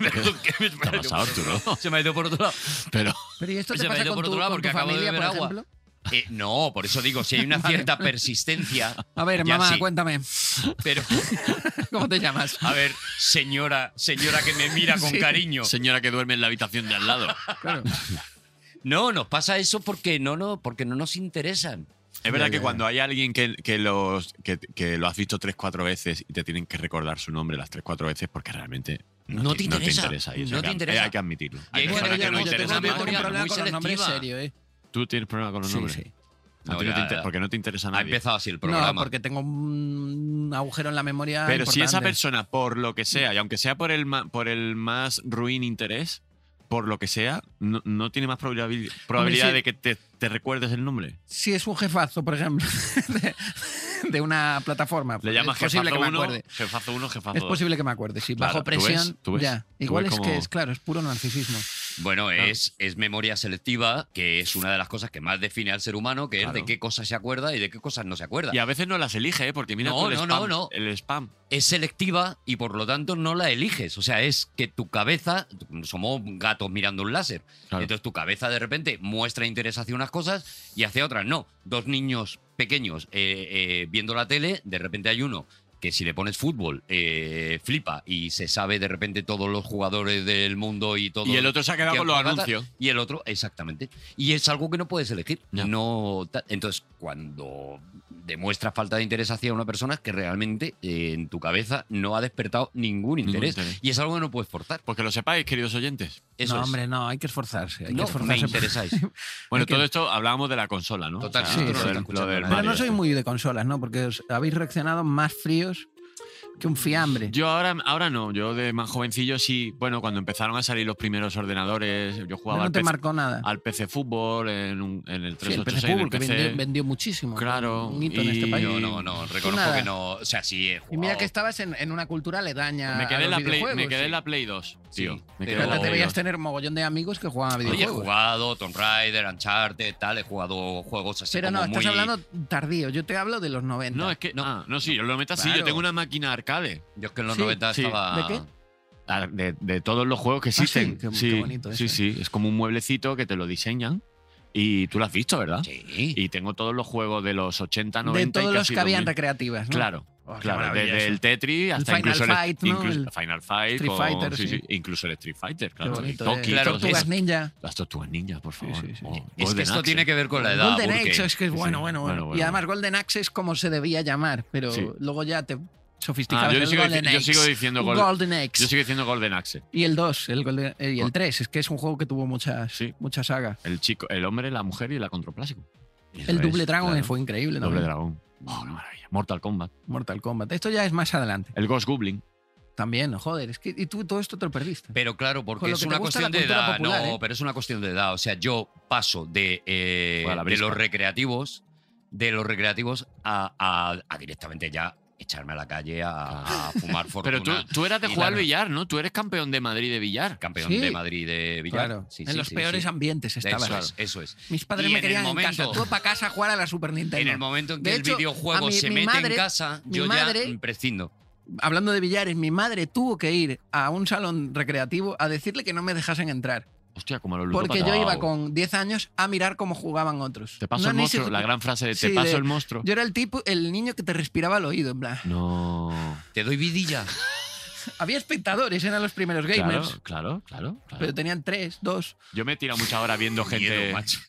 Speaker 3: Perdón, que me-
Speaker 4: ¿Qué ha pasado, Arturo?
Speaker 3: Se me ha ido por otro lado.
Speaker 4: Pero
Speaker 2: Pero ¿y esto te
Speaker 3: Se Pues me ha
Speaker 2: pasa
Speaker 3: ido
Speaker 2: con
Speaker 3: por
Speaker 2: tu,
Speaker 3: otro lado
Speaker 2: con tu
Speaker 3: porque acabo de
Speaker 2: familia, por
Speaker 3: beber agua.
Speaker 2: ejemplo?
Speaker 3: Eh, no, por eso digo, si hay una cierta persistencia.
Speaker 2: A ver,
Speaker 3: Ya
Speaker 2: mamá,
Speaker 3: sí.
Speaker 2: cuéntame,
Speaker 3: Pero,
Speaker 2: ¿cómo te llamas?
Speaker 3: a ver, señora, señora que me mira con
Speaker 2: Sí.
Speaker 3: cariño.
Speaker 4: señora que duerme en la habitación de al lado.
Speaker 2: Claro.
Speaker 3: No, nos pasa eso porque no, no, porque no nos interesan.
Speaker 4: Es verdad
Speaker 2: Ya,
Speaker 4: que
Speaker 2: ya,
Speaker 4: cuando hay alguien que, que los, que, que lo has visto tres, cuatro veces y te tienen que recordar su nombre las tres, cuatro veces porque realmente no,
Speaker 3: No
Speaker 4: ti-
Speaker 3: te
Speaker 4: no
Speaker 3: interesa,
Speaker 4: y eso
Speaker 3: no
Speaker 4: hay
Speaker 3: te
Speaker 4: que-
Speaker 3: interesa.
Speaker 4: Hay que admitirlo.
Speaker 3: Y hay
Speaker 4: Hay
Speaker 3: que
Speaker 4: personas
Speaker 2: Bueno, yo,
Speaker 4: que no
Speaker 2: yo tengo
Speaker 4: interesan
Speaker 2: yo
Speaker 4: más.
Speaker 2: tengo
Speaker 3: porque
Speaker 2: un
Speaker 3: eres
Speaker 4: que
Speaker 2: problema
Speaker 3: muy
Speaker 4: otras.
Speaker 2: con los nombres
Speaker 3: selectiva.
Speaker 2: serio, ¿eh?
Speaker 4: Tú tienes problema con los
Speaker 2: Sí,
Speaker 4: nombres.
Speaker 2: sí.
Speaker 4: A ti
Speaker 3: No,
Speaker 4: no te
Speaker 3: ya,
Speaker 4: inter-
Speaker 3: ya.
Speaker 4: Porque no te interesa
Speaker 3: Ha
Speaker 4: nadie.
Speaker 3: empezado así el programa.
Speaker 2: No, porque tengo un agujero en la memoria
Speaker 4: Pero si esa
Speaker 2: importante.
Speaker 4: persona, por lo que sea, y aunque sea por el, ma- por el más ruin interés, por lo que sea, no, no tiene más probabil- probabilidad
Speaker 2: sí.
Speaker 4: de que te, te recuerdes el nombre.
Speaker 2: Si es un jefazo, por ejemplo, de, de una plataforma,
Speaker 4: Le llamas
Speaker 2: es posible
Speaker 4: jefazo
Speaker 2: que me
Speaker 4: 1,
Speaker 2: acuerde.
Speaker 4: jefazo 1, jefazo
Speaker 2: Es
Speaker 4: 2.
Speaker 2: posible que me acuerde, sí.
Speaker 4: Claro,
Speaker 2: Bajo
Speaker 4: ¿tú ves?
Speaker 2: presión,
Speaker 4: ¿Tú ves?
Speaker 2: ya.
Speaker 4: ¿Tú
Speaker 2: Igual
Speaker 4: ves
Speaker 2: es que
Speaker 4: cómo-
Speaker 2: es, claro, es puro narcisismo.
Speaker 3: Bueno, es, es memoria selectiva, que es una de las cosas que más define al ser humano, que es
Speaker 4: Claro.
Speaker 3: de qué cosas se acuerda y de qué cosas no se acuerda.
Speaker 4: Y a veces no las elige, ¿eh? porque mira
Speaker 3: No,
Speaker 4: tú el
Speaker 3: no, no,
Speaker 4: spam.
Speaker 3: no.
Speaker 4: El spam.
Speaker 3: es selectiva y por lo tanto no la eliges. O sea, es que tu cabeza, somos gatos mirando un láser,
Speaker 4: Claro.
Speaker 3: entonces tu cabeza de repente muestra interés hacia unas cosas y hacia otras no. Dos niños pequeños eh, eh, viendo la tele, de repente hay uno que si le pones fútbol eh, flipa y se sabe de repente todos los jugadores del mundo y todo.
Speaker 4: Y el otro se ha quedado
Speaker 3: que
Speaker 4: con los
Speaker 3: han jugado,
Speaker 4: anuncios.
Speaker 3: Y el otro, exactamente. Y es algo que no puedes elegir.
Speaker 4: Ya.
Speaker 3: No, ta- entonces, cuando demuestras falta de interés hacia una persona es que realmente eh, en tu cabeza no ha despertado ningún
Speaker 4: Ningún
Speaker 3: interés.
Speaker 4: interés.
Speaker 3: Y es algo que no puedes forzar.
Speaker 4: Pues que lo sepáis, queridos oyentes.
Speaker 3: Eso
Speaker 2: no,
Speaker 3: es.
Speaker 2: hombre, no, hay que esforzarse. Hay
Speaker 3: No,
Speaker 2: que
Speaker 3: me
Speaker 2: esforzarse.
Speaker 3: interesáis.
Speaker 4: Bueno,
Speaker 2: Hay que-
Speaker 4: todo esto hablábamos de la consola, ¿no?
Speaker 3: Total,
Speaker 2: sí,
Speaker 4: lo
Speaker 2: sí,
Speaker 4: del-
Speaker 2: sí.
Speaker 4: lo del
Speaker 2: Pero no
Speaker 4: Mario.
Speaker 2: soy muy de consolas, ¿no? Porque os habéis reaccionado más fríos que un fiambre.
Speaker 4: Yo ahora, ahora no, yo de más jovencillo sí, bueno, cuando empezaron a salir los primeros ordenadores, yo jugaba
Speaker 2: no
Speaker 4: al
Speaker 2: te
Speaker 4: PC,
Speaker 2: marcó nada.
Speaker 4: al PC Fútbol, en, un- en el
Speaker 2: Sí, el PC
Speaker 4: 386, en el
Speaker 2: Pool, que
Speaker 4: PC.
Speaker 2: vendió, vendió muchísimo.
Speaker 4: Claro,
Speaker 2: Un hito en este
Speaker 4: y-
Speaker 2: país.
Speaker 3: Yo no, no, reconozco
Speaker 2: nada.
Speaker 3: que no. O sea, sí he
Speaker 2: Y mira
Speaker 3: jugado.
Speaker 2: que estabas en, en una cultura aledaña.
Speaker 4: me
Speaker 2: a
Speaker 4: quedé,
Speaker 2: los
Speaker 4: en la Play, me
Speaker 2: videojuegos,
Speaker 4: quedé
Speaker 2: sí.
Speaker 4: en la Play 2, tío.
Speaker 3: Sí,
Speaker 4: me
Speaker 3: pero
Speaker 4: quedé
Speaker 2: Pero
Speaker 4: en
Speaker 2: te
Speaker 4: la Play
Speaker 2: debías
Speaker 4: 2.
Speaker 2: tener mogollón de amigos que jugaban a
Speaker 3: Oye, he
Speaker 2: videojuegos.
Speaker 3: jugado Tomb Raider, Uncharted, tal, he jugado juegos así
Speaker 2: Pero
Speaker 3: como
Speaker 2: no, estás
Speaker 3: muy-
Speaker 2: hablando tardío. Yo te hablo de los 90.
Speaker 4: No, es que. No, no sí, yo lo meto así. Yo
Speaker 2: Claro.
Speaker 4: tengo una máquina arcade
Speaker 3: Yo es que en los
Speaker 2: Sí,
Speaker 3: 90
Speaker 4: sí.
Speaker 3: estaba.
Speaker 2: ¿De qué?
Speaker 4: ah, de, de todos los juegos que
Speaker 2: Ah, sí,
Speaker 4: existen.
Speaker 2: qué- qué
Speaker 4: sí,
Speaker 2: bonito
Speaker 4: sí,
Speaker 2: eso.
Speaker 4: sí, es como un mueblecito que te lo diseñan y tú lo has visto, ¿verdad?
Speaker 3: Sí.
Speaker 4: Y tengo todos los juegos de los 80,
Speaker 2: de
Speaker 4: 90
Speaker 2: todos
Speaker 4: y
Speaker 2: los
Speaker 4: casi
Speaker 2: que habían
Speaker 4: 2000.
Speaker 2: recreativas. ¿no?
Speaker 4: Claro,
Speaker 2: Oh, qué
Speaker 4: claro,
Speaker 2: maravilla
Speaker 4: desde
Speaker 2: eso.
Speaker 4: el Tetris hasta
Speaker 2: Final
Speaker 4: incluso el-
Speaker 2: Fight, ¿no?
Speaker 4: incluso-
Speaker 2: El-
Speaker 4: Final Fight,
Speaker 2: Street
Speaker 4: con-
Speaker 2: Fighter,
Speaker 4: sí,
Speaker 2: sí.
Speaker 4: sí, incluso el Street Fighter,
Speaker 2: Qué
Speaker 4: claro, el
Speaker 2: bonito.
Speaker 4: Toki,
Speaker 2: eh.
Speaker 3: claro,
Speaker 4: todos
Speaker 2: Tortugas
Speaker 4: esos-
Speaker 2: Ninja.
Speaker 4: las tortugas ninjas, por favor.
Speaker 2: sí, sí.
Speaker 4: Oh,
Speaker 3: Es
Speaker 4: Golden
Speaker 3: que esto
Speaker 4: Axe.
Speaker 3: tiene que ver con la edad.
Speaker 2: Golden
Speaker 3: porque-
Speaker 2: Axe, es que es
Speaker 4: Sí,
Speaker 2: bueno,
Speaker 4: sí.
Speaker 2: bueno, bueno.
Speaker 4: Bueno, bueno,
Speaker 2: Y además Golden Axe es como se debía llamar, pero
Speaker 4: Sí.
Speaker 2: luego ya te sofisticados.
Speaker 4: Ah, yo,
Speaker 2: el
Speaker 4: sigo,
Speaker 2: Golden
Speaker 4: dic- yo
Speaker 2: Axe.
Speaker 4: sigo diciendo Gol-
Speaker 2: Golden Axe.
Speaker 4: yo sigo diciendo Golden Axe.
Speaker 2: Y el 2, el Golden- eh, y el
Speaker 4: Gol-
Speaker 2: 3, es que es un juego que tuvo muchas,
Speaker 4: Sí.
Speaker 2: muchas sagas.
Speaker 4: El chico, el hombre, la mujer y la controplásico.
Speaker 2: El Double Dragon fue increíble
Speaker 4: Doble
Speaker 2: también.
Speaker 4: Dragón. Oh, una maravilla. Mortal Kombat.
Speaker 2: Mortal Kombat. Esto ya es más adelante.
Speaker 4: El Ghost Goblin.
Speaker 2: También, joder, es que y tú todo esto te lo perdiste.
Speaker 3: Pero claro,
Speaker 2: Con
Speaker 3: porque
Speaker 2: lo
Speaker 3: es
Speaker 2: que te
Speaker 3: una
Speaker 2: gusta
Speaker 3: cuestión
Speaker 2: la
Speaker 3: de
Speaker 2: cultura
Speaker 3: edad.
Speaker 2: popular,
Speaker 3: no,
Speaker 2: ¿eh?
Speaker 3: pero es una cuestión de edad. O sea, yo paso de, eh,
Speaker 4: Juega la
Speaker 3: de los
Speaker 4: brisca.
Speaker 3: recreativos, de los recreativos a, a- a directamente ya echarme a la calle
Speaker 2: Ah.
Speaker 3: a, a fumar fortuna.
Speaker 4: Pero tú, tú eras de
Speaker 3: Y
Speaker 4: jugar
Speaker 3: claro.
Speaker 4: billar, ¿no? Tú eres campeón de Madrid de billar.
Speaker 3: campeón
Speaker 2: Sí.
Speaker 3: de Madrid de Villar.
Speaker 2: claro,
Speaker 3: Sí,
Speaker 2: en
Speaker 3: sí,
Speaker 2: los
Speaker 3: sí,
Speaker 2: peores
Speaker 3: sí.
Speaker 2: ambientes estaba.
Speaker 3: Eso es, eso es.
Speaker 2: Mis padres
Speaker 3: Y
Speaker 2: me
Speaker 3: en el
Speaker 2: querían en,
Speaker 3: momento-
Speaker 2: casa. Todo para casa a jugar a la Super Nintendo.
Speaker 3: En el momento en que
Speaker 2: De
Speaker 3: el
Speaker 2: hecho, a
Speaker 3: videojuego
Speaker 2: mí-
Speaker 3: se
Speaker 2: mi
Speaker 3: mete
Speaker 2: madre-
Speaker 3: en casa,
Speaker 2: mi
Speaker 3: yo
Speaker 2: madre-
Speaker 3: ya prescindo.
Speaker 2: Hablando de billares, mi madre tuvo que ir a un salón recreativo a decirle que no me dejasen entrar.
Speaker 4: Hostia, como los
Speaker 2: Porque yo
Speaker 4: ludópatas.
Speaker 2: iba
Speaker 4: Wow.
Speaker 2: con 10 años a mirar cómo jugaban otros.
Speaker 4: Te paso
Speaker 2: No,
Speaker 4: el
Speaker 2: ni se-
Speaker 4: monstruo. La gran frase de te
Speaker 2: Sí,
Speaker 4: paso
Speaker 2: de-
Speaker 4: el monstruo.
Speaker 2: Yo era el tipo, el niño que te respiraba al oído, en plan.
Speaker 4: No.
Speaker 3: Te doy vidilla.
Speaker 2: Había espectadores, eran los primeros gamers.
Speaker 4: Claro, claro, claro. claro.
Speaker 2: Pero tenían tres, dos.
Speaker 4: Yo me he tirado muchas horas viendo gente.
Speaker 3: Miedo, macho.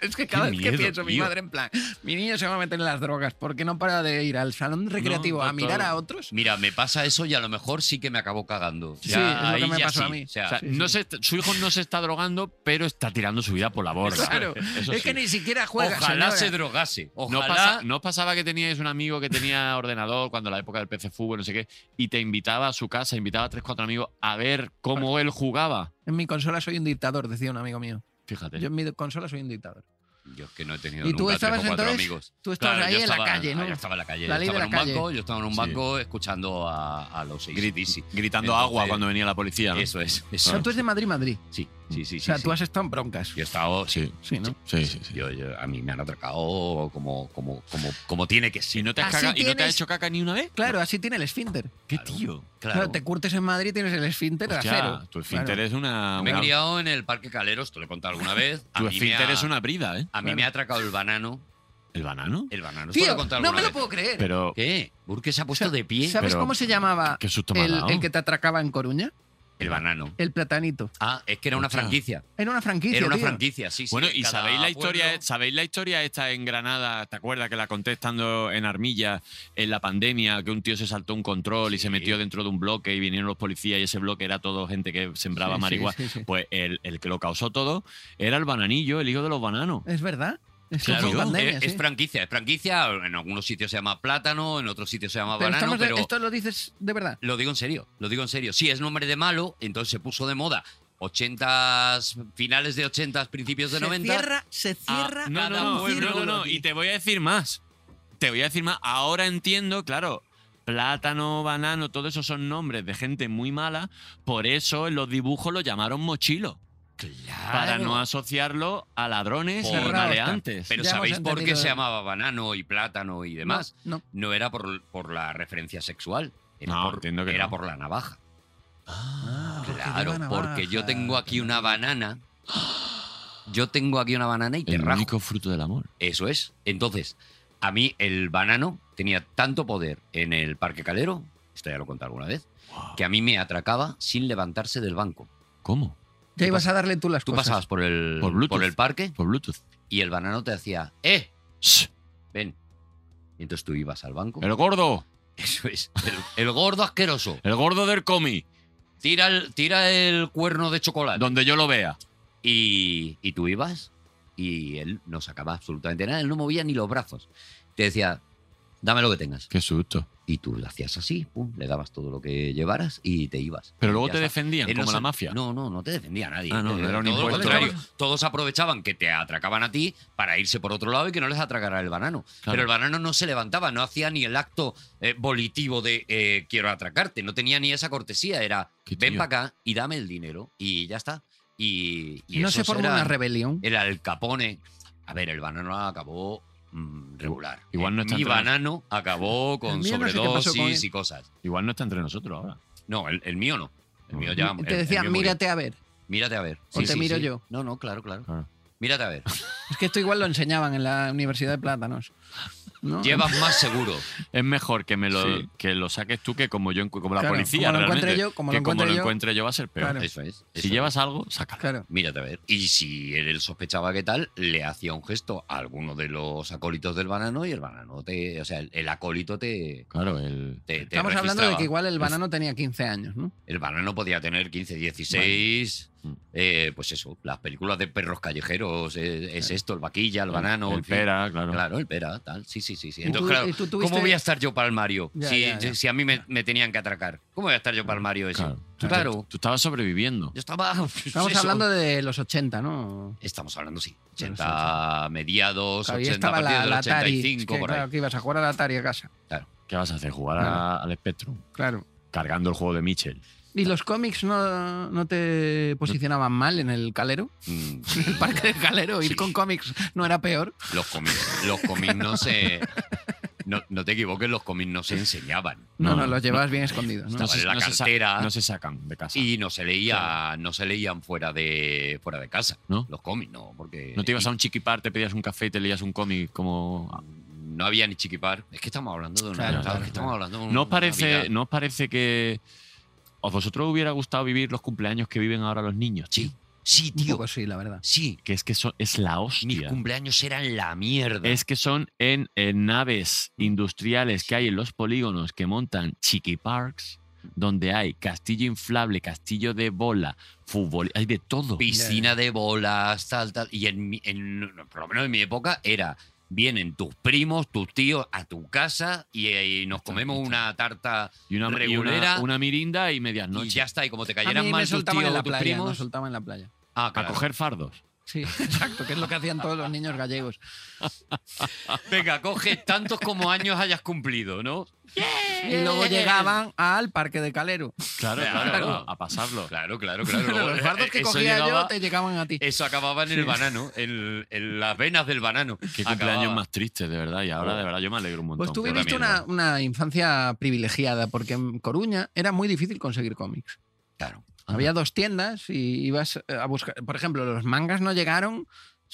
Speaker 2: Es que cada
Speaker 3: Qué
Speaker 2: vez que
Speaker 3: miedo,
Speaker 2: pienso, mi
Speaker 3: tío.
Speaker 2: madre, en plan, mi niño se va a meter en las drogas porque no para de ir al salón recreativo a
Speaker 4: total.
Speaker 2: mirar a otros.
Speaker 3: Mira, me pasa eso y a lo mejor sí que me acabo cagando.
Speaker 2: Sí,
Speaker 3: Ya,
Speaker 2: es lo que
Speaker 3: ahí
Speaker 2: me
Speaker 3: ya
Speaker 2: pasó a
Speaker 3: sí.
Speaker 2: mí.
Speaker 3: O sea,
Speaker 4: O sea,
Speaker 2: Sí,
Speaker 4: no
Speaker 2: sí.
Speaker 4: se está- su hijo no se está drogando, pero está tirando su vida por la borda.
Speaker 2: Claro,
Speaker 4: Eso
Speaker 2: es
Speaker 4: sí.
Speaker 2: que ni siquiera juega.
Speaker 3: Ojalá
Speaker 2: señora.
Speaker 3: se drogase.
Speaker 4: ¿No,
Speaker 3: Ojalá.
Speaker 4: pasa- no os pasaba que teníais un amigo que tenía ordenador cuando la época del PC Fútbol, no sé qué, y te invitaba a su casa, invitaba a tres, cuatro amigos a ver cómo él jugaba?
Speaker 2: En mi consola soy un dictador, decía un amigo mío.
Speaker 4: Fíjate.
Speaker 2: Yo en mi consola soy un dictador.
Speaker 3: Yo es que no he tenido
Speaker 2: ¿Y
Speaker 3: nunca
Speaker 2: tú estabas
Speaker 3: tres o cuatro
Speaker 2: entonces?
Speaker 3: amigos.
Speaker 2: Tú estabas
Speaker 3: Claro,
Speaker 2: ahí
Speaker 3: yo
Speaker 2: en la
Speaker 3: estaba-
Speaker 2: calle, ¿no?
Speaker 3: ah, Yo estaba en la calle.
Speaker 2: La
Speaker 3: yo
Speaker 2: ley de
Speaker 3: estaba en un
Speaker 2: la calle.
Speaker 3: banco, yo estaba en un
Speaker 4: Sí.
Speaker 3: banco escuchando a, a los ACDC.
Speaker 4: Gritando
Speaker 3: Entonces,
Speaker 4: agua cuando venía la policía. ¿no?
Speaker 3: Eso es.
Speaker 2: O
Speaker 3: Eso.
Speaker 2: sea, tú eres de Madrid, Madrid.
Speaker 3: Sí, sí, sí.
Speaker 2: O sea,
Speaker 3: sí,
Speaker 2: tú
Speaker 3: sí.
Speaker 2: has estado en broncas.
Speaker 3: Yo he estado. Sí.
Speaker 4: Sí,
Speaker 2: Sí, ¿no?
Speaker 4: sí, sí. sí.
Speaker 3: Yo, yo- a mí me han atracado como, como, como, como tiene que
Speaker 4: ¿Y
Speaker 3: ser.
Speaker 4: no te has
Speaker 2: Así
Speaker 4: caga- y no te has
Speaker 2: tienes-
Speaker 4: hecho caca ni una vez?
Speaker 2: Claro, así tiene el esfínter.
Speaker 4: ¿Qué
Speaker 3: Claro.
Speaker 4: tío?
Speaker 2: Claro,
Speaker 3: Claro.
Speaker 2: te curtes en Madrid y tienes el esfínter de
Speaker 4: Hostia,
Speaker 2: acero.
Speaker 4: tu esfínter
Speaker 2: Claro.
Speaker 4: es una.
Speaker 3: Me he
Speaker 4: una-
Speaker 3: criado en el Parque Caleros, te lo he contado alguna vez. A
Speaker 4: tu
Speaker 3: mí me
Speaker 4: esfínter
Speaker 3: ha-
Speaker 4: es una brida, ¿eh?
Speaker 3: A mí me ha atracado el banano.
Speaker 4: ¿El banano?
Speaker 3: El banano. esto lo he
Speaker 2: Tío,
Speaker 3: contado
Speaker 2: no me
Speaker 3: alguna
Speaker 2: lo
Speaker 3: vez.
Speaker 2: puedo creer.
Speaker 4: Pero.
Speaker 3: ¿Qué? Burke se ha puesto
Speaker 2: O sea,
Speaker 3: de pie.
Speaker 2: ¿Sabes
Speaker 4: pero-
Speaker 2: cómo se llamaba
Speaker 4: Qué susto me ha
Speaker 2: el,
Speaker 4: dado.
Speaker 2: el que te atracaba en Coruña?
Speaker 3: El banano.
Speaker 2: El platanito.
Speaker 3: Ah, es que era una
Speaker 4: Hostia.
Speaker 3: franquicia.
Speaker 2: Era una franquicia.
Speaker 3: Era una
Speaker 2: tío.
Speaker 3: franquicia, sí, sí.
Speaker 4: Bueno,
Speaker 3: en
Speaker 4: ¿y
Speaker 3: cada
Speaker 4: sabéis la, historia, e-,
Speaker 3: pueblo.
Speaker 4: sabéis la historia esta en Granada? ¿Te acuerdas que la conté estando en Armilla, en la pandemia, que un tío se saltó un control y se
Speaker 3: Sí.
Speaker 4: metió dentro de un bloque y vinieron los policías y ese bloque era todo gente que sembraba
Speaker 2: Sí, sí,
Speaker 4: marihuana?
Speaker 2: sí, sí.
Speaker 4: Pues el, el que lo causó todo era el bananillo, el hijo de los bananos.
Speaker 2: Es verdad. Es que
Speaker 3: Claro, eh,
Speaker 2: fue pandemia,
Speaker 3: Pues es,
Speaker 2: sí.
Speaker 3: es franquicia, es franquicia. En algunos sitios se llama plátano, en otros sitios se llama
Speaker 2: Pero
Speaker 3: banano,
Speaker 2: estamos de-
Speaker 3: pero
Speaker 2: esto lo dices de verdad.
Speaker 3: lo digo en serio, lo digo en serio. Sí, es nombre de malo, entonces se puso de moda 80 finales de 80 principios de 90.
Speaker 2: Se cierra, se cierra.
Speaker 4: Ah, no,
Speaker 2: cada
Speaker 4: no, no,
Speaker 2: círculo,
Speaker 4: no, no,
Speaker 2: tío.
Speaker 4: Y te voy a decir más. Te voy a decir más. Ahora entiendo, claro. Plátano, banano, todo eso son nombres de gente muy mala. Por eso en los dibujos lo llamaron mochilo.
Speaker 3: Claro.
Speaker 4: Para no asociarlo a ladrones y
Speaker 3: Por-
Speaker 4: maleantes.
Speaker 3: Pero
Speaker 2: Ya hemos
Speaker 3: ¿sabéis por qué
Speaker 2: entendido.
Speaker 3: se llamaba banano y plátano y demás?
Speaker 2: No, no.
Speaker 3: No, era por, por la referencia sexual, era,
Speaker 4: No,
Speaker 3: por,
Speaker 4: entiendo que
Speaker 3: era
Speaker 4: no.
Speaker 3: por la navaja.
Speaker 2: porque
Speaker 3: claro,
Speaker 2: Ah, lleva
Speaker 3: porque yo
Speaker 2: navaja,
Speaker 3: tengo aquí una banana. Yo tengo aquí una banana y te rajo.
Speaker 4: fruto del amor.
Speaker 3: Eso es. Entonces, a mí el banano tenía tanto poder en el Parque Calero, esto ya lo conté alguna vez, que a mí me atracaba sin levantarse del banco.
Speaker 4: ¿Cómo?
Speaker 2: Ya ibas a darle tú las
Speaker 3: Tú
Speaker 2: cosas.
Speaker 3: pasabas por el,
Speaker 4: Por Bluetooth.
Speaker 3: el parque
Speaker 4: Por Bluetooth.
Speaker 3: y el banano te hacía, ¡eh! Ven. Y entonces tú ibas al banco.
Speaker 4: El gordo.
Speaker 3: Eso es. El, el gordo asqueroso.
Speaker 4: El gordo del cómic.
Speaker 3: Tira el, tira el cuerno de chocolate.
Speaker 4: Donde yo lo vea.
Speaker 3: Y, y tú ibas y él no sacaba absolutamente nada. Él no movía ni los brazos. Te decía, dame lo que tengas.
Speaker 4: Qué susto.
Speaker 3: y tú le hacías así, pum, le dabas todo lo que llevaras y te ibas.
Speaker 4: Pero
Speaker 3: Y
Speaker 4: luego
Speaker 3: ya
Speaker 4: te
Speaker 3: está.
Speaker 4: defendían,
Speaker 3: Él no
Speaker 4: como la
Speaker 3: se-
Speaker 4: mafia.
Speaker 3: No, no, no te defendía nadie.
Speaker 4: Ah, no,
Speaker 3: Te-
Speaker 4: no era un
Speaker 3: todo lo
Speaker 4: impuesto.
Speaker 3: contrario. Todos aprovechaban que te atracaban a ti para irse por otro lado y que no les atracara el banano.
Speaker 4: Claro.
Speaker 3: Pero el banano no se levantaba, no hacía ni el acto eh, volitivo de eh, quiero atracarte, no tenía ni esa cortesía, era
Speaker 4: Qué
Speaker 3: ven
Speaker 4: tío.
Speaker 3: para acá y dame el dinero y ya está. Y, y
Speaker 2: no
Speaker 3: eso
Speaker 2: se formó
Speaker 3: era
Speaker 2: una rebelión.
Speaker 3: el Al Capone. A ver, el banano acabó mm, regular.
Speaker 4: Igual no está
Speaker 3: Mi
Speaker 4: entre los-
Speaker 3: banano acabó
Speaker 2: El
Speaker 3: con
Speaker 2: mío no sé qué pasó
Speaker 3: sobredosis
Speaker 2: con él.
Speaker 3: y cosas.
Speaker 4: Igual no está entre nosotros ahora.
Speaker 3: No, el, el mío no. El mío ya. el-
Speaker 2: Mm. te
Speaker 3: el
Speaker 2: decían,
Speaker 3: mío murió.
Speaker 2: mírate a ver.
Speaker 3: Mírate a ver.
Speaker 2: o te miro yo.
Speaker 3: No, no, claro, claro.
Speaker 4: Claro.
Speaker 3: Mírate a ver.
Speaker 2: Es que esto igual lo enseñaban en la Universidad de Plátanos. ¿no?
Speaker 3: Llevas más seguro.
Speaker 4: Es mejor que me lo,
Speaker 2: Sí.
Speaker 4: que lo saques tú que como yo encu- como la
Speaker 2: Claro,
Speaker 4: policía.
Speaker 2: como lo encuentre
Speaker 4: realmente,
Speaker 2: yo, como
Speaker 4: que
Speaker 2: lo
Speaker 4: como
Speaker 2: encuentre
Speaker 4: lo
Speaker 2: yo.
Speaker 4: encuentre yo va a ser peor. Eh,
Speaker 2: Claro.
Speaker 3: Eso es.
Speaker 4: Si
Speaker 3: eso
Speaker 4: llevas algo, sácalo.
Speaker 2: Claro.
Speaker 3: Mírate a ver. Y si él sospechaba que tal, le hacía un gesto a alguno de los acólitos del banano y el banano te. O sea, el, el acólito te.
Speaker 4: Claro, el.
Speaker 3: te- te
Speaker 2: Estamos hablando de
Speaker 3: registraba.
Speaker 2: que igual el banano tenía 15 años, ¿no?
Speaker 3: El banano podía tener 15, 16.
Speaker 4: Vale. Mm.
Speaker 3: eh, pues eso, las películas de perros callejeros, eh, es, esto, el vaquilla, el banano.
Speaker 4: El
Speaker 3: en fin.
Speaker 4: pera, claro.
Speaker 3: Claro, el pera, tal. Sí, sí, sí. sí.
Speaker 2: Y
Speaker 3: Entonces,
Speaker 2: tú-
Speaker 3: claro,
Speaker 2: y tú
Speaker 3: ¿cómo
Speaker 2: tuviste-
Speaker 3: voy a estar yo para el Mario?
Speaker 2: Ya,
Speaker 3: si,
Speaker 2: ya, ya.
Speaker 3: si a mí me, me tenían que atracar. ¿Cómo voy a estar yo para el Mario eso?
Speaker 4: Claro.
Speaker 3: Claro.
Speaker 4: Tú- Tú, estabas sobreviviendo.
Speaker 3: Yo estaba.
Speaker 2: Estamos
Speaker 3: eso.
Speaker 2: hablando de los 80, ¿no?
Speaker 3: Estamos hablando, sí.
Speaker 2: De los
Speaker 3: 80 mediados,
Speaker 2: Claro, ahí
Speaker 3: 80 a
Speaker 2: estaba
Speaker 3: partir
Speaker 2: la,
Speaker 3: del
Speaker 2: la Atari.
Speaker 3: 85,
Speaker 2: Es que,
Speaker 3: por ahí.
Speaker 2: claro, que ibas a jugar a la Atari a casa.
Speaker 4: ¿Qué vas a hacer? ¿Jugar a-
Speaker 2: Claro.
Speaker 4: al Spectrum?
Speaker 2: Claro.
Speaker 4: Cargando el juego de Mitchell.
Speaker 2: ¿Y los cómics no, no te posicionaban mal en el calero?
Speaker 3: Mm,
Speaker 2: En el parque del calero, ir con cómics no era peor.
Speaker 3: Los cómics, los cómics no se. No, no te equivoques, los cómics no se enseñaban.
Speaker 2: No,
Speaker 4: No,
Speaker 2: no,
Speaker 4: no,
Speaker 2: los llevabas bien escondidos. ¿no?
Speaker 3: Estaba en la
Speaker 4: sa-
Speaker 3: cartera.
Speaker 4: no se sacan de casa.
Speaker 3: Ah. Y no se leía, no se leían fuera de, fuera de casa.
Speaker 4: ¿No?
Speaker 3: Los cómics, no, porque.
Speaker 4: no te ibas a un chiquipar, te pedías un café y te leías un cómic
Speaker 3: Ah,
Speaker 4: como.
Speaker 3: No había ni chiquipar. Es que estamos hablando de una.
Speaker 2: Claro,
Speaker 3: claro,
Speaker 2: claro,
Speaker 3: es que estamos hablando de
Speaker 4: ¿No os
Speaker 3: una
Speaker 4: parece,
Speaker 3: vida-
Speaker 4: ¿No os parece que os vosotros hubiera gustado vivir los cumpleaños que viven ahora los niños?
Speaker 3: Sí, sí,
Speaker 2: Un
Speaker 3: tío.
Speaker 2: poco Pues sí, la verdad.
Speaker 3: Sí,
Speaker 4: Que es que son, es la
Speaker 3: mis
Speaker 4: hostia.
Speaker 3: cumpleaños eran la mierda.
Speaker 4: Es que son en, en naves industriales que hay en los polígonos que montan chiqui parks, donde hay castillo inflable, castillo de bola, fútbol, hay de todo.
Speaker 3: piscina de bolas, tal, tal. Y en, mi- en- por lo menos en mi época era, vienen tus primos, tus tíos a tu casa y, eh, y nos comemos una tarta
Speaker 4: Y una, y una-
Speaker 3: regulera.
Speaker 4: una mirinda y medias
Speaker 3: y ya
Speaker 4: noches.
Speaker 3: está. Y como te
Speaker 2: A
Speaker 3: cayeran
Speaker 2: mí me
Speaker 3: mal tus
Speaker 2: soltaban
Speaker 3: tíos
Speaker 2: en
Speaker 3: o
Speaker 2: la
Speaker 3: tus
Speaker 2: playa, nos
Speaker 3: primos...
Speaker 2: soltaban en la playa.
Speaker 3: Ah,
Speaker 4: A
Speaker 3: claro.
Speaker 4: coger fardos.
Speaker 2: Sí, exacto, que es lo que hacían todos los niños gallegos.
Speaker 3: Venga, coge tantos como años hayas cumplido, ¿no? Eh,
Speaker 2: Y luego llegaban al parque de calero.
Speaker 4: Claro,
Speaker 3: Claro.
Speaker 4: A pasarlo.
Speaker 3: Claro, claro, claro. Luego,
Speaker 2: los fardos que
Speaker 3: eso
Speaker 2: cogía
Speaker 3: llegaba-
Speaker 2: yo te llegaban a ti.
Speaker 3: Eso acababa en el banano, en, en las venas del banano.
Speaker 4: Qué
Speaker 3: Acababa. Oh.
Speaker 4: cumpleaños más triste, de verdad. Y ahora, de verdad, yo me alegro un montón.
Speaker 2: Pues tú
Speaker 4: por la
Speaker 2: viviste
Speaker 4: mierda.
Speaker 2: una, una infancia privilegiada, porque en Coruña era muy difícil conseguir cómics.
Speaker 3: Claro.
Speaker 2: Había dos tiendas y ibas eh, a buscar. Por ejemplo, los mangas no llegaron.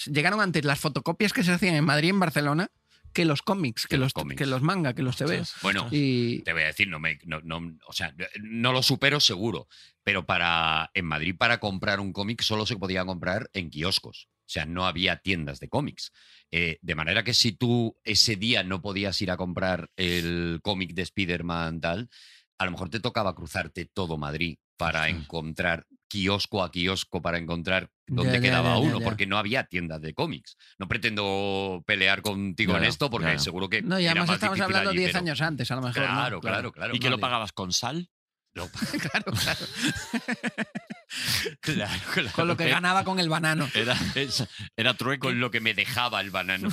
Speaker 2: Llegaron antes las fotocopias que se hacían en Madrid y en Barcelona que los cómics, que,
Speaker 3: Que los
Speaker 2: los,
Speaker 3: cómics.
Speaker 2: que los manga, que los TVs.
Speaker 3: Bueno,
Speaker 2: Y
Speaker 3: te voy a decir, no me, no, no- o sea, no lo supero seguro, pero para en Madrid para comprar un cómic solo se podía comprar en kioscos. O sea, no había tiendas de cómics. Eh, de manera que si tú ese día no podías ir a comprar el cómic de Spider-Man tal, a lo mejor te tocaba cruzarte todo Madrid para encontrar kiosco a kiosco para encontrar dónde
Speaker 2: Ya, ya,
Speaker 3: quedaba
Speaker 2: ya, ya,
Speaker 3: uno,
Speaker 2: ya.
Speaker 3: porque no había tiendas de cómics. No pretendo pelear contigo
Speaker 4: Ya,
Speaker 3: en
Speaker 4: ya,
Speaker 3: esto, porque
Speaker 4: ya.
Speaker 3: seguro que...
Speaker 2: no, y
Speaker 3: era
Speaker 2: además
Speaker 3: más
Speaker 2: estamos
Speaker 3: difícil
Speaker 2: hablando
Speaker 3: allí,
Speaker 2: 10
Speaker 3: pero-
Speaker 2: años antes, a lo mejor. ¿no?
Speaker 3: Claro, claro, claro.
Speaker 4: ¿Y que lo
Speaker 3: Vale.
Speaker 4: pagabas con sal?
Speaker 3: Lo- claro, claro. claro, claro.
Speaker 2: Con lo que ganaba con el banano.
Speaker 4: Era, es- era trueco.
Speaker 3: Con lo que me dejaba el banano.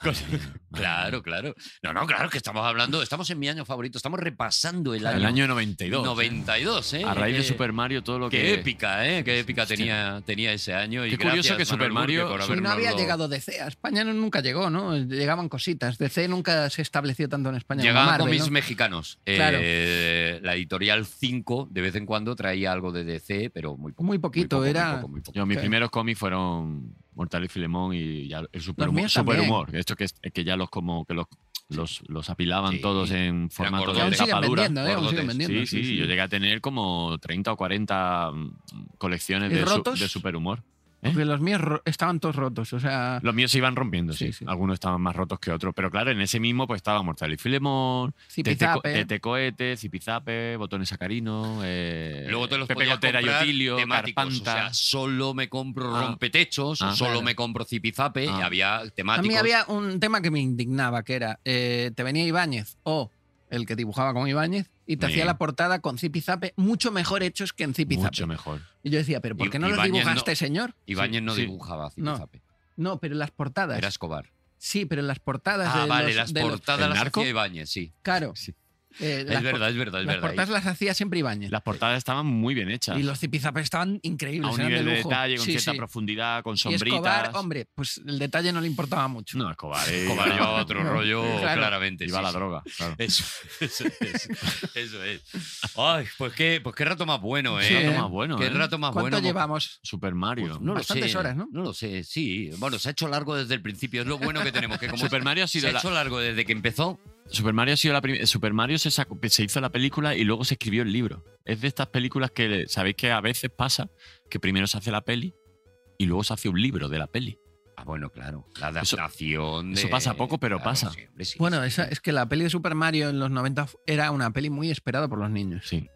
Speaker 3: Con- claro, claro. No, no, claro que estamos hablando, estamos en mi año favorito, estamos repasando el año,
Speaker 4: El año 92.
Speaker 3: 92, ¿eh?
Speaker 4: A raíz de
Speaker 3: Qué-
Speaker 4: Super Mario, todo lo
Speaker 3: Qué
Speaker 4: que.
Speaker 3: épica, ¿eh? Qué épica tenía, tenía ese año. Y
Speaker 4: Qué curioso
Speaker 3: gracias,
Speaker 4: que Super
Speaker 3: Manuel Burke, por
Speaker 4: Mario- Sí,
Speaker 2: Y no había
Speaker 3: habernoslo-
Speaker 2: llegado DC. A España no- nunca llegó, ¿no? Llegaban cositas. DC nunca se estableció tanto en España como
Speaker 3: Llegaban
Speaker 2: Marvel,
Speaker 3: cómics
Speaker 2: ¿no?
Speaker 3: mexicanos.
Speaker 2: Claro.
Speaker 3: Eh, la editorial 5 de vez en cuando traía algo de DC, pero muy poco.
Speaker 2: Muy poquito,
Speaker 3: muy poco,
Speaker 2: era-
Speaker 3: muy poco, muy poco.
Speaker 4: Yo, mis
Speaker 2: Sí.
Speaker 4: primeros cómics fueron Mortal y Filemón y ya el superhumor.
Speaker 2: míos también.
Speaker 4: superhumor. Esto que, es- que ya los como que los, los, los apilaban
Speaker 3: Sí.
Speaker 4: todos en formato
Speaker 2: Que aún
Speaker 4: de
Speaker 3: gordotes.
Speaker 2: siguen
Speaker 4: tapa dura.
Speaker 2: vendiendo, ¿eh? Aún siguen
Speaker 3: gordotes.
Speaker 2: vendiendo.
Speaker 4: Sí, sí, yo llegué a tener como 30 o 40 mm, colecciones
Speaker 2: ¿Y
Speaker 4: de, su-
Speaker 2: rotos?
Speaker 4: de superhumor. ¿eh?
Speaker 2: Porque los míos ro- estaban todos rotos. O sea,
Speaker 4: Los míos se iban rompiendo, sí.
Speaker 2: Sí, sí.
Speaker 4: Algunos estaban más rotos que otros. Pero claro, en ese mismo pues estaba Mortal y Filemón,
Speaker 2: zipizape.
Speaker 4: Tete Cohete, Zipizape, Botones Sacarino, eh,
Speaker 3: Luego te los
Speaker 4: Pepe
Speaker 3: podías
Speaker 4: Gotera y
Speaker 3: comprar
Speaker 4: Otilio,
Speaker 3: temáticos,
Speaker 4: Carpanta.
Speaker 3: O sea, solo me compro
Speaker 4: Ah.
Speaker 3: rompetechos,
Speaker 4: Ah.
Speaker 3: solo
Speaker 2: Claro.
Speaker 3: me compro zipizape.
Speaker 4: Ah.
Speaker 3: y había
Speaker 2: a
Speaker 3: temáticos.
Speaker 2: mí había un tema que me indignaba, que era, eh, te venía Ibáñez o el que dibujaba con Ibáñez y te
Speaker 4: Sí.
Speaker 2: hacía la portada con zipizape mucho mejor hechos que en zipizape.
Speaker 4: Mucho mejor.
Speaker 2: Y yo decía, pero ¿por
Speaker 3: I-
Speaker 2: qué no los
Speaker 3: Ibáñez no-
Speaker 2: dibujaste, señor?
Speaker 3: Ibáñez no
Speaker 4: sí.
Speaker 3: dibujaba
Speaker 2: No,
Speaker 3: zipizape.
Speaker 2: No, pero en las portadas.
Speaker 3: Era Escobar.
Speaker 2: Sí, pero en las portadas
Speaker 3: Ah,
Speaker 2: de
Speaker 3: vale,
Speaker 2: los-
Speaker 3: las
Speaker 2: de los-
Speaker 3: portadas
Speaker 4: ¿El
Speaker 3: las
Speaker 4: narco?
Speaker 3: hacía Ibáñez, sí.
Speaker 2: Claro.
Speaker 4: Sí.
Speaker 2: Eh, las
Speaker 3: Es
Speaker 2: por-
Speaker 3: verdad, es verdad, es
Speaker 2: Las
Speaker 3: verdad.
Speaker 2: portadas las hacía siempre Ibáñez.
Speaker 4: Las portadas estaban muy bien hechas.
Speaker 2: Y los zipizapes estaban
Speaker 4: a
Speaker 2: increíbles,
Speaker 4: un
Speaker 2: eran
Speaker 4: nivel de
Speaker 2: lujo.
Speaker 4: detalle, con
Speaker 2: Sí,
Speaker 4: cierta
Speaker 2: sí.
Speaker 4: profundidad, con
Speaker 2: Y
Speaker 4: sombritas.
Speaker 2: Escobar, hombre, pues el detalle no le importaba mucho.
Speaker 4: No, Escobar. eh,
Speaker 3: Escobar
Speaker 4: iba-
Speaker 3: llevaba otro
Speaker 2: No,
Speaker 3: rollo
Speaker 2: claro.
Speaker 3: claramente.
Speaker 4: Iba
Speaker 3: sí,
Speaker 4: la
Speaker 3: sí.
Speaker 4: droga, claro.
Speaker 3: Eso, eso, es, eso es. Ay, pues qué, pues qué rato más bueno, ¿eh?
Speaker 2: Sí,
Speaker 4: Qué
Speaker 2: ¿eh?
Speaker 4: rato más bueno,
Speaker 3: Qué
Speaker 4: ¿eh?
Speaker 3: rato más
Speaker 2: ¿Cuánto
Speaker 3: bueno.
Speaker 2: llevamos?
Speaker 4: Super Mario.
Speaker 3: Pues no lo
Speaker 2: Bastantes
Speaker 3: sé,
Speaker 2: horas, ¿no?
Speaker 3: No lo sé, sí. Bueno, se ha hecho largo desde el principio. Es lo bueno que tenemos. Que como
Speaker 4: Super
Speaker 3: se-
Speaker 4: Mario ha
Speaker 3: se,
Speaker 4: sido
Speaker 3: ha
Speaker 4: la-
Speaker 3: hecho largo desde que empezó.
Speaker 4: Super Mario ha sido la prim- Super Mario se, sacó- se hizo la película y luego se escribió el libro. Es de estas películas que sabéis que a veces pasa que primero se hace la peli y luego se hace un libro de la peli.
Speaker 3: Ah, bueno, claro. La
Speaker 4: Eso-
Speaker 3: adaptación.
Speaker 4: eso
Speaker 3: de-
Speaker 4: pasa poco, pero
Speaker 3: Claro,
Speaker 4: pasa.
Speaker 3: sí, hombre, sí,
Speaker 2: Bueno,
Speaker 3: sí,
Speaker 2: esa-
Speaker 3: sí.
Speaker 2: es que la peli de Super Mario en los 90 fu- era una peli muy esperada por los niños.
Speaker 4: Sí.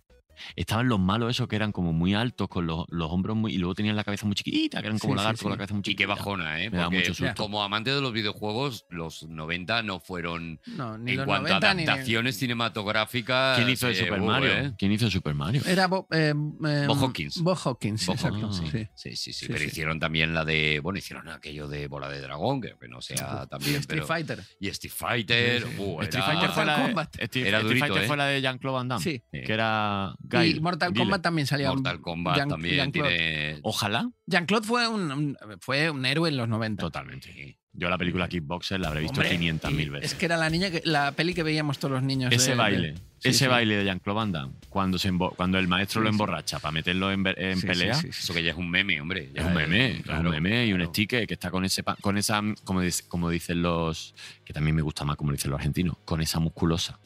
Speaker 4: Estaban los malos esos que eran como muy altos con los, los hombros muy y luego tenían la cabeza muy chiquita, que eran
Speaker 2: Sí,
Speaker 4: como
Speaker 2: sí,
Speaker 4: lagartos con
Speaker 2: sí.
Speaker 4: la cabeza muy
Speaker 3: Y
Speaker 4: chiquita.
Speaker 3: qué bajona, ¿eh?
Speaker 4: Me da
Speaker 3: Porque
Speaker 4: mucho susto.
Speaker 3: como amante de los videojuegos, los 90 no fueron.
Speaker 2: No, ni
Speaker 3: en
Speaker 2: los
Speaker 3: cuanto
Speaker 2: 90
Speaker 3: a
Speaker 2: ni-
Speaker 3: adaptaciones cinematográficas.
Speaker 4: ¿Quién hizo el
Speaker 3: eh,
Speaker 4: Super
Speaker 3: hubo,
Speaker 4: Mario?
Speaker 3: ¿eh?
Speaker 4: ¿Quién hizo el Super Mario?
Speaker 2: Era Bo, eh, eh,
Speaker 3: Bob Hawkins.
Speaker 2: Bob Hawkins,
Speaker 3: Bob
Speaker 2: exacto.
Speaker 4: Hawkins,
Speaker 2: sí.
Speaker 3: Sí, sí, sí.
Speaker 2: Sí,
Speaker 3: pero
Speaker 2: sí.
Speaker 3: hicieron también la de. Bueno, hicieron aquello de Bola de Dragón, que aunque no sea
Speaker 2: Y
Speaker 3: también.
Speaker 2: Street
Speaker 3: pero-
Speaker 2: Fighter.
Speaker 3: y Street Fighter.
Speaker 2: Sí, sí.
Speaker 3: buh,
Speaker 4: Street
Speaker 3: era-
Speaker 4: Fighter fue la de,
Speaker 2: Kombat.
Speaker 4: Street-
Speaker 3: Era
Speaker 4: Street
Speaker 3: durito,
Speaker 4: Fighter
Speaker 3: ¿eh?
Speaker 4: fue la de Jean-Claude Van Damme,
Speaker 2: Sí.
Speaker 4: que era Guile,
Speaker 2: y Mortal
Speaker 4: Guile.
Speaker 2: Kombat también salía.
Speaker 3: Mortal Kombat
Speaker 2: Jean-
Speaker 3: también
Speaker 2: Jean-Claude.
Speaker 3: tiene.
Speaker 4: Ojalá.
Speaker 2: Jean-Claude fue un, un- fue un héroe en los 90.
Speaker 4: Totalmente. Yo la película Kickboxer la habré visto
Speaker 2: Hombre,
Speaker 4: 500.000
Speaker 2: y
Speaker 4: veces.
Speaker 2: Es que era la niña que, la peli que veíamos todos los niños. de-
Speaker 4: Ese
Speaker 2: de-
Speaker 4: baile,
Speaker 2: Sí,
Speaker 4: ese
Speaker 2: sí.
Speaker 4: baile de Jean-Claude Van Damme, cuando, se embo- cuando el maestro
Speaker 2: Sí,
Speaker 4: lo
Speaker 2: sí.
Speaker 4: emborracha para meterlo en, ve- en
Speaker 2: Sí, sí,
Speaker 4: pelea,
Speaker 2: sí, sí.
Speaker 3: Eso que ya es un meme, hombre. ya
Speaker 4: es un meme,
Speaker 3: claro,
Speaker 4: es un meme y un
Speaker 3: claro.
Speaker 4: sticker que está con ese pa- con esa, como, dice- como dicen los, que también me gusta más como dicen los argentinos, con esa musculosa.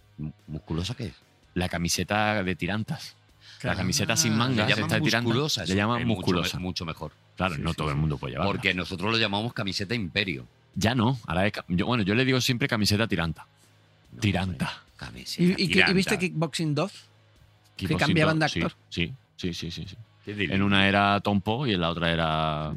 Speaker 3: ¿Musculosa qué? La
Speaker 4: La camiseta de tirantas. La camiseta
Speaker 2: Ah,
Speaker 4: sin manga
Speaker 3: Le
Speaker 4: se está
Speaker 3: llaman
Speaker 4: tirando.
Speaker 3: musculosa.
Speaker 4: Le llaman musculosa.
Speaker 3: Mucho, mejor.
Speaker 4: Claro,
Speaker 2: Sí,
Speaker 4: no
Speaker 2: sí,
Speaker 4: todo
Speaker 2: sí.
Speaker 4: el mundo puede llevarla.
Speaker 3: Porque nosotros lo llamamos camiseta imperio.
Speaker 4: ya no. Ahora es ca- yo, bueno, yo le digo siempre camiseta tiranta.
Speaker 3: No,
Speaker 4: Tiranta.
Speaker 3: hombre, Camiseta
Speaker 2: ¿Y, y que- y
Speaker 3: tiranta.
Speaker 2: viste Kickboxing 2?
Speaker 4: Kickboxing
Speaker 2: cambiaban de
Speaker 4: sí,
Speaker 2: actor.
Speaker 4: Sí, sí, sí, sí. sí.
Speaker 3: Qué delirio,
Speaker 4: En una era Tom Poe y en la otra era.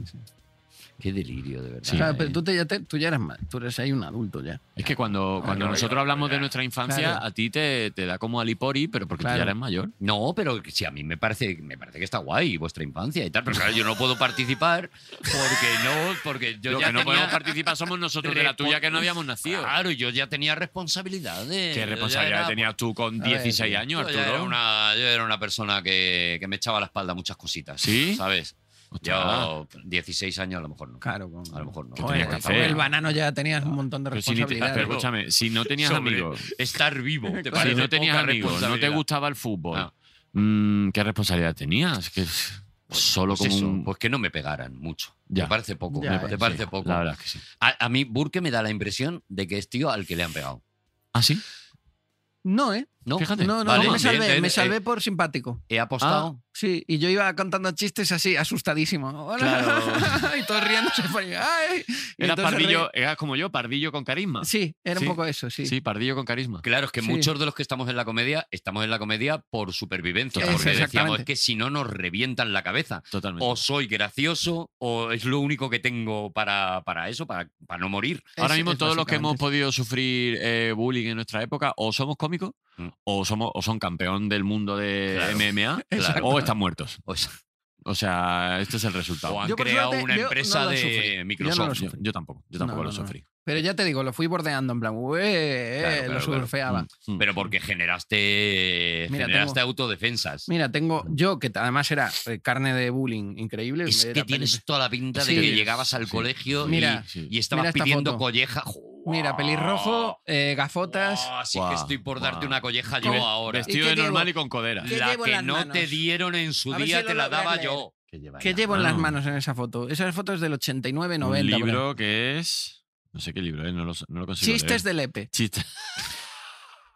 Speaker 3: qué delirio, de verdad.
Speaker 4: Sí.
Speaker 2: O sea,
Speaker 4: ahí.
Speaker 2: pero tú, te- ya te- tú ya eres ma- tú eres ahí un adulto ya.
Speaker 4: Es que cuando, cuando
Speaker 3: claro,
Speaker 4: nosotros
Speaker 3: claro,
Speaker 4: hablamos de
Speaker 3: claro.
Speaker 4: nuestra infancia,
Speaker 2: Claro.
Speaker 4: a ti te, te da como alipori, pero porque tú
Speaker 2: Claro.
Speaker 4: ya eres mayor.
Speaker 3: No, pero sí, a mí me parece, me parece que está guay vuestra infancia y tal, pero claro, yo no puedo participar porque Eh, no, porque yo
Speaker 4: Lo
Speaker 3: ya
Speaker 4: que no
Speaker 3: tenía-
Speaker 4: podemos participar somos nosotros de la tuya que no habíamos nacido.
Speaker 3: Claro, yo ya tenía responsabilidades.
Speaker 4: ¿Qué
Speaker 3: yo ya
Speaker 4: responsabilidad
Speaker 3: era-
Speaker 4: tenías tú con
Speaker 2: A ver,
Speaker 4: 16
Speaker 2: tío.
Speaker 4: años,
Speaker 3: yo ya era
Speaker 4: Arturo?
Speaker 3: una, yo era una persona que, que me echaba a la espalda muchas cositas.
Speaker 4: ¿Sí?
Speaker 3: ¿Sabes?
Speaker 4: Ostras,
Speaker 3: Yo, 16 años, a lo mejor no.
Speaker 2: Claro, con-
Speaker 3: A lo mejor no.
Speaker 4: ¿Qué tenías que
Speaker 2: Joder,
Speaker 4: hacer?
Speaker 2: con el banano ya tenías un montón de
Speaker 4: pero si ni te-
Speaker 2: responsabilidades.
Speaker 4: pero escúchame, si no tenías
Speaker 3: Sobre-
Speaker 4: amigos,
Speaker 3: Estar vivo. ¿te
Speaker 4: si
Speaker 3: parece
Speaker 4: no tenías
Speaker 3: poca
Speaker 4: amigos, no te
Speaker 3: responsabilidad?
Speaker 4: gustaba el fútbol,
Speaker 3: Ah.
Speaker 4: mm, ¿qué responsabilidad tenías? Que es solo
Speaker 3: Pues
Speaker 4: como
Speaker 3: eso,
Speaker 4: un-
Speaker 3: pues que no me pegaran mucho.
Speaker 4: Ya.
Speaker 3: Te parece poco.
Speaker 2: Ya,
Speaker 3: te
Speaker 2: eh.
Speaker 3: parece
Speaker 4: Sí,
Speaker 3: poco.
Speaker 4: La verdad es que sí.
Speaker 3: A, a mí Burke me da la impresión de que es tío al que le han pegado.
Speaker 4: ¿Ah, sí?
Speaker 2: No, ¿eh?
Speaker 3: No,
Speaker 4: Fíjate.
Speaker 2: No, no,
Speaker 3: Vale,
Speaker 2: no me salvé,
Speaker 3: bien, bien,
Speaker 2: me
Speaker 3: eh.
Speaker 2: salvé por simpático.
Speaker 3: he apostado.
Speaker 2: Sí, y yo iba contando chistes así, asustadísimo. Hola.
Speaker 4: Claro.
Speaker 2: y todos riéndose. por ahí. Ay. Y
Speaker 4: Eras
Speaker 2: entonces
Speaker 4: pardillo,
Speaker 2: reí.
Speaker 4: eras como yo, pardillo con carisma.
Speaker 2: Sí, era
Speaker 4: Sí.
Speaker 2: un poco eso, sí.
Speaker 4: Sí, pardillo con carisma.
Speaker 3: Claro, es que
Speaker 2: Sí.
Speaker 3: muchos de los que estamos en la comedia estamos en la comedia por supervivencia.
Speaker 2: Eso,
Speaker 3: Porque decíamos
Speaker 2: exactamente.
Speaker 3: es que si no nos revientan la cabeza.
Speaker 4: Totalmente.
Speaker 3: O soy gracioso, o es lo único que tengo para, para eso, para, para no morir.
Speaker 4: Ahora
Speaker 2: Es-
Speaker 4: mismo
Speaker 2: es
Speaker 4: todos los que hemos
Speaker 2: básicamente
Speaker 4: podido sufrir eh, bullying en nuestra época o somos cómicos
Speaker 3: Mm.
Speaker 4: o somos o son campeón del mundo de
Speaker 3: Claro.
Speaker 4: MMA
Speaker 3: Claro.
Speaker 4: o están muertos.
Speaker 3: O, sea,
Speaker 4: O sea, este es el
Speaker 3: o
Speaker 4: resultado.
Speaker 3: han
Speaker 2: Yo, por
Speaker 3: creado
Speaker 2: suerte,
Speaker 3: una
Speaker 2: yo no
Speaker 3: empresa
Speaker 2: lo
Speaker 3: de
Speaker 2: sufrí. Yo
Speaker 3: Microsoft.
Speaker 2: no lo
Speaker 4: yo,
Speaker 2: sufrí.
Speaker 4: yo tampoco, yo tampoco
Speaker 2: No,
Speaker 4: lo
Speaker 2: no, no.
Speaker 4: sufrí.
Speaker 2: Pero ya te digo, lo fui bordeando en plan, "Ué", eh",
Speaker 3: Claro, claro,
Speaker 2: lo
Speaker 3: claro.
Speaker 2: surfeaba.
Speaker 4: Mm, mm.
Speaker 3: Pero porque generaste,
Speaker 2: Mira,
Speaker 3: generaste
Speaker 2: tengo-
Speaker 3: autodefensas.
Speaker 2: Mira, tengo yo, que además era eh, carne de bullying increíble.
Speaker 3: es
Speaker 2: era
Speaker 3: que tienes
Speaker 2: peli-
Speaker 3: toda la pinta
Speaker 2: Sí.
Speaker 3: de que llegabas al
Speaker 4: Sí.
Speaker 3: colegio y-
Speaker 2: Mira,
Speaker 4: Sí,
Speaker 3: y,
Speaker 4: sí.
Speaker 3: estabas
Speaker 2: mira esta
Speaker 3: pidiendo
Speaker 2: foto.
Speaker 3: colleja.
Speaker 2: Mira, pelirrojo, eh, gafotas.
Speaker 3: Así
Speaker 4: Guau,
Speaker 3: que estoy por
Speaker 4: guau.
Speaker 3: darte una colleja
Speaker 2: Y
Speaker 3: yo
Speaker 2: ve- ¿Y
Speaker 3: ahora.
Speaker 4: Vestido
Speaker 2: qué
Speaker 4: de normal
Speaker 2: llevo?
Speaker 4: y con codera.
Speaker 2: ¿Qué
Speaker 3: La
Speaker 2: llevo
Speaker 3: que
Speaker 2: en
Speaker 3: no
Speaker 2: las
Speaker 3: te
Speaker 2: manos?
Speaker 3: dieron en su
Speaker 2: A ver
Speaker 3: día
Speaker 2: si
Speaker 3: te
Speaker 2: lo
Speaker 3: la
Speaker 2: logras
Speaker 3: daba
Speaker 2: leer.
Speaker 3: yo.
Speaker 2: ¿Qué llevo en
Speaker 4: mano.
Speaker 2: las manos en esa foto? Esa foto es del 89, 90.
Speaker 4: Un
Speaker 2: por ahí.
Speaker 4: libro que es no sé qué libro, eh, no lo no lo consigo.
Speaker 2: Chistes
Speaker 4: leer.
Speaker 2: de Lepe.
Speaker 4: Chistes.
Speaker 2: E.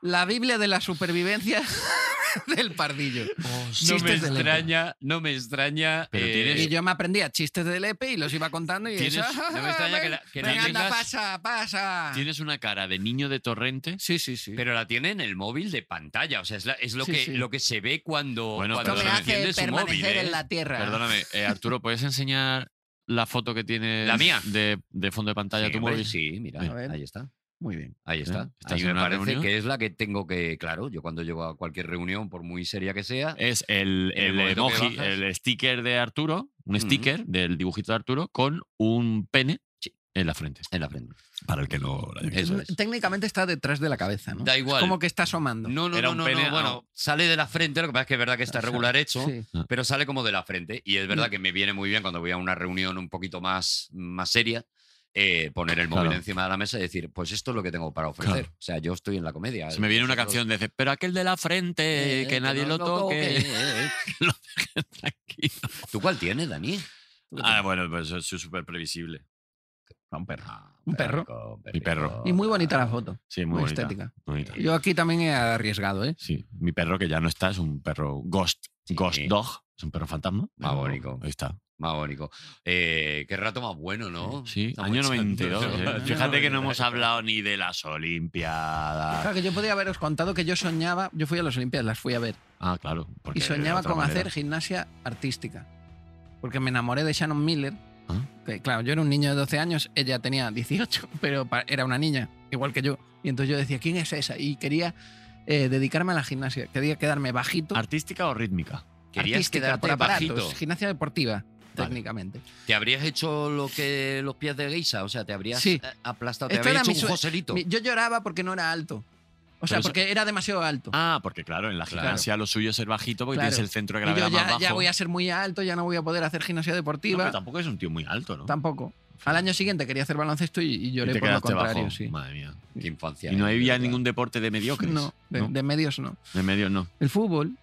Speaker 2: La Biblia de la supervivencia del pardillo.
Speaker 3: Oh, No me
Speaker 2: Chistes de Lepe.
Speaker 3: extraña, no me extraña. eh,
Speaker 4: Pero tienes-
Speaker 2: Y yo me aprendía chistes de Lepe E y los iba contando y
Speaker 4: Tienes-
Speaker 2: eso,
Speaker 3: no me extraña que la- que la
Speaker 2: venga, anda,
Speaker 3: tengas-
Speaker 2: pasa, pasa.
Speaker 4: Tienes una cara de niño de torrente.
Speaker 2: Sí, sí, sí.
Speaker 3: Pero la tiene en el móvil de pantalla. O sea, es, la- es lo,
Speaker 2: Sí,
Speaker 3: que,
Speaker 2: sí.
Speaker 3: lo que se ve cuando,
Speaker 4: Bueno,
Speaker 3: cuando
Speaker 2: Esto me
Speaker 4: perdóname.
Speaker 2: hace
Speaker 3: enciende su
Speaker 2: permanecer
Speaker 3: móvil. ¿eh?
Speaker 2: en la tierra.
Speaker 4: Perdóname, eh, Arturo, ¿puedes enseñar la foto que tiene
Speaker 3: ¿La mía?
Speaker 4: De, de fondo de pantalla
Speaker 3: Sí,
Speaker 4: tu
Speaker 3: hombre,
Speaker 4: móvil?
Speaker 3: sí, mira,
Speaker 2: A ver.
Speaker 3: ahí está.
Speaker 2: Muy bien.
Speaker 3: Ahí está.
Speaker 4: ¿Estás
Speaker 3: A mí
Speaker 4: en
Speaker 3: me
Speaker 4: una
Speaker 3: parece
Speaker 4: reunión?
Speaker 3: que es la que tengo que. Claro, yo cuando llego a cualquier reunión, por muy seria que sea,
Speaker 2: Eh,
Speaker 4: Es el,
Speaker 3: En el
Speaker 4: el
Speaker 3: momento que
Speaker 4: emoji,
Speaker 3: bajas.
Speaker 4: el sticker de Arturo, un
Speaker 3: Ujú.
Speaker 4: sticker del dibujito de Arturo con un pene En la frente.
Speaker 3: en la frente.
Speaker 4: Para el que no lo haya visto.
Speaker 3: Eso es.
Speaker 2: Técnicamente está detrás de la cabeza, ¿no?
Speaker 3: Da igual.
Speaker 2: Es como que está asomando.
Speaker 3: No, no,
Speaker 4: Era
Speaker 3: no,
Speaker 4: un
Speaker 3: no,
Speaker 4: pene,
Speaker 3: no,
Speaker 4: ah.
Speaker 3: Bueno, sale de la frente, lo que pasa es que es verdad que está
Speaker 2: O sea,
Speaker 3: regular hecho,
Speaker 2: Sí.
Speaker 3: pero sale como de la frente. Y es
Speaker 4: Mm.
Speaker 3: verdad que me viene muy bien cuando voy a una reunión un poquito más, más seria. eh, poner el móvil
Speaker 4: Claro.
Speaker 3: encima de la mesa y decir, pues esto es lo que tengo para ofrecer.
Speaker 4: Claro.
Speaker 3: O sea, yo estoy en la comedia. eh,
Speaker 4: Se me viene una canción de pero aquel de la frente, que nadie
Speaker 3: no
Speaker 4: lo toque.
Speaker 3: eh, eh.
Speaker 4: Tranquilo.
Speaker 3: ¿Tú cuál tienes, Dani?
Speaker 4: Ah, bueno, pues eso es súper previsible.
Speaker 2: Un perro.
Speaker 3: Ah,
Speaker 2: Un perro.
Speaker 3: perrico,
Speaker 4: Mi perro.
Speaker 3: perrico.
Speaker 2: Y muy bonita la foto.
Speaker 4: Sí, muy,
Speaker 2: Muy,
Speaker 4: bonita,
Speaker 2: estética.
Speaker 4: bonita.
Speaker 2: Yo aquí también he arriesgado, ¿eh?
Speaker 4: Sí, mi perro que ya no está es un perro ghost, ghost dog, es un perro fantasma.
Speaker 3: Más
Speaker 4: pero
Speaker 3: bonito.
Speaker 4: Ahí está.
Speaker 3: Más bonito. Eh, qué rato más bueno, ¿no? Ah,
Speaker 4: Sí,
Speaker 3: Estamos
Speaker 4: año
Speaker 3: echando-
Speaker 4: 92. ¿eh?
Speaker 2: Año
Speaker 4: Fíjate que no
Speaker 2: 92.
Speaker 4: hemos hablado ni de las Olimpiadas.
Speaker 2: Claro, que yo podía haberos contado que yo soñaba, yo fui a las Olimpiadas, las fui a ver,
Speaker 4: Ah, claro. porque
Speaker 2: y
Speaker 4: de
Speaker 2: soñaba
Speaker 4: otra
Speaker 2: con
Speaker 4: manera-
Speaker 2: hacer gimnasia artística. Porque me enamoré de Shannon Miller.
Speaker 4: Ah.
Speaker 2: Que, claro, yo era un niño de 12 años, ella tenía 18, pero pa- era una niña, igual que yo. Y entonces yo decía, ¿quién es esa? Y quería eh, dedicarme a la gimnasia, quería quedarme bajito.
Speaker 4: Ah, ¿Artística o rítmica?
Speaker 3: Querías
Speaker 2: artística,
Speaker 3: quedarte
Speaker 2: por aparatos,
Speaker 3: bajito.
Speaker 2: Gimnasia deportiva,
Speaker 4: Vale.
Speaker 2: técnicamente.
Speaker 3: ¿Te habrías hecho lo que los pies de Geisa? O sea, te habrías
Speaker 2: Sí.
Speaker 3: eh, aplastado, te
Speaker 2: Esto era
Speaker 3: habrías hecho
Speaker 2: mi
Speaker 3: un
Speaker 2: sue-
Speaker 3: joselito.
Speaker 2: Mi- Yo lloraba porque no era alto. O sea,
Speaker 4: Pero eso-
Speaker 2: porque era demasiado alto.
Speaker 4: Ah, porque claro, en la
Speaker 3: Claro.
Speaker 4: gimnasia lo suyo es ser bajito porque
Speaker 2: Claro.
Speaker 4: tienes el centro de
Speaker 2: Y yo
Speaker 4: gravedad más
Speaker 2: ya,
Speaker 4: bajo.
Speaker 2: ya voy a ser muy alto, ya no voy a poder hacer gimnasia
Speaker 4: No,
Speaker 2: deportiva.
Speaker 4: pero tampoco es un tío muy alto, ¿no?
Speaker 2: Tampoco. Al año siguiente quería hacer baloncesto y, y
Speaker 4: Y
Speaker 2: lloré
Speaker 4: te
Speaker 2: por lo
Speaker 4: quedaste
Speaker 2: contrario,
Speaker 4: bajo.
Speaker 2: sí.
Speaker 4: Madre mía.
Speaker 3: Qué infancia.
Speaker 4: Y no
Speaker 3: eh,
Speaker 4: había
Speaker 3: ¿verdad?
Speaker 4: ningún deporte de mediocres.
Speaker 2: No, de,
Speaker 4: ¿no?
Speaker 2: de medios no.
Speaker 4: De medio no.
Speaker 2: El fútbol,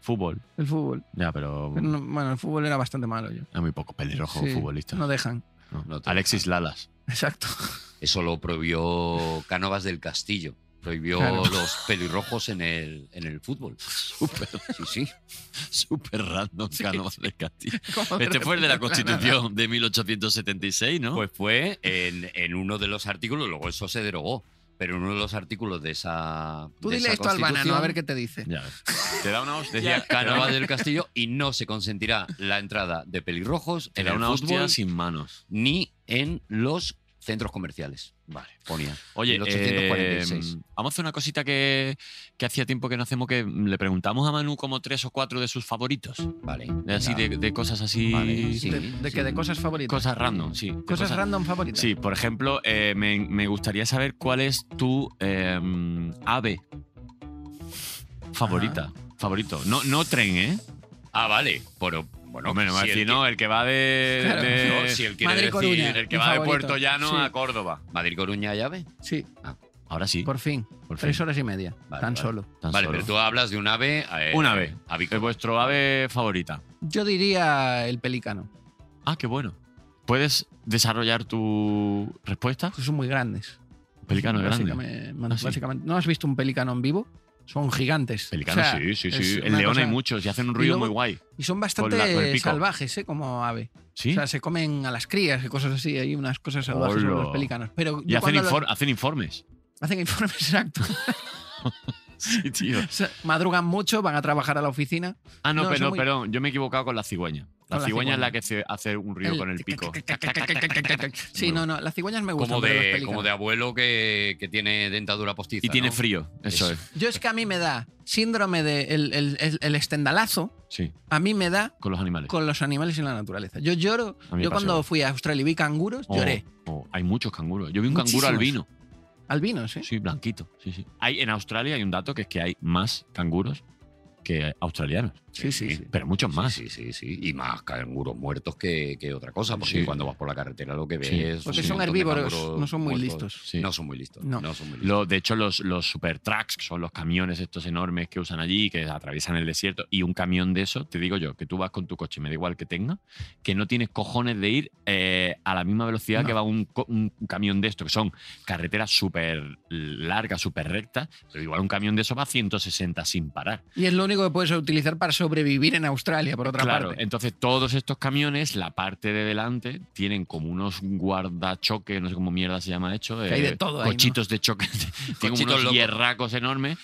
Speaker 4: Fútbol.
Speaker 2: el fútbol.
Speaker 4: Ya, pero
Speaker 2: Pero no- bueno, el fútbol era bastante malo yo.
Speaker 4: hay muy pocos pelirrojos
Speaker 2: Sí,
Speaker 4: futbolistas.
Speaker 2: No dejan.
Speaker 4: No.
Speaker 3: No te-
Speaker 4: Alexis Lalas.
Speaker 2: Exacto.
Speaker 3: Eso lo prohibió Cánovas del Castillo. Prohibió
Speaker 2: Claro.
Speaker 3: los pelirrojos en el, en el fútbol.
Speaker 4: Súper,
Speaker 3: Sí, sí.
Speaker 4: súper random Cánovas del Castillo.
Speaker 2: Como de
Speaker 4: Este fue el de la
Speaker 2: repente nada.
Speaker 4: Constitución de 1876, ¿no?
Speaker 3: Pues fue en, en uno de los artículos, luego eso se derogó, pero en uno de los artículos de esa.
Speaker 2: Tú
Speaker 3: de
Speaker 2: dile
Speaker 3: esa
Speaker 2: esto al banano a
Speaker 3: constitución,
Speaker 2: ver qué te dice.
Speaker 4: Ya. Te da una hostia.
Speaker 3: Decía Cánovas del Castillo y no se consentirá la entrada de pelirrojos
Speaker 4: te
Speaker 3: en
Speaker 4: da
Speaker 3: el
Speaker 4: una hostia
Speaker 3: fútbol
Speaker 4: sin manos.
Speaker 3: ni en los centros comerciales. Vale, ponía.
Speaker 4: Oye,
Speaker 3: 1846.
Speaker 4: eh, vamos a hacer una cosita que, que hacía tiempo que no hacemos, que le preguntamos a Manu como tres o cuatro de sus favoritos.
Speaker 3: Vale.
Speaker 4: De, así,
Speaker 3: venga.
Speaker 4: de, de cosas así.
Speaker 3: Vale, sí.
Speaker 2: de, de que de cosas favoritas.
Speaker 4: Cosas random, sí. de
Speaker 2: Cosas random favoritas.
Speaker 4: Sí, por ejemplo, eh, me, me gustaría saber cuál es tu eh, ave favorita. Favorito. No, no tren, ¿eh?
Speaker 3: Ah, vale. Pero, bueno,
Speaker 4: Hombre, no me va a
Speaker 3: si
Speaker 4: decir,
Speaker 3: el
Speaker 4: no, el que va de.
Speaker 2: Claro.
Speaker 4: de-
Speaker 3: No, si él quiere
Speaker 2: Madrid,
Speaker 3: decir
Speaker 2: Coruña.
Speaker 4: el que
Speaker 2: mi
Speaker 4: va de
Speaker 2: favorito.
Speaker 4: Puerto Llano
Speaker 2: Sí.
Speaker 4: a Córdoba.
Speaker 3: Madrid Coruña llave.
Speaker 2: Sí,
Speaker 4: Ahora sí.
Speaker 2: por fin.
Speaker 4: por
Speaker 2: Tres
Speaker 4: fin.
Speaker 2: horas y media.
Speaker 3: Vale,
Speaker 2: tan
Speaker 3: vale.
Speaker 2: solo.
Speaker 4: Tan
Speaker 3: vale,
Speaker 4: solo.
Speaker 3: pero tú hablas de un ave. eh,
Speaker 4: Un ave. Es
Speaker 3: avícola.
Speaker 4: vuestro ave favorita.
Speaker 2: Yo diría el pelícano.
Speaker 4: Ah, qué bueno. ¿Puedes desarrollar tu respuesta?
Speaker 2: pues Son muy grandes.
Speaker 4: Pelicano es grande.
Speaker 2: Básicamente,
Speaker 4: Ah, sí.
Speaker 2: básicamente- ¿No has visto un pelicano en vivo? Son gigantes.
Speaker 4: Pelicano,
Speaker 2: O sea,
Speaker 4: sí, sí,
Speaker 2: es
Speaker 4: sí. En
Speaker 2: una
Speaker 4: León hay
Speaker 2: cosa-
Speaker 4: muchos y hacen un ruido
Speaker 2: luego-
Speaker 4: muy guay.
Speaker 2: Y son
Speaker 4: Con la- con el
Speaker 2: bastante
Speaker 4: pico.
Speaker 2: salvajes, ¿eh? Como ave.
Speaker 4: ¿Sí?
Speaker 2: O sea, se comen a las crías y cosas así. Hay unas cosas salvajes sobre
Speaker 4: Hola.
Speaker 2: los pelícanos. Pero
Speaker 4: y
Speaker 2: yo
Speaker 4: hacen,
Speaker 2: cuando los-
Speaker 4: infor- hacen informes.
Speaker 2: hacen informes, exacto. O
Speaker 4: Sí, tío.
Speaker 2: sea, madrugan mucho, van a trabajar a la oficina.
Speaker 4: Ah, no,
Speaker 2: No, son
Speaker 4: pero,
Speaker 2: muy-
Speaker 4: perdón, yo me he equivocado con la cigüeña. La
Speaker 2: Con la
Speaker 4: cigüeña es la
Speaker 2: cigüeña.
Speaker 4: que se hace un ruido
Speaker 2: El-
Speaker 4: con el pico.
Speaker 2: Sí, no, no. Las cigüeñas me gustan.
Speaker 3: Como
Speaker 2: pero los
Speaker 3: de,
Speaker 2: pelícanos.
Speaker 3: como de abuelo que, que tiene dentadura postiza.
Speaker 4: Y tiene
Speaker 3: ¿no?
Speaker 4: frío, eso es.
Speaker 2: Yo es que a mí me da síndrome de el, el- el- el estendalazo.
Speaker 4: Sí,
Speaker 2: A mí me da
Speaker 4: con los animales.
Speaker 2: con los animales y la naturaleza. Yo lloro.
Speaker 4: A mí me
Speaker 2: Yo
Speaker 4: pasa
Speaker 2: cuando
Speaker 4: igual.
Speaker 2: fui a Australia y vi canguros,
Speaker 4: Oh,
Speaker 2: lloré.
Speaker 4: oh, hay muchos canguros. Yo vi un
Speaker 2: Muchísimos.
Speaker 4: canguro albino.
Speaker 2: Albinos, ¿eh?
Speaker 4: Sí, blanquito. Sí, sí. Hay, en Australia hay un dato que es que hay más canguros que australianos.
Speaker 2: Sí, sí, sí.
Speaker 4: Pero muchos más.
Speaker 3: Sí, sí, sí. Y más canguros muertos que, que otra cosa. Porque
Speaker 4: Sí.
Speaker 3: cuando vas por la carretera lo que ves.
Speaker 4: Sí.
Speaker 3: es
Speaker 2: Porque
Speaker 3: un
Speaker 2: son
Speaker 3: montón de
Speaker 2: herbívoros,
Speaker 3: canguros
Speaker 2: no son muy
Speaker 3: muertos.
Speaker 2: listos.
Speaker 4: Sí.
Speaker 3: No son muy listos. No,
Speaker 2: No.
Speaker 3: son muy listos.
Speaker 4: Lo- de hecho, los, los super trucks, que son los camiones estos enormes que usan allí, que atraviesan el desierto, y un camión de eso, te digo yo, que tú vas con tu coche, me da igual que tenga, que no tienes cojones de ir eh, a la misma velocidad que va un, co- un camión de estos, que son carreteras súper largas, súper rectas, pero igual un camión de eso va a 160 sin parar.
Speaker 2: Y es lo único que puedes utilizar para sobrevivir en Australia, por otra
Speaker 4: claro,
Speaker 2: parte.
Speaker 4: entonces todos estos camiones, la parte de delante, tienen como unos guardachoques, no sé cómo mierda se llama hecho.
Speaker 2: Que hay de todo ahí, ¿no?
Speaker 4: Cochitos de choque. tienen
Speaker 3: Cochitos
Speaker 4: unos
Speaker 3: locos.
Speaker 4: hierracos enormes.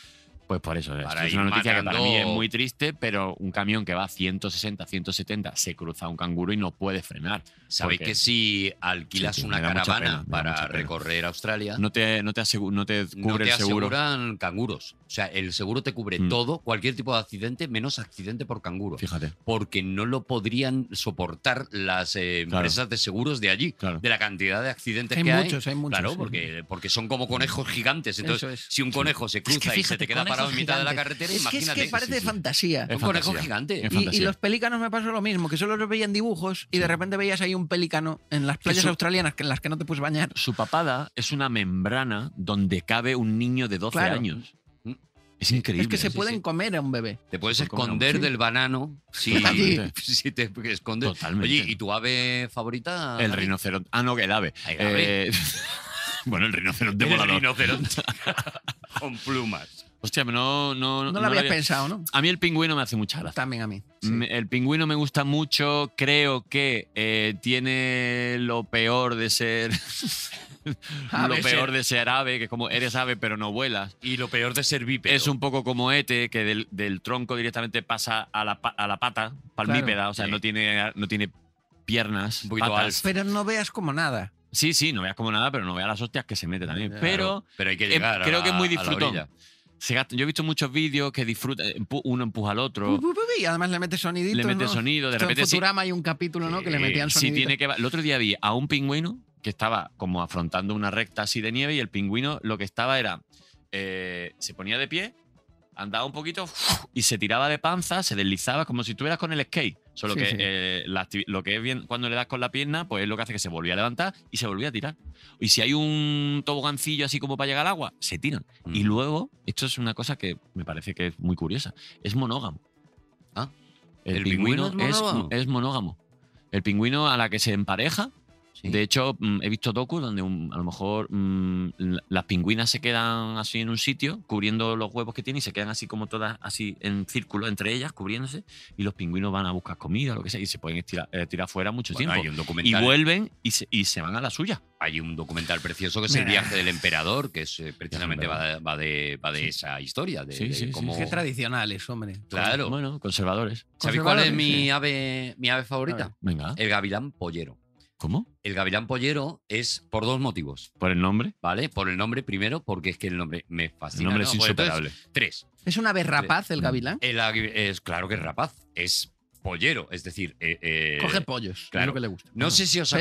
Speaker 4: Pues por eso, es-
Speaker 3: Para
Speaker 4: es
Speaker 3: ir
Speaker 4: una noticia que para mí es
Speaker 3: matando-
Speaker 4: muy triste, pero un camión que va a 160, 170 se cruza un canguro y no puede frenar.
Speaker 3: Sabéis
Speaker 4: Porque-
Speaker 3: que si alquilas
Speaker 4: Sí, sí,
Speaker 3: una
Speaker 4: me da mucha
Speaker 3: caravana
Speaker 4: pena, me da
Speaker 3: para
Speaker 4: mucha pena.
Speaker 3: recorrer Australia, no,
Speaker 4: No te, no te, asegu- no te cubre
Speaker 3: te
Speaker 4: el seguro.
Speaker 3: aseguran canguros. O sea, el seguro te cubre
Speaker 4: Mm.
Speaker 3: todo, cualquier tipo de accidente, menos accidente por canguro.
Speaker 4: Fíjate,
Speaker 3: Porque no lo podrían soportar las eh,
Speaker 4: Claro.
Speaker 3: empresas de seguros de allí,
Speaker 4: claro.
Speaker 3: de la cantidad de accidentes
Speaker 2: Hay
Speaker 3: que hay.
Speaker 2: muchos, hay muchos.
Speaker 3: Claro,
Speaker 2: sí.
Speaker 3: porque, porque son como conejos gigantes. Entonces,
Speaker 2: Eso es.
Speaker 3: si un conejo se cruza y se
Speaker 2: fíjate,
Speaker 3: te queda
Speaker 2: conejos
Speaker 3: parado en mitad de la
Speaker 2: gigantes.
Speaker 3: carretera,
Speaker 2: Es que, es
Speaker 3: imagínate.
Speaker 2: que parece fantasía.
Speaker 4: Es
Speaker 3: un conejo
Speaker 4: fantasía.
Speaker 3: gigante.
Speaker 4: Es
Speaker 2: Y- Y,
Speaker 4: fantasía.
Speaker 2: los pelícanos me pasó lo mismo, que solo los veía en dibujos y de repente veías ahí un pelícano en las playas
Speaker 4: Eso-
Speaker 2: australianas que- en las que no te puedes bañar.
Speaker 4: Su papada es una membrana donde cabe un niño de 12
Speaker 2: Claro.
Speaker 4: años.
Speaker 3: Mm.
Speaker 4: Es increíble.
Speaker 2: es que se
Speaker 4: sí,
Speaker 2: pueden
Speaker 4: sí.
Speaker 2: comer a un bebé.
Speaker 3: Te puedes
Speaker 4: Por comer
Speaker 3: esconder
Speaker 4: un- sí.
Speaker 3: del banano si,
Speaker 4: Totalmente.
Speaker 3: si te escondes.
Speaker 4: Totalmente.
Speaker 3: Oye, ¿y tu ave favorita?
Speaker 4: El
Speaker 3: David?
Speaker 4: rinoceronte. Ah, no, que el ave.
Speaker 3: Ay, ave.
Speaker 4: Eh, bueno, el rinoceronte
Speaker 3: El
Speaker 4: volador.
Speaker 3: rinoceronte. Con plumas.
Speaker 4: Hostia, no, no,
Speaker 2: No,
Speaker 4: no
Speaker 2: lo habías
Speaker 4: había-
Speaker 2: pensado, ¿no?
Speaker 4: A mí el pingüino me hace mucha gracia.
Speaker 2: También a mí. sí.
Speaker 4: Me- El pingüino me gusta mucho. Creo que eh, tiene lo peor de ser. lo
Speaker 2: Ave,
Speaker 4: peor de ser ave, que es como eres ave pero no vuelas.
Speaker 3: Y lo peor de ser bípedo.
Speaker 4: Es un poco como Ete, que del, del tronco directamente pasa a la, pa- a la pata, palmípeda, o sea,
Speaker 3: sí.
Speaker 4: no, tiene, no tiene piernas.
Speaker 3: Un poquito
Speaker 4: patas.
Speaker 3: alfa.
Speaker 2: Pero no veas como nada.
Speaker 4: Sí, sí, no veas como nada, pero no veas las hostias que se mete también.
Speaker 2: Ya,
Speaker 4: pero
Speaker 3: Pero hay que
Speaker 4: eh,
Speaker 3: llegar. a
Speaker 4: creo
Speaker 3: la-
Speaker 4: que es muy
Speaker 3: a la
Speaker 4: disfrutón.
Speaker 3: orilla.
Speaker 4: se gasta- yo he visto muchos vídeos que disfruta, eh, empu- uno empuja al otro,
Speaker 2: Y además le mete soniditos.
Speaker 4: le mete
Speaker 2: ¿no?
Speaker 4: sonido, de
Speaker 2: Esto
Speaker 4: repente
Speaker 2: en
Speaker 4: sí-
Speaker 2: Futurama hay un capítulo, ¿no? Que le
Speaker 4: Eh,
Speaker 2: metían
Speaker 4: si
Speaker 2: soniditos.
Speaker 4: tiene que va- El otro día vi a un pingüino que estaba como afrontando una recta así de nieve y el pingüino lo que estaba era. eh, se ponía de pie, andaba un poquito y se tiraba de panza, se deslizaba como si estuvieras con el skate. Solo
Speaker 2: Sí,
Speaker 4: que
Speaker 2: sí.
Speaker 4: eh, la acti- lo que es bien cuando le das con la pierna, pues es lo que hace que se volvía a levantar y se volvía a tirar. Y si hay un tobogancillo así como para llegar al agua, se tiran.
Speaker 3: Mm.
Speaker 4: Y luego, esto es una cosa que me parece que es muy curiosa, es monógamo.
Speaker 3: Ah.
Speaker 4: El,
Speaker 3: ¿El
Speaker 4: pingüino,
Speaker 3: pingüino es
Speaker 4: es,
Speaker 3: monógamo?
Speaker 4: es monógamo. El pingüino a la que se empareja.
Speaker 3: Sí.
Speaker 4: De hecho, mm, he visto docus donde un- a lo mejor mm, la- las pingüinas se quedan así en un sitio, cubriendo los huevos que tienen y se quedan así como todas así en círculo entre ellas, cubriéndose. Y los pingüinos van a buscar comida, lo que sea, y se pueden estirar, eh, tirar fuera mucho
Speaker 3: Bueno, hay ¿eh?
Speaker 4: tiempo.
Speaker 3: un
Speaker 4: Y
Speaker 3: documental.
Speaker 4: vuelven y se, y se van a la suya.
Speaker 3: hay un documental precioso que es El
Speaker 2: Mira.
Speaker 3: viaje del emperador, que es eh, precisamente va de, va de, va de esa historia. De,
Speaker 4: Sí,
Speaker 3: de
Speaker 4: sí, sí,
Speaker 3: cómo-
Speaker 4: sí.
Speaker 2: Qué tradicionales, hombre.
Speaker 3: Claro.
Speaker 4: Bueno, conservadores.
Speaker 3: ¿Sabéis cuál es
Speaker 2: Conservadores,
Speaker 3: mi,
Speaker 2: sí.
Speaker 3: ave, mi ave favorita?
Speaker 4: Venga.
Speaker 3: El gavilán pollero.
Speaker 4: ¿Cómo?
Speaker 3: El gavilán pollero es por dos motivos.
Speaker 4: Por el nombre.
Speaker 3: ¿Vale? Por el nombre primero, porque es que el nombre me
Speaker 4: El
Speaker 3: fascina.
Speaker 4: nombre
Speaker 3: ¿no?
Speaker 4: es
Speaker 3: Joder, entonces,
Speaker 4: insuperable.
Speaker 3: tres.
Speaker 2: Es una ave rapaz el gavilán.
Speaker 3: El águi- es claro que es rapaz, es pollero, es decir, eh, eh,
Speaker 2: Coge pollos. Es
Speaker 3: claro.
Speaker 2: lo que le gusta.
Speaker 3: no sé si os
Speaker 2: Pe-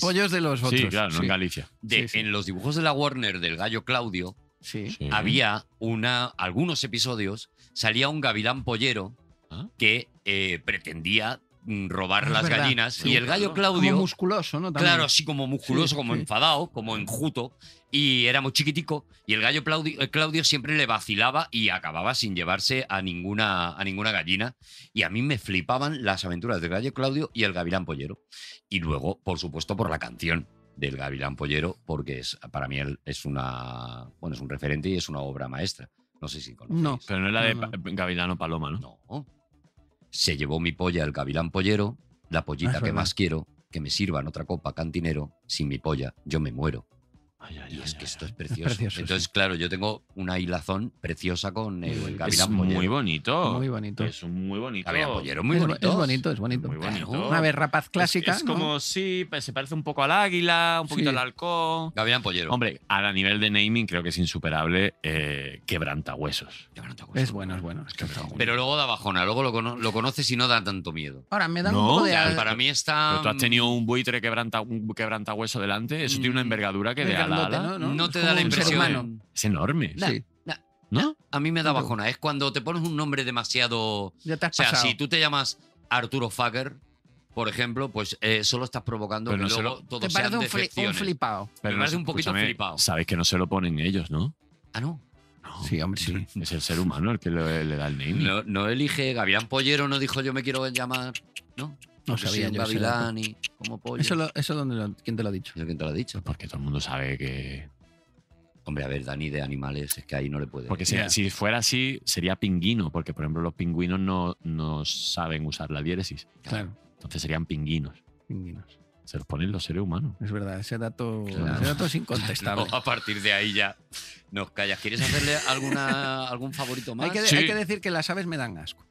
Speaker 2: Pollos de los otros.
Speaker 4: Sí, claro, no en Galicia.
Speaker 3: de
Speaker 2: sí, sí.
Speaker 3: en los dibujos de la Warner del gallo Claudio
Speaker 2: Sí.
Speaker 4: Sí.
Speaker 3: había una algunos episodios salía un gavilán pollero
Speaker 4: Ah.
Speaker 3: que eh, pretendía mm, robar
Speaker 2: Ah, Es
Speaker 3: las
Speaker 2: verdad.
Speaker 3: gallinas
Speaker 2: Sí,
Speaker 3: y el
Speaker 2: claro.
Speaker 3: gallo Claudio
Speaker 2: Como musculoso, ¿no? También.
Speaker 3: Claro, así como musculoso,
Speaker 2: Sí,
Speaker 3: como
Speaker 2: sí.
Speaker 3: enfadado, como enjuto. Y era muy chiquitico. Y el gallo Claudio, eh, Claudio siempre le vacilaba y acababa sin llevarse a ninguna, a ninguna gallina. Y a mí me flipaban las aventuras del gallo Claudio y el gavilán pollero. Y luego, por supuesto, por la canción del gavilán pollero, porque es, para mí el- es una, bueno, es un referente y es una obra maestra. No sé si conocéis.
Speaker 2: No.
Speaker 4: Pero no es la de
Speaker 2: No, no.
Speaker 4: Pa- Gavilano Paloma, ¿no?
Speaker 3: No. Se llevó mi polla el gavilán pollero, la
Speaker 2: Ah,
Speaker 3: pollita
Speaker 2: es
Speaker 3: que
Speaker 2: verdad.
Speaker 3: más quiero, que me sirvan otra copa cantinero, sin mi polla yo me muero.
Speaker 4: Ay, ay,
Speaker 3: Y
Speaker 4: ay,
Speaker 3: es que
Speaker 4: ay, ay.
Speaker 3: esto es precioso.
Speaker 2: precioso,
Speaker 3: Entonces, claro, yo tengo una hilazón preciosa con el,
Speaker 2: Es
Speaker 4: Es
Speaker 3: gavilán pollero.
Speaker 4: muy bonito.
Speaker 2: Muy bonito.
Speaker 4: Es un muy bonito.
Speaker 3: Gavilán pollero, Oh, muy
Speaker 2: es, bo-
Speaker 3: bonito.
Speaker 2: es bonito, es bonito.
Speaker 4: Muy bonito.
Speaker 2: Claro, Una ave rapaz clásica.
Speaker 4: Es, es
Speaker 2: ¿no?
Speaker 4: como, sí, pues, se parece un poco al águila, un poquito
Speaker 2: Sí.
Speaker 4: al halcón.
Speaker 3: Gavilán pollero.
Speaker 4: Hombre, a nivel de naming creo que es insuperable eh, quebrantahuesos.
Speaker 2: Es bueno, es bueno.
Speaker 3: Pero luego da bajona, luego lo, cono- lo conoces y no da tanto miedo.
Speaker 2: Ahora, me da
Speaker 4: No,
Speaker 2: un poco
Speaker 3: O
Speaker 2: de.
Speaker 3: sea,
Speaker 2: al-
Speaker 3: para mí está. mm,
Speaker 4: Pero tú has tenido un buitre quebranta, un quebrantahueso delante, eso tiene una
Speaker 3: Mm,
Speaker 4: envergadura que
Speaker 2: muy
Speaker 4: de ala a
Speaker 2: grandote,
Speaker 4: ala.
Speaker 2: ¿no?
Speaker 3: No
Speaker 2: Es
Speaker 3: te
Speaker 2: como
Speaker 3: da la
Speaker 2: un ser
Speaker 3: impresión.
Speaker 2: humano.
Speaker 4: Es enorme,
Speaker 3: Nah,
Speaker 2: Sí,
Speaker 4: ¿no?
Speaker 3: A mí me da
Speaker 2: Claro.
Speaker 3: bajona. Es cuando te pones un nombre demasiado.
Speaker 2: ya te has
Speaker 3: O sea,
Speaker 2: pasado.
Speaker 3: si tú te llamas Arturo Fager, por ejemplo, pues eh, solo estás provocando
Speaker 4: Pero
Speaker 3: que
Speaker 4: no se
Speaker 3: luego
Speaker 4: lo-
Speaker 3: todo
Speaker 2: te
Speaker 3: sean
Speaker 2: parece un, fli- un
Speaker 3: decepciones.
Speaker 2: flipado.
Speaker 3: me parece un poquito
Speaker 4: escúchame,
Speaker 3: flipado.
Speaker 4: Sabes que no se lo ponen ellos, ¿no?
Speaker 3: Ah, no.
Speaker 2: Sí, hombre, sí.
Speaker 4: Es el ser humano el que le, le da el naming.
Speaker 3: No, no elige Gavilán Pollero, no dijo yo me quiero llamar. No,
Speaker 2: No
Speaker 3: Yo soy
Speaker 2: sabía
Speaker 3: un
Speaker 2: yo ese
Speaker 3: Gavilán y como pollo.
Speaker 2: Eso, lo, eso donde lo- quién te lo ha dicho.
Speaker 3: Yo quién te lo ha dicho.
Speaker 4: Porque todo el mundo sabe que.
Speaker 3: Hombre, a ver, Dani de animales, es que ahí no le puede.
Speaker 4: Porque si,
Speaker 2: Ya.
Speaker 4: si fuera así, sería pinguino, porque por ejemplo los pingüinos no, no saben usar la diéresis.
Speaker 2: Claro.
Speaker 4: Entonces serían pinguinos.
Speaker 2: pingüinos.
Speaker 4: Se los ponen los seres humanos.
Speaker 2: Es verdad, ese dato,
Speaker 4: Claro.
Speaker 2: ese dato es incontestable.
Speaker 3: No, a partir de ahí ya nos callas. ¿Quieres hacerle alguna, algún favorito más?
Speaker 2: Hay que, de-
Speaker 4: Sí.
Speaker 2: hay que decir que las aves me dan asco.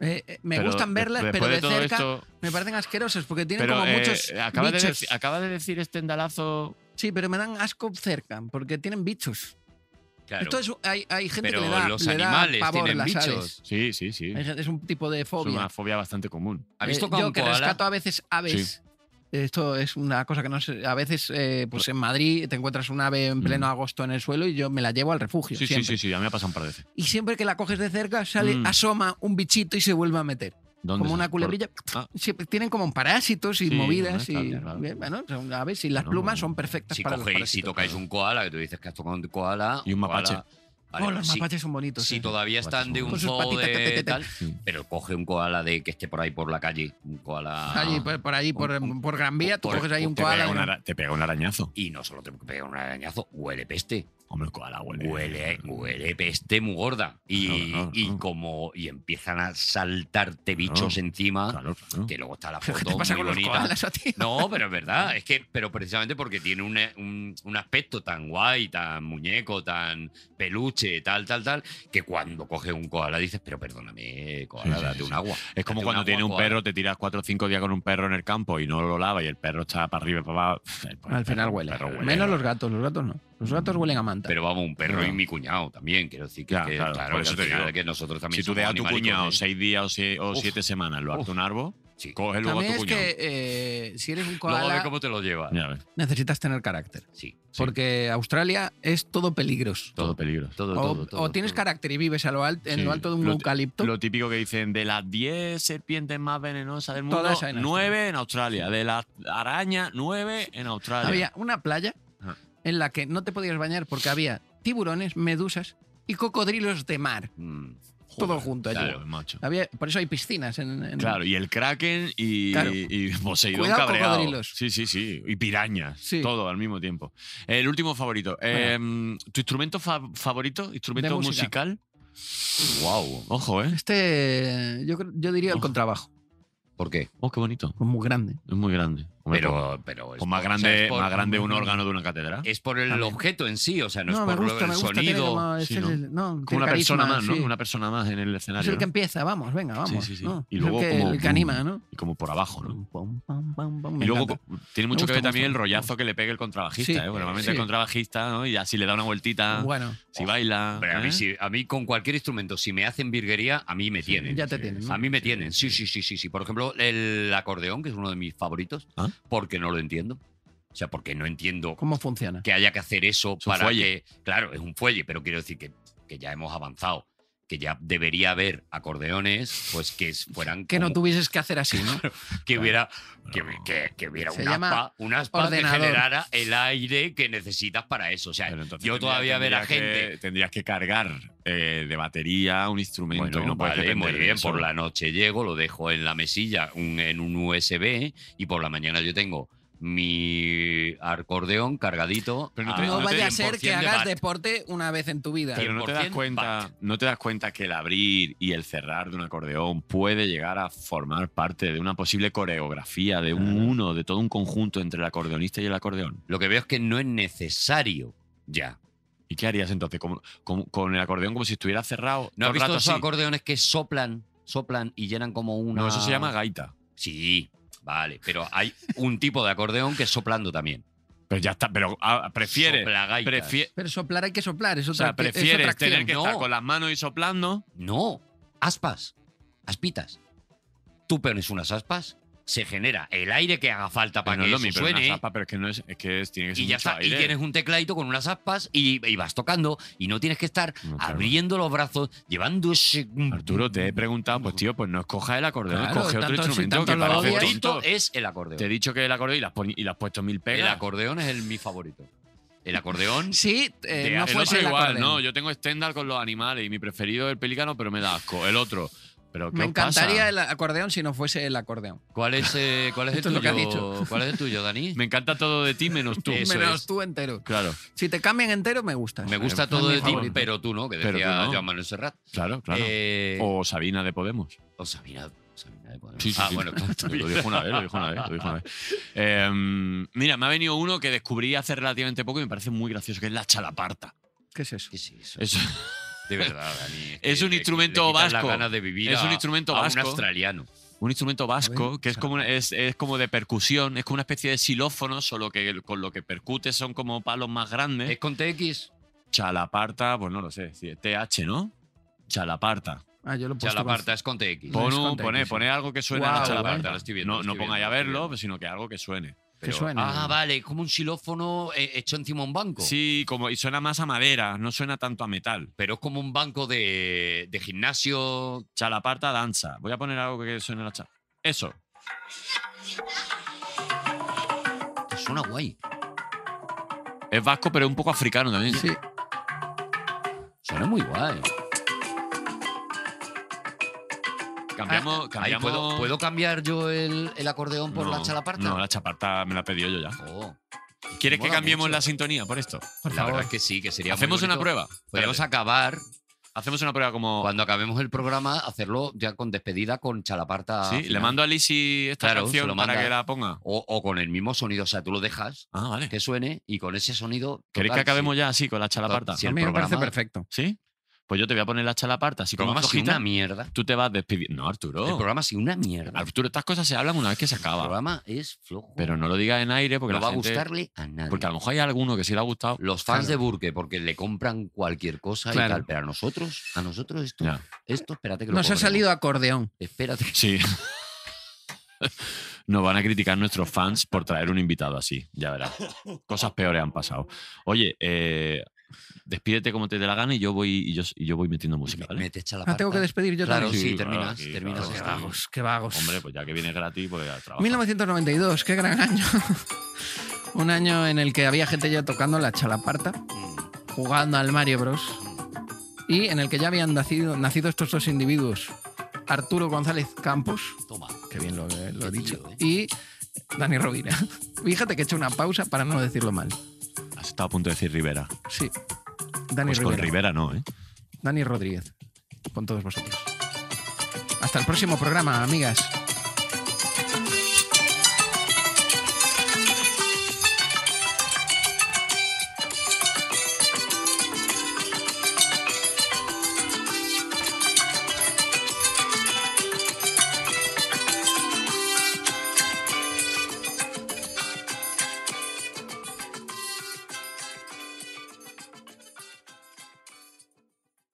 Speaker 2: Eh, eh, me
Speaker 4: Pero
Speaker 2: gustan
Speaker 4: de-
Speaker 2: verlas,
Speaker 4: después
Speaker 2: pero de,
Speaker 4: todo
Speaker 2: cerca
Speaker 4: esto-
Speaker 2: me parecen asquerosas porque tienen
Speaker 4: pero,
Speaker 2: como
Speaker 4: eh,
Speaker 2: muchos
Speaker 4: acaba, de
Speaker 2: bichos.
Speaker 4: decir, acaba de decir este endalazo.
Speaker 2: Sí, pero me dan asco cerca porque tienen bichos.
Speaker 3: Claro,
Speaker 2: Esto es, hay, hay gente
Speaker 3: pero
Speaker 2: que le da,
Speaker 3: los
Speaker 2: le da
Speaker 3: animales
Speaker 2: pavor
Speaker 3: tienen
Speaker 2: las
Speaker 3: bichos.
Speaker 2: aves.
Speaker 4: Sí, sí, sí.
Speaker 2: Hay
Speaker 4: Es
Speaker 2: gente- Es un tipo de fobia.
Speaker 4: una fobia bastante común.
Speaker 3: ¿Habéis
Speaker 2: Eh,
Speaker 3: tocado
Speaker 2: yo
Speaker 3: un
Speaker 2: que
Speaker 3: koala?
Speaker 2: rescato a veces aves. Esto es una cosa que no sé. A veces, eh, pues en Madrid te encuentras un ave en pleno agosto en el suelo y yo me la llevo al refugio.
Speaker 4: Mm. Sí, sí,
Speaker 2: siempre.
Speaker 4: sí, sí. A mí me ha pasado un par de veces.
Speaker 2: Y siempre que la coges de cerca, sale,
Speaker 4: Mm.
Speaker 2: asoma un bichito y se vuelve a meter.
Speaker 4: ¿Dónde
Speaker 2: Como
Speaker 4: se-
Speaker 2: una
Speaker 4: por-
Speaker 2: culebrilla.
Speaker 4: Ah.
Speaker 2: Siempre tienen como parásitos y
Speaker 4: Sí,
Speaker 2: movidas.
Speaker 4: bueno,
Speaker 2: y,
Speaker 4: está bien, claro.
Speaker 2: bueno, son aves y las
Speaker 4: Bueno,
Speaker 2: plumas son perfectas
Speaker 3: Si,
Speaker 2: para los
Speaker 3: cogéis, si
Speaker 2: parásitos.
Speaker 3: tocáis un koala, que tú dices que has tocado un koala.
Speaker 4: Y un mapache.
Speaker 3: koala- Vale,
Speaker 2: Oh, los
Speaker 3: si-
Speaker 2: mapaches son bonitos. eh.
Speaker 3: Si
Speaker 2: sí.
Speaker 3: todavía
Speaker 4: Mapaches
Speaker 3: están de
Speaker 4: son
Speaker 3: un
Speaker 2: Con sus
Speaker 3: zoo
Speaker 2: patitas, te, te, te,
Speaker 3: de
Speaker 2: te.
Speaker 3: tal,
Speaker 4: Sí.
Speaker 3: pero coge un koala de que esté por ahí por la calle, un koala
Speaker 2: Allí, por, por ahí, por,
Speaker 3: Ah. Un-
Speaker 2: por Gran Vía, tú
Speaker 3: por-
Speaker 2: coges ahí un
Speaker 3: te
Speaker 2: koala.
Speaker 4: Pega
Speaker 2: y
Speaker 4: un
Speaker 2: no-
Speaker 4: ara- Te pega un arañazo.
Speaker 3: y no solo te pega un arañazo, huele peste,
Speaker 4: Hombre, el koala huele.
Speaker 3: huele, huele peste muy gorda y,
Speaker 4: Claro, claro,
Speaker 3: y
Speaker 4: claro.
Speaker 3: como y empiezan a saltarte bichos encima,
Speaker 4: Claro, claro.
Speaker 3: que luego está la
Speaker 2: ¿Pero
Speaker 3: foto
Speaker 2: ¿Qué te pasa
Speaker 3: muy
Speaker 2: con los
Speaker 3: bonita.
Speaker 2: koalas a ti?
Speaker 3: No, pero es verdad, es que, pero precisamente porque tiene un, eh, un- un aspecto tan guay, tan muñeco, tan peluche, tal, tal, tal, que cuando coge un koala dices, pero perdóname, koala,
Speaker 4: Sí, sí,
Speaker 3: date
Speaker 4: sí,
Speaker 3: un
Speaker 4: sí.
Speaker 3: agua.
Speaker 4: Es como
Speaker 3: Date
Speaker 4: cuando
Speaker 3: agua,
Speaker 4: tiene un
Speaker 3: koala.
Speaker 4: perro, te tiras cuatro o cinco días con un perro en el campo y no lo lava y el perro está para arriba y para abajo. El perro-
Speaker 2: Al final
Speaker 4: el
Speaker 2: huele.
Speaker 4: perro
Speaker 2: Menos los gatos, los gatos no. Los gatos huelen a manta.
Speaker 3: Mm. Pero vamos, un perro
Speaker 4: Claro.
Speaker 3: y mi cuñado también, quiero decir que,
Speaker 4: Ya,
Speaker 3: que,
Speaker 4: claro,
Speaker 3: claro,
Speaker 4: por
Speaker 3: que
Speaker 4: eso
Speaker 3: al
Speaker 4: te
Speaker 3: final
Speaker 4: digo.
Speaker 3: es que nosotros también
Speaker 4: Si tú
Speaker 3: somos
Speaker 4: dejas a tu
Speaker 3: animalicos,
Speaker 4: cuñado
Speaker 3: ¿eh?
Speaker 4: seis días o, sie- o
Speaker 3: Uf,
Speaker 4: siete semanas, lo harta
Speaker 3: uf.
Speaker 4: un árbol,
Speaker 3: Sí.
Speaker 4: coge luego a
Speaker 2: También
Speaker 4: tu
Speaker 2: es
Speaker 4: cuñado.
Speaker 2: que eh, si eres un
Speaker 3: Luego ve
Speaker 2: koala,
Speaker 3: cómo te lo lleva.
Speaker 4: Ya ves,
Speaker 2: necesitas tener carácter.
Speaker 3: Sí,
Speaker 2: Porque Australia es todo peligros.
Speaker 4: todo peligro.
Speaker 3: todo,
Speaker 2: o,
Speaker 3: todo,
Speaker 2: o
Speaker 3: todo,
Speaker 2: tienes
Speaker 3: todo.
Speaker 2: carácter y vives a lo alt- en
Speaker 4: Sí.
Speaker 2: lo alto de un
Speaker 4: Lo ti-
Speaker 2: eucalipto.
Speaker 4: Lo típico que dicen, de las 10 serpientes más venenosas del mundo,
Speaker 2: Todas en Australia.
Speaker 4: 9 en Australia. De las arañas, 9 en Australia.
Speaker 2: había una playa
Speaker 4: Ajá.
Speaker 2: en la que no te podías bañar porque había tiburones, medusas y cocodrilos de mar.
Speaker 3: Mm,
Speaker 2: todo junto allí.
Speaker 4: Claro, macho.
Speaker 2: Había, por eso hay piscinas en, en-
Speaker 4: Claro, y el Kraken y,
Speaker 2: Claro.
Speaker 4: y Poseidón
Speaker 2: Cuidado,
Speaker 4: cabreado.
Speaker 2: cocodrilos.
Speaker 4: Sí, sí, sí. Y pirañas.
Speaker 2: Sí.
Speaker 4: Todo al mismo tiempo. El último favorito. Eh, ¿Tu instrumento fa- favorito? ¿Instrumento
Speaker 2: De música.
Speaker 4: musical? Wow. Ojo, ¿eh?
Speaker 2: Este, yo, creo- yo diría el
Speaker 4: Ojo.
Speaker 2: contrabajo,
Speaker 3: ¿Por qué?
Speaker 4: Oh, qué bonito.
Speaker 2: es muy grande.
Speaker 4: Es muy grande. Hombre, pues-
Speaker 3: Pero, pero es
Speaker 4: pues más
Speaker 3: por- o sea,
Speaker 4: grande,
Speaker 3: es por-
Speaker 4: más grande un órgano de una catedral.
Speaker 2: Eh,
Speaker 3: Es por el
Speaker 2: También.
Speaker 3: objeto en sí, o sea, no,
Speaker 2: No,
Speaker 3: es
Speaker 2: me
Speaker 3: por
Speaker 2: gusta,
Speaker 3: el
Speaker 2: me gusta.
Speaker 3: sonido.
Speaker 2: tiene como- es
Speaker 4: sí,
Speaker 2: el-
Speaker 4: ¿no?
Speaker 2: no,
Speaker 4: Como
Speaker 2: tiene
Speaker 4: una persona
Speaker 2: carisma,
Speaker 4: más, ¿no?
Speaker 2: sí.
Speaker 4: Una persona más en el
Speaker 2: Es
Speaker 4: escenario.
Speaker 2: el que
Speaker 4: ¿no?
Speaker 2: empieza, vamos, venga, vamos.
Speaker 4: sí, sí.
Speaker 2: ¿no?
Speaker 4: Y
Speaker 2: Es
Speaker 4: luego
Speaker 2: el que,
Speaker 4: como-
Speaker 2: el que anima, ¿no?
Speaker 4: Y como por abajo, ¿no?
Speaker 2: Pum, pam, pam, pam, Mm, me
Speaker 4: y luego
Speaker 2: encanta.
Speaker 4: co- tiene mucho
Speaker 2: Me
Speaker 4: que ver
Speaker 2: gusta
Speaker 4: también el
Speaker 2: mucho.
Speaker 4: rollazo que le pega el contrabajista,
Speaker 2: Sí,
Speaker 4: ¿eh? Porque Normalmente
Speaker 2: sí.
Speaker 4: el contrabajista, ¿no? Y así le da una vueltita,
Speaker 2: Bueno,
Speaker 4: si baila.
Speaker 3: Hombre, a,
Speaker 4: ¿eh?
Speaker 3: mí, sí- a mí con cualquier instrumento, si me hacen virguería, a mí me tienen.
Speaker 2: ya te tienen. ¿no?
Speaker 3: A mí me tienen, sí, sí, sí, sí, sí. Por ejemplo, el acordeón, que es uno de mis favoritos,
Speaker 4: ¿Ah?
Speaker 3: porque no lo entiendo. O sea, porque no entiendo
Speaker 2: ¿Cómo funciona?
Speaker 3: que haya que hacer eso
Speaker 4: Es un
Speaker 3: para
Speaker 4: fuelle.
Speaker 3: que. Claro, es un fuelle, pero quiero decir que, que ya hemos avanzado, que ya debería haber acordeones, pues que fueran.
Speaker 2: Que no
Speaker 3: como-
Speaker 2: tuvieses que hacer así, ¿no?
Speaker 3: que hubiera, que, que- que hubiera
Speaker 2: Se
Speaker 3: un
Speaker 2: llama
Speaker 3: aspa, un aspa que
Speaker 2: ordenador.
Speaker 3: generara el aire que necesitas para eso. O sea,
Speaker 4: Pero entonces
Speaker 3: yo
Speaker 4: tendría-
Speaker 3: todavía ver a
Speaker 4: tendrías que-
Speaker 3: gente.
Speaker 4: tendrías que cargar eh, de batería un instrumento.
Speaker 3: Bueno,
Speaker 4: y no puedes
Speaker 3: vale,
Speaker 4: depender
Speaker 3: muy
Speaker 4: de
Speaker 3: bien.
Speaker 4: eso.
Speaker 3: Por la noche llego, lo dejo en la mesilla, un- en un USB, y por la mañana yo tengo mi acordeón cargadito.
Speaker 4: Pero no te-
Speaker 2: Ah, No
Speaker 4: te-
Speaker 2: vaya a
Speaker 3: 100%
Speaker 2: ser que hagas
Speaker 3: bat.
Speaker 2: deporte una vez en tu vida.
Speaker 4: Pero no te das
Speaker 3: 100%
Speaker 4: cuenta,
Speaker 3: back.
Speaker 4: no te das cuenta que el abrir y el cerrar de un acordeón puede llegar a formar parte de una posible coreografía de un
Speaker 3: Claro.
Speaker 4: uno, de todo un conjunto entre el acordeonista y el acordeón.
Speaker 3: Lo que veo es que no es necesario ya.
Speaker 4: ¿Y qué harías entonces? Como- como- con el acordeón como si estuviera cerrado.
Speaker 3: ¿No
Speaker 4: todo
Speaker 3: has
Speaker 4: el
Speaker 3: visto
Speaker 4: rato
Speaker 3: esos
Speaker 4: así?
Speaker 3: acordeones que soplan, soplan y llenan como una.
Speaker 4: No, eso se llama gaita.
Speaker 3: Sí, vale. Pero hay un tipo de acordeón que es soplando también.
Speaker 4: Pero ya está, pero ah, prefieres.
Speaker 3: Soplagaitas.
Speaker 4: prefie-
Speaker 2: Pero soplar hay que soplar, eso
Speaker 4: o sea, prefieres tener que estar
Speaker 3: No.
Speaker 4: con las manos y soplando.
Speaker 3: No, aspas, aspitas. Tú pones unas aspas, se genera el aire que haga falta para
Speaker 4: no
Speaker 3: que
Speaker 4: es lo
Speaker 3: eso
Speaker 4: mismo, pero
Speaker 3: suene.
Speaker 4: una zapa, pero es que no es, es que es- tiene que ser
Speaker 3: y ya
Speaker 4: mucho
Speaker 3: está, y
Speaker 4: aire.
Speaker 3: tienes un tecladito con unas aspas y, y vas tocando y no tienes que estar
Speaker 4: No, claro.
Speaker 3: abriendo los brazos, llevando ese...
Speaker 4: Arturo, te he preguntado, pues tío, pues no escojas el acordeón,
Speaker 2: Claro,
Speaker 4: escoge otro
Speaker 2: tanto- si
Speaker 4: instrumento
Speaker 2: tanto
Speaker 4: que
Speaker 2: lo
Speaker 4: parece
Speaker 2: odias-
Speaker 4: tonto.
Speaker 3: favorito es el acordeón.
Speaker 4: Te he dicho que el acordeón y las pon- y le has puesto mil
Speaker 3: eh. el
Speaker 4: pegas.
Speaker 3: acordeón es el mi favorito. El acordeón...
Speaker 2: Sí, eh,
Speaker 4: Te-
Speaker 2: no
Speaker 4: el
Speaker 2: fuese
Speaker 4: otro
Speaker 2: el
Speaker 4: igual,
Speaker 2: acordeón.
Speaker 4: no, yo tengo Stendhal con los animales y mi preferido es el pelícano, pero me da asco. El otro. Pero ¿qué
Speaker 2: Me
Speaker 4: os pasa?
Speaker 2: encantaría el acordeón si no fuese el acordeón.
Speaker 3: ¿Cuál es, eh, cuál es el
Speaker 2: Esto es
Speaker 3: tuyo?
Speaker 2: lo que has
Speaker 3: ¿Cuál es el tuyo, Dani?
Speaker 4: Me encanta todo de ti menos tú.
Speaker 3: Eso
Speaker 2: Menos
Speaker 3: es.
Speaker 2: tú entero.
Speaker 4: Claro,
Speaker 2: Si te cambian entero, me gusta.
Speaker 3: Me gusta
Speaker 4: es
Speaker 3: todo
Speaker 2: mi
Speaker 3: de ti,
Speaker 2: favorito.
Speaker 3: pero tú no, que
Speaker 4: Pero tú
Speaker 3: decía
Speaker 4: no.
Speaker 3: Joan Manuel Serrat.
Speaker 4: claro, claro.
Speaker 3: Eh,
Speaker 4: o Sabina de Podemos.
Speaker 3: o Sabina, Sabina de Cuadro.
Speaker 4: Sí, sí,
Speaker 3: ah,
Speaker 4: sí.
Speaker 3: bueno,
Speaker 4: lo dijo una vez, lo dijo una vez, lo dijo una vez. Eh, mira, me ha venido uno que descubrí hace relativamente poco y me parece muy gracioso, que es la chalaparta.
Speaker 2: ¿Qué es eso?
Speaker 3: ¿Qué es eso?
Speaker 4: Es,
Speaker 3: De verdad, Dani. que
Speaker 4: Es un
Speaker 3: le-
Speaker 4: instrumento
Speaker 3: le quitas
Speaker 4: vasco.
Speaker 3: las ganas de vivir
Speaker 4: Es un
Speaker 3: a-
Speaker 4: instrumento
Speaker 3: a
Speaker 4: vasco.
Speaker 3: Un australiano.
Speaker 4: un instrumento vasco
Speaker 2: ver,
Speaker 4: que es como, una- es, es como de percusión, es como una especie de xilófono, solo que el- con lo que percute son como palos más grandes.
Speaker 3: ¿Es con TX?
Speaker 4: Chalaparta, pues no lo sé, sí, TH, ¿no? Chalaparta.
Speaker 2: Ah, yo lo he puesto
Speaker 3: Chalaparta es con TX.
Speaker 2: No
Speaker 4: Pon
Speaker 2: es
Speaker 4: un-
Speaker 2: con TX,
Speaker 4: pone,
Speaker 2: sí.
Speaker 4: pone algo que suene a
Speaker 2: Guau,
Speaker 4: la
Speaker 2: guau.
Speaker 4: chalaparta.
Speaker 3: Lo estoy viendo,
Speaker 4: no
Speaker 3: lo
Speaker 4: no
Speaker 3: estoy
Speaker 4: pongáis a
Speaker 3: viendo, lo estoy
Speaker 4: verlo,
Speaker 3: viendo.
Speaker 4: sino que algo que suene.
Speaker 2: Que suena.
Speaker 3: Ah, vale, es como un xilófono eh, hecho encima de un banco.
Speaker 4: Sí, como, y suena más a madera, no suena tanto a metal.
Speaker 3: Pero es como un banco de, de gimnasio.
Speaker 4: Chalaparta danza. Voy a poner algo que suene a la chala. Eso.
Speaker 3: Suena guay.
Speaker 4: Es vasco, pero un poco africano también.
Speaker 2: Sí,
Speaker 3: Suena muy guay.
Speaker 4: Cambiamos.
Speaker 3: Ah, Ahí
Speaker 4: cambiamos
Speaker 3: puedo, ¿Puedo cambiar yo el, el acordeón por la chalaparta?
Speaker 4: No, la chalaparta me la he pedido yo ya.
Speaker 3: Jo,
Speaker 4: ¿Quieres que
Speaker 3: mola
Speaker 4: cambiemos
Speaker 3: mucho.
Speaker 4: la sintonía por esto?
Speaker 2: por
Speaker 3: La verdad
Speaker 2: favor.
Speaker 3: es que sí, que sería muy
Speaker 4: Hacemos una
Speaker 3: bonito.
Speaker 4: prueba.
Speaker 3: Podríamos
Speaker 4: Espérate.
Speaker 3: acabar,
Speaker 4: Hacemos una prueba como.
Speaker 3: cuando acabemos el programa, hacerlo ya con despedida con chalaparta.
Speaker 4: sí, le
Speaker 3: final.
Speaker 4: mando a Lisi esta
Speaker 3: Claro, se
Speaker 4: canción
Speaker 3: lo
Speaker 4: para
Speaker 3: manda.
Speaker 4: que la ponga.
Speaker 3: O, o con el mismo sonido, o sea, tú lo dejas
Speaker 4: Ah, vale.
Speaker 3: que suene y con ese sonido.
Speaker 4: ¿Queréis
Speaker 3: total,
Speaker 4: que acabemos ya así con la chalaparta?
Speaker 3: sí.
Speaker 2: a
Speaker 3: el
Speaker 2: mí me parece
Speaker 3: programa-
Speaker 2: perfecto.
Speaker 4: ¿Sí? Pues yo te voy a poner la chalaparta así
Speaker 3: El
Speaker 4: como
Speaker 3: programa ha sido
Speaker 4: flojita.
Speaker 3: una mierda.
Speaker 4: Tú te vas despidiendo. No,
Speaker 3: El
Speaker 4: Arturo.
Speaker 3: programa ha sido una mierda.
Speaker 4: Arturo, estas cosas se hablan una vez que se
Speaker 3: El
Speaker 4: acaba.
Speaker 3: programa es flojo.
Speaker 4: Pero no lo digas en aire porque
Speaker 3: no
Speaker 4: la
Speaker 3: va a
Speaker 4: gente-
Speaker 3: gustarle a nadie.
Speaker 4: Porque a lo mejor hay alguno que sí le ha gustado.
Speaker 3: los fans
Speaker 2: Claro.
Speaker 3: de Burke, porque le compran cualquier cosa y
Speaker 2: Claro.
Speaker 3: tal, pero a nosotros, a nosotros esto,
Speaker 4: Ya.
Speaker 3: esto espérate que lo
Speaker 2: Nos ha
Speaker 3: cobremos.
Speaker 2: salido acordeón.
Speaker 3: Espérate.
Speaker 4: Sí. Nos van a criticar nuestros fans por traer un invitado así, ya verás. Cosas peores han pasado. Oye, eh, despídete como te dé la gana y yo voy, y yo, y yo voy metiendo música, ¿vale?
Speaker 3: Mete echa la
Speaker 2: Ah, tengo que
Speaker 3: parta.
Speaker 2: despedir yo
Speaker 3: Claro,
Speaker 2: también.
Speaker 3: sí,
Speaker 4: Sí, claro,
Speaker 3: terminas,
Speaker 4: aquí,
Speaker 3: terminas.
Speaker 4: claro,
Speaker 2: Qué
Speaker 3: esto.
Speaker 4: claro.
Speaker 2: vagos, qué vagos.
Speaker 4: Hombre, pues ya que vienes gratis, pues al trabajo.
Speaker 2: 1992, qué gran año. Un año en el que había gente ya tocando la chalaparta, jugando al Mario Bros. Y en el que ya habían nacido, nacido estos dos individuos. Arturo González Campos,
Speaker 3: Toma.
Speaker 2: que bien lo, lo
Speaker 3: Qué
Speaker 2: he dicho,
Speaker 3: tío, ¿eh?
Speaker 2: y Dani Rovira. Fíjate que he hecho una pausa para no decirlo mal.
Speaker 4: Has estado a punto de decir Rivera.
Speaker 2: Sí. Dani
Speaker 4: Pues con
Speaker 2: Rovira.
Speaker 4: Rivera no, ¿eh?
Speaker 2: Dani Rodríguez. Con todos vosotros. Hasta el próximo programa, amigas.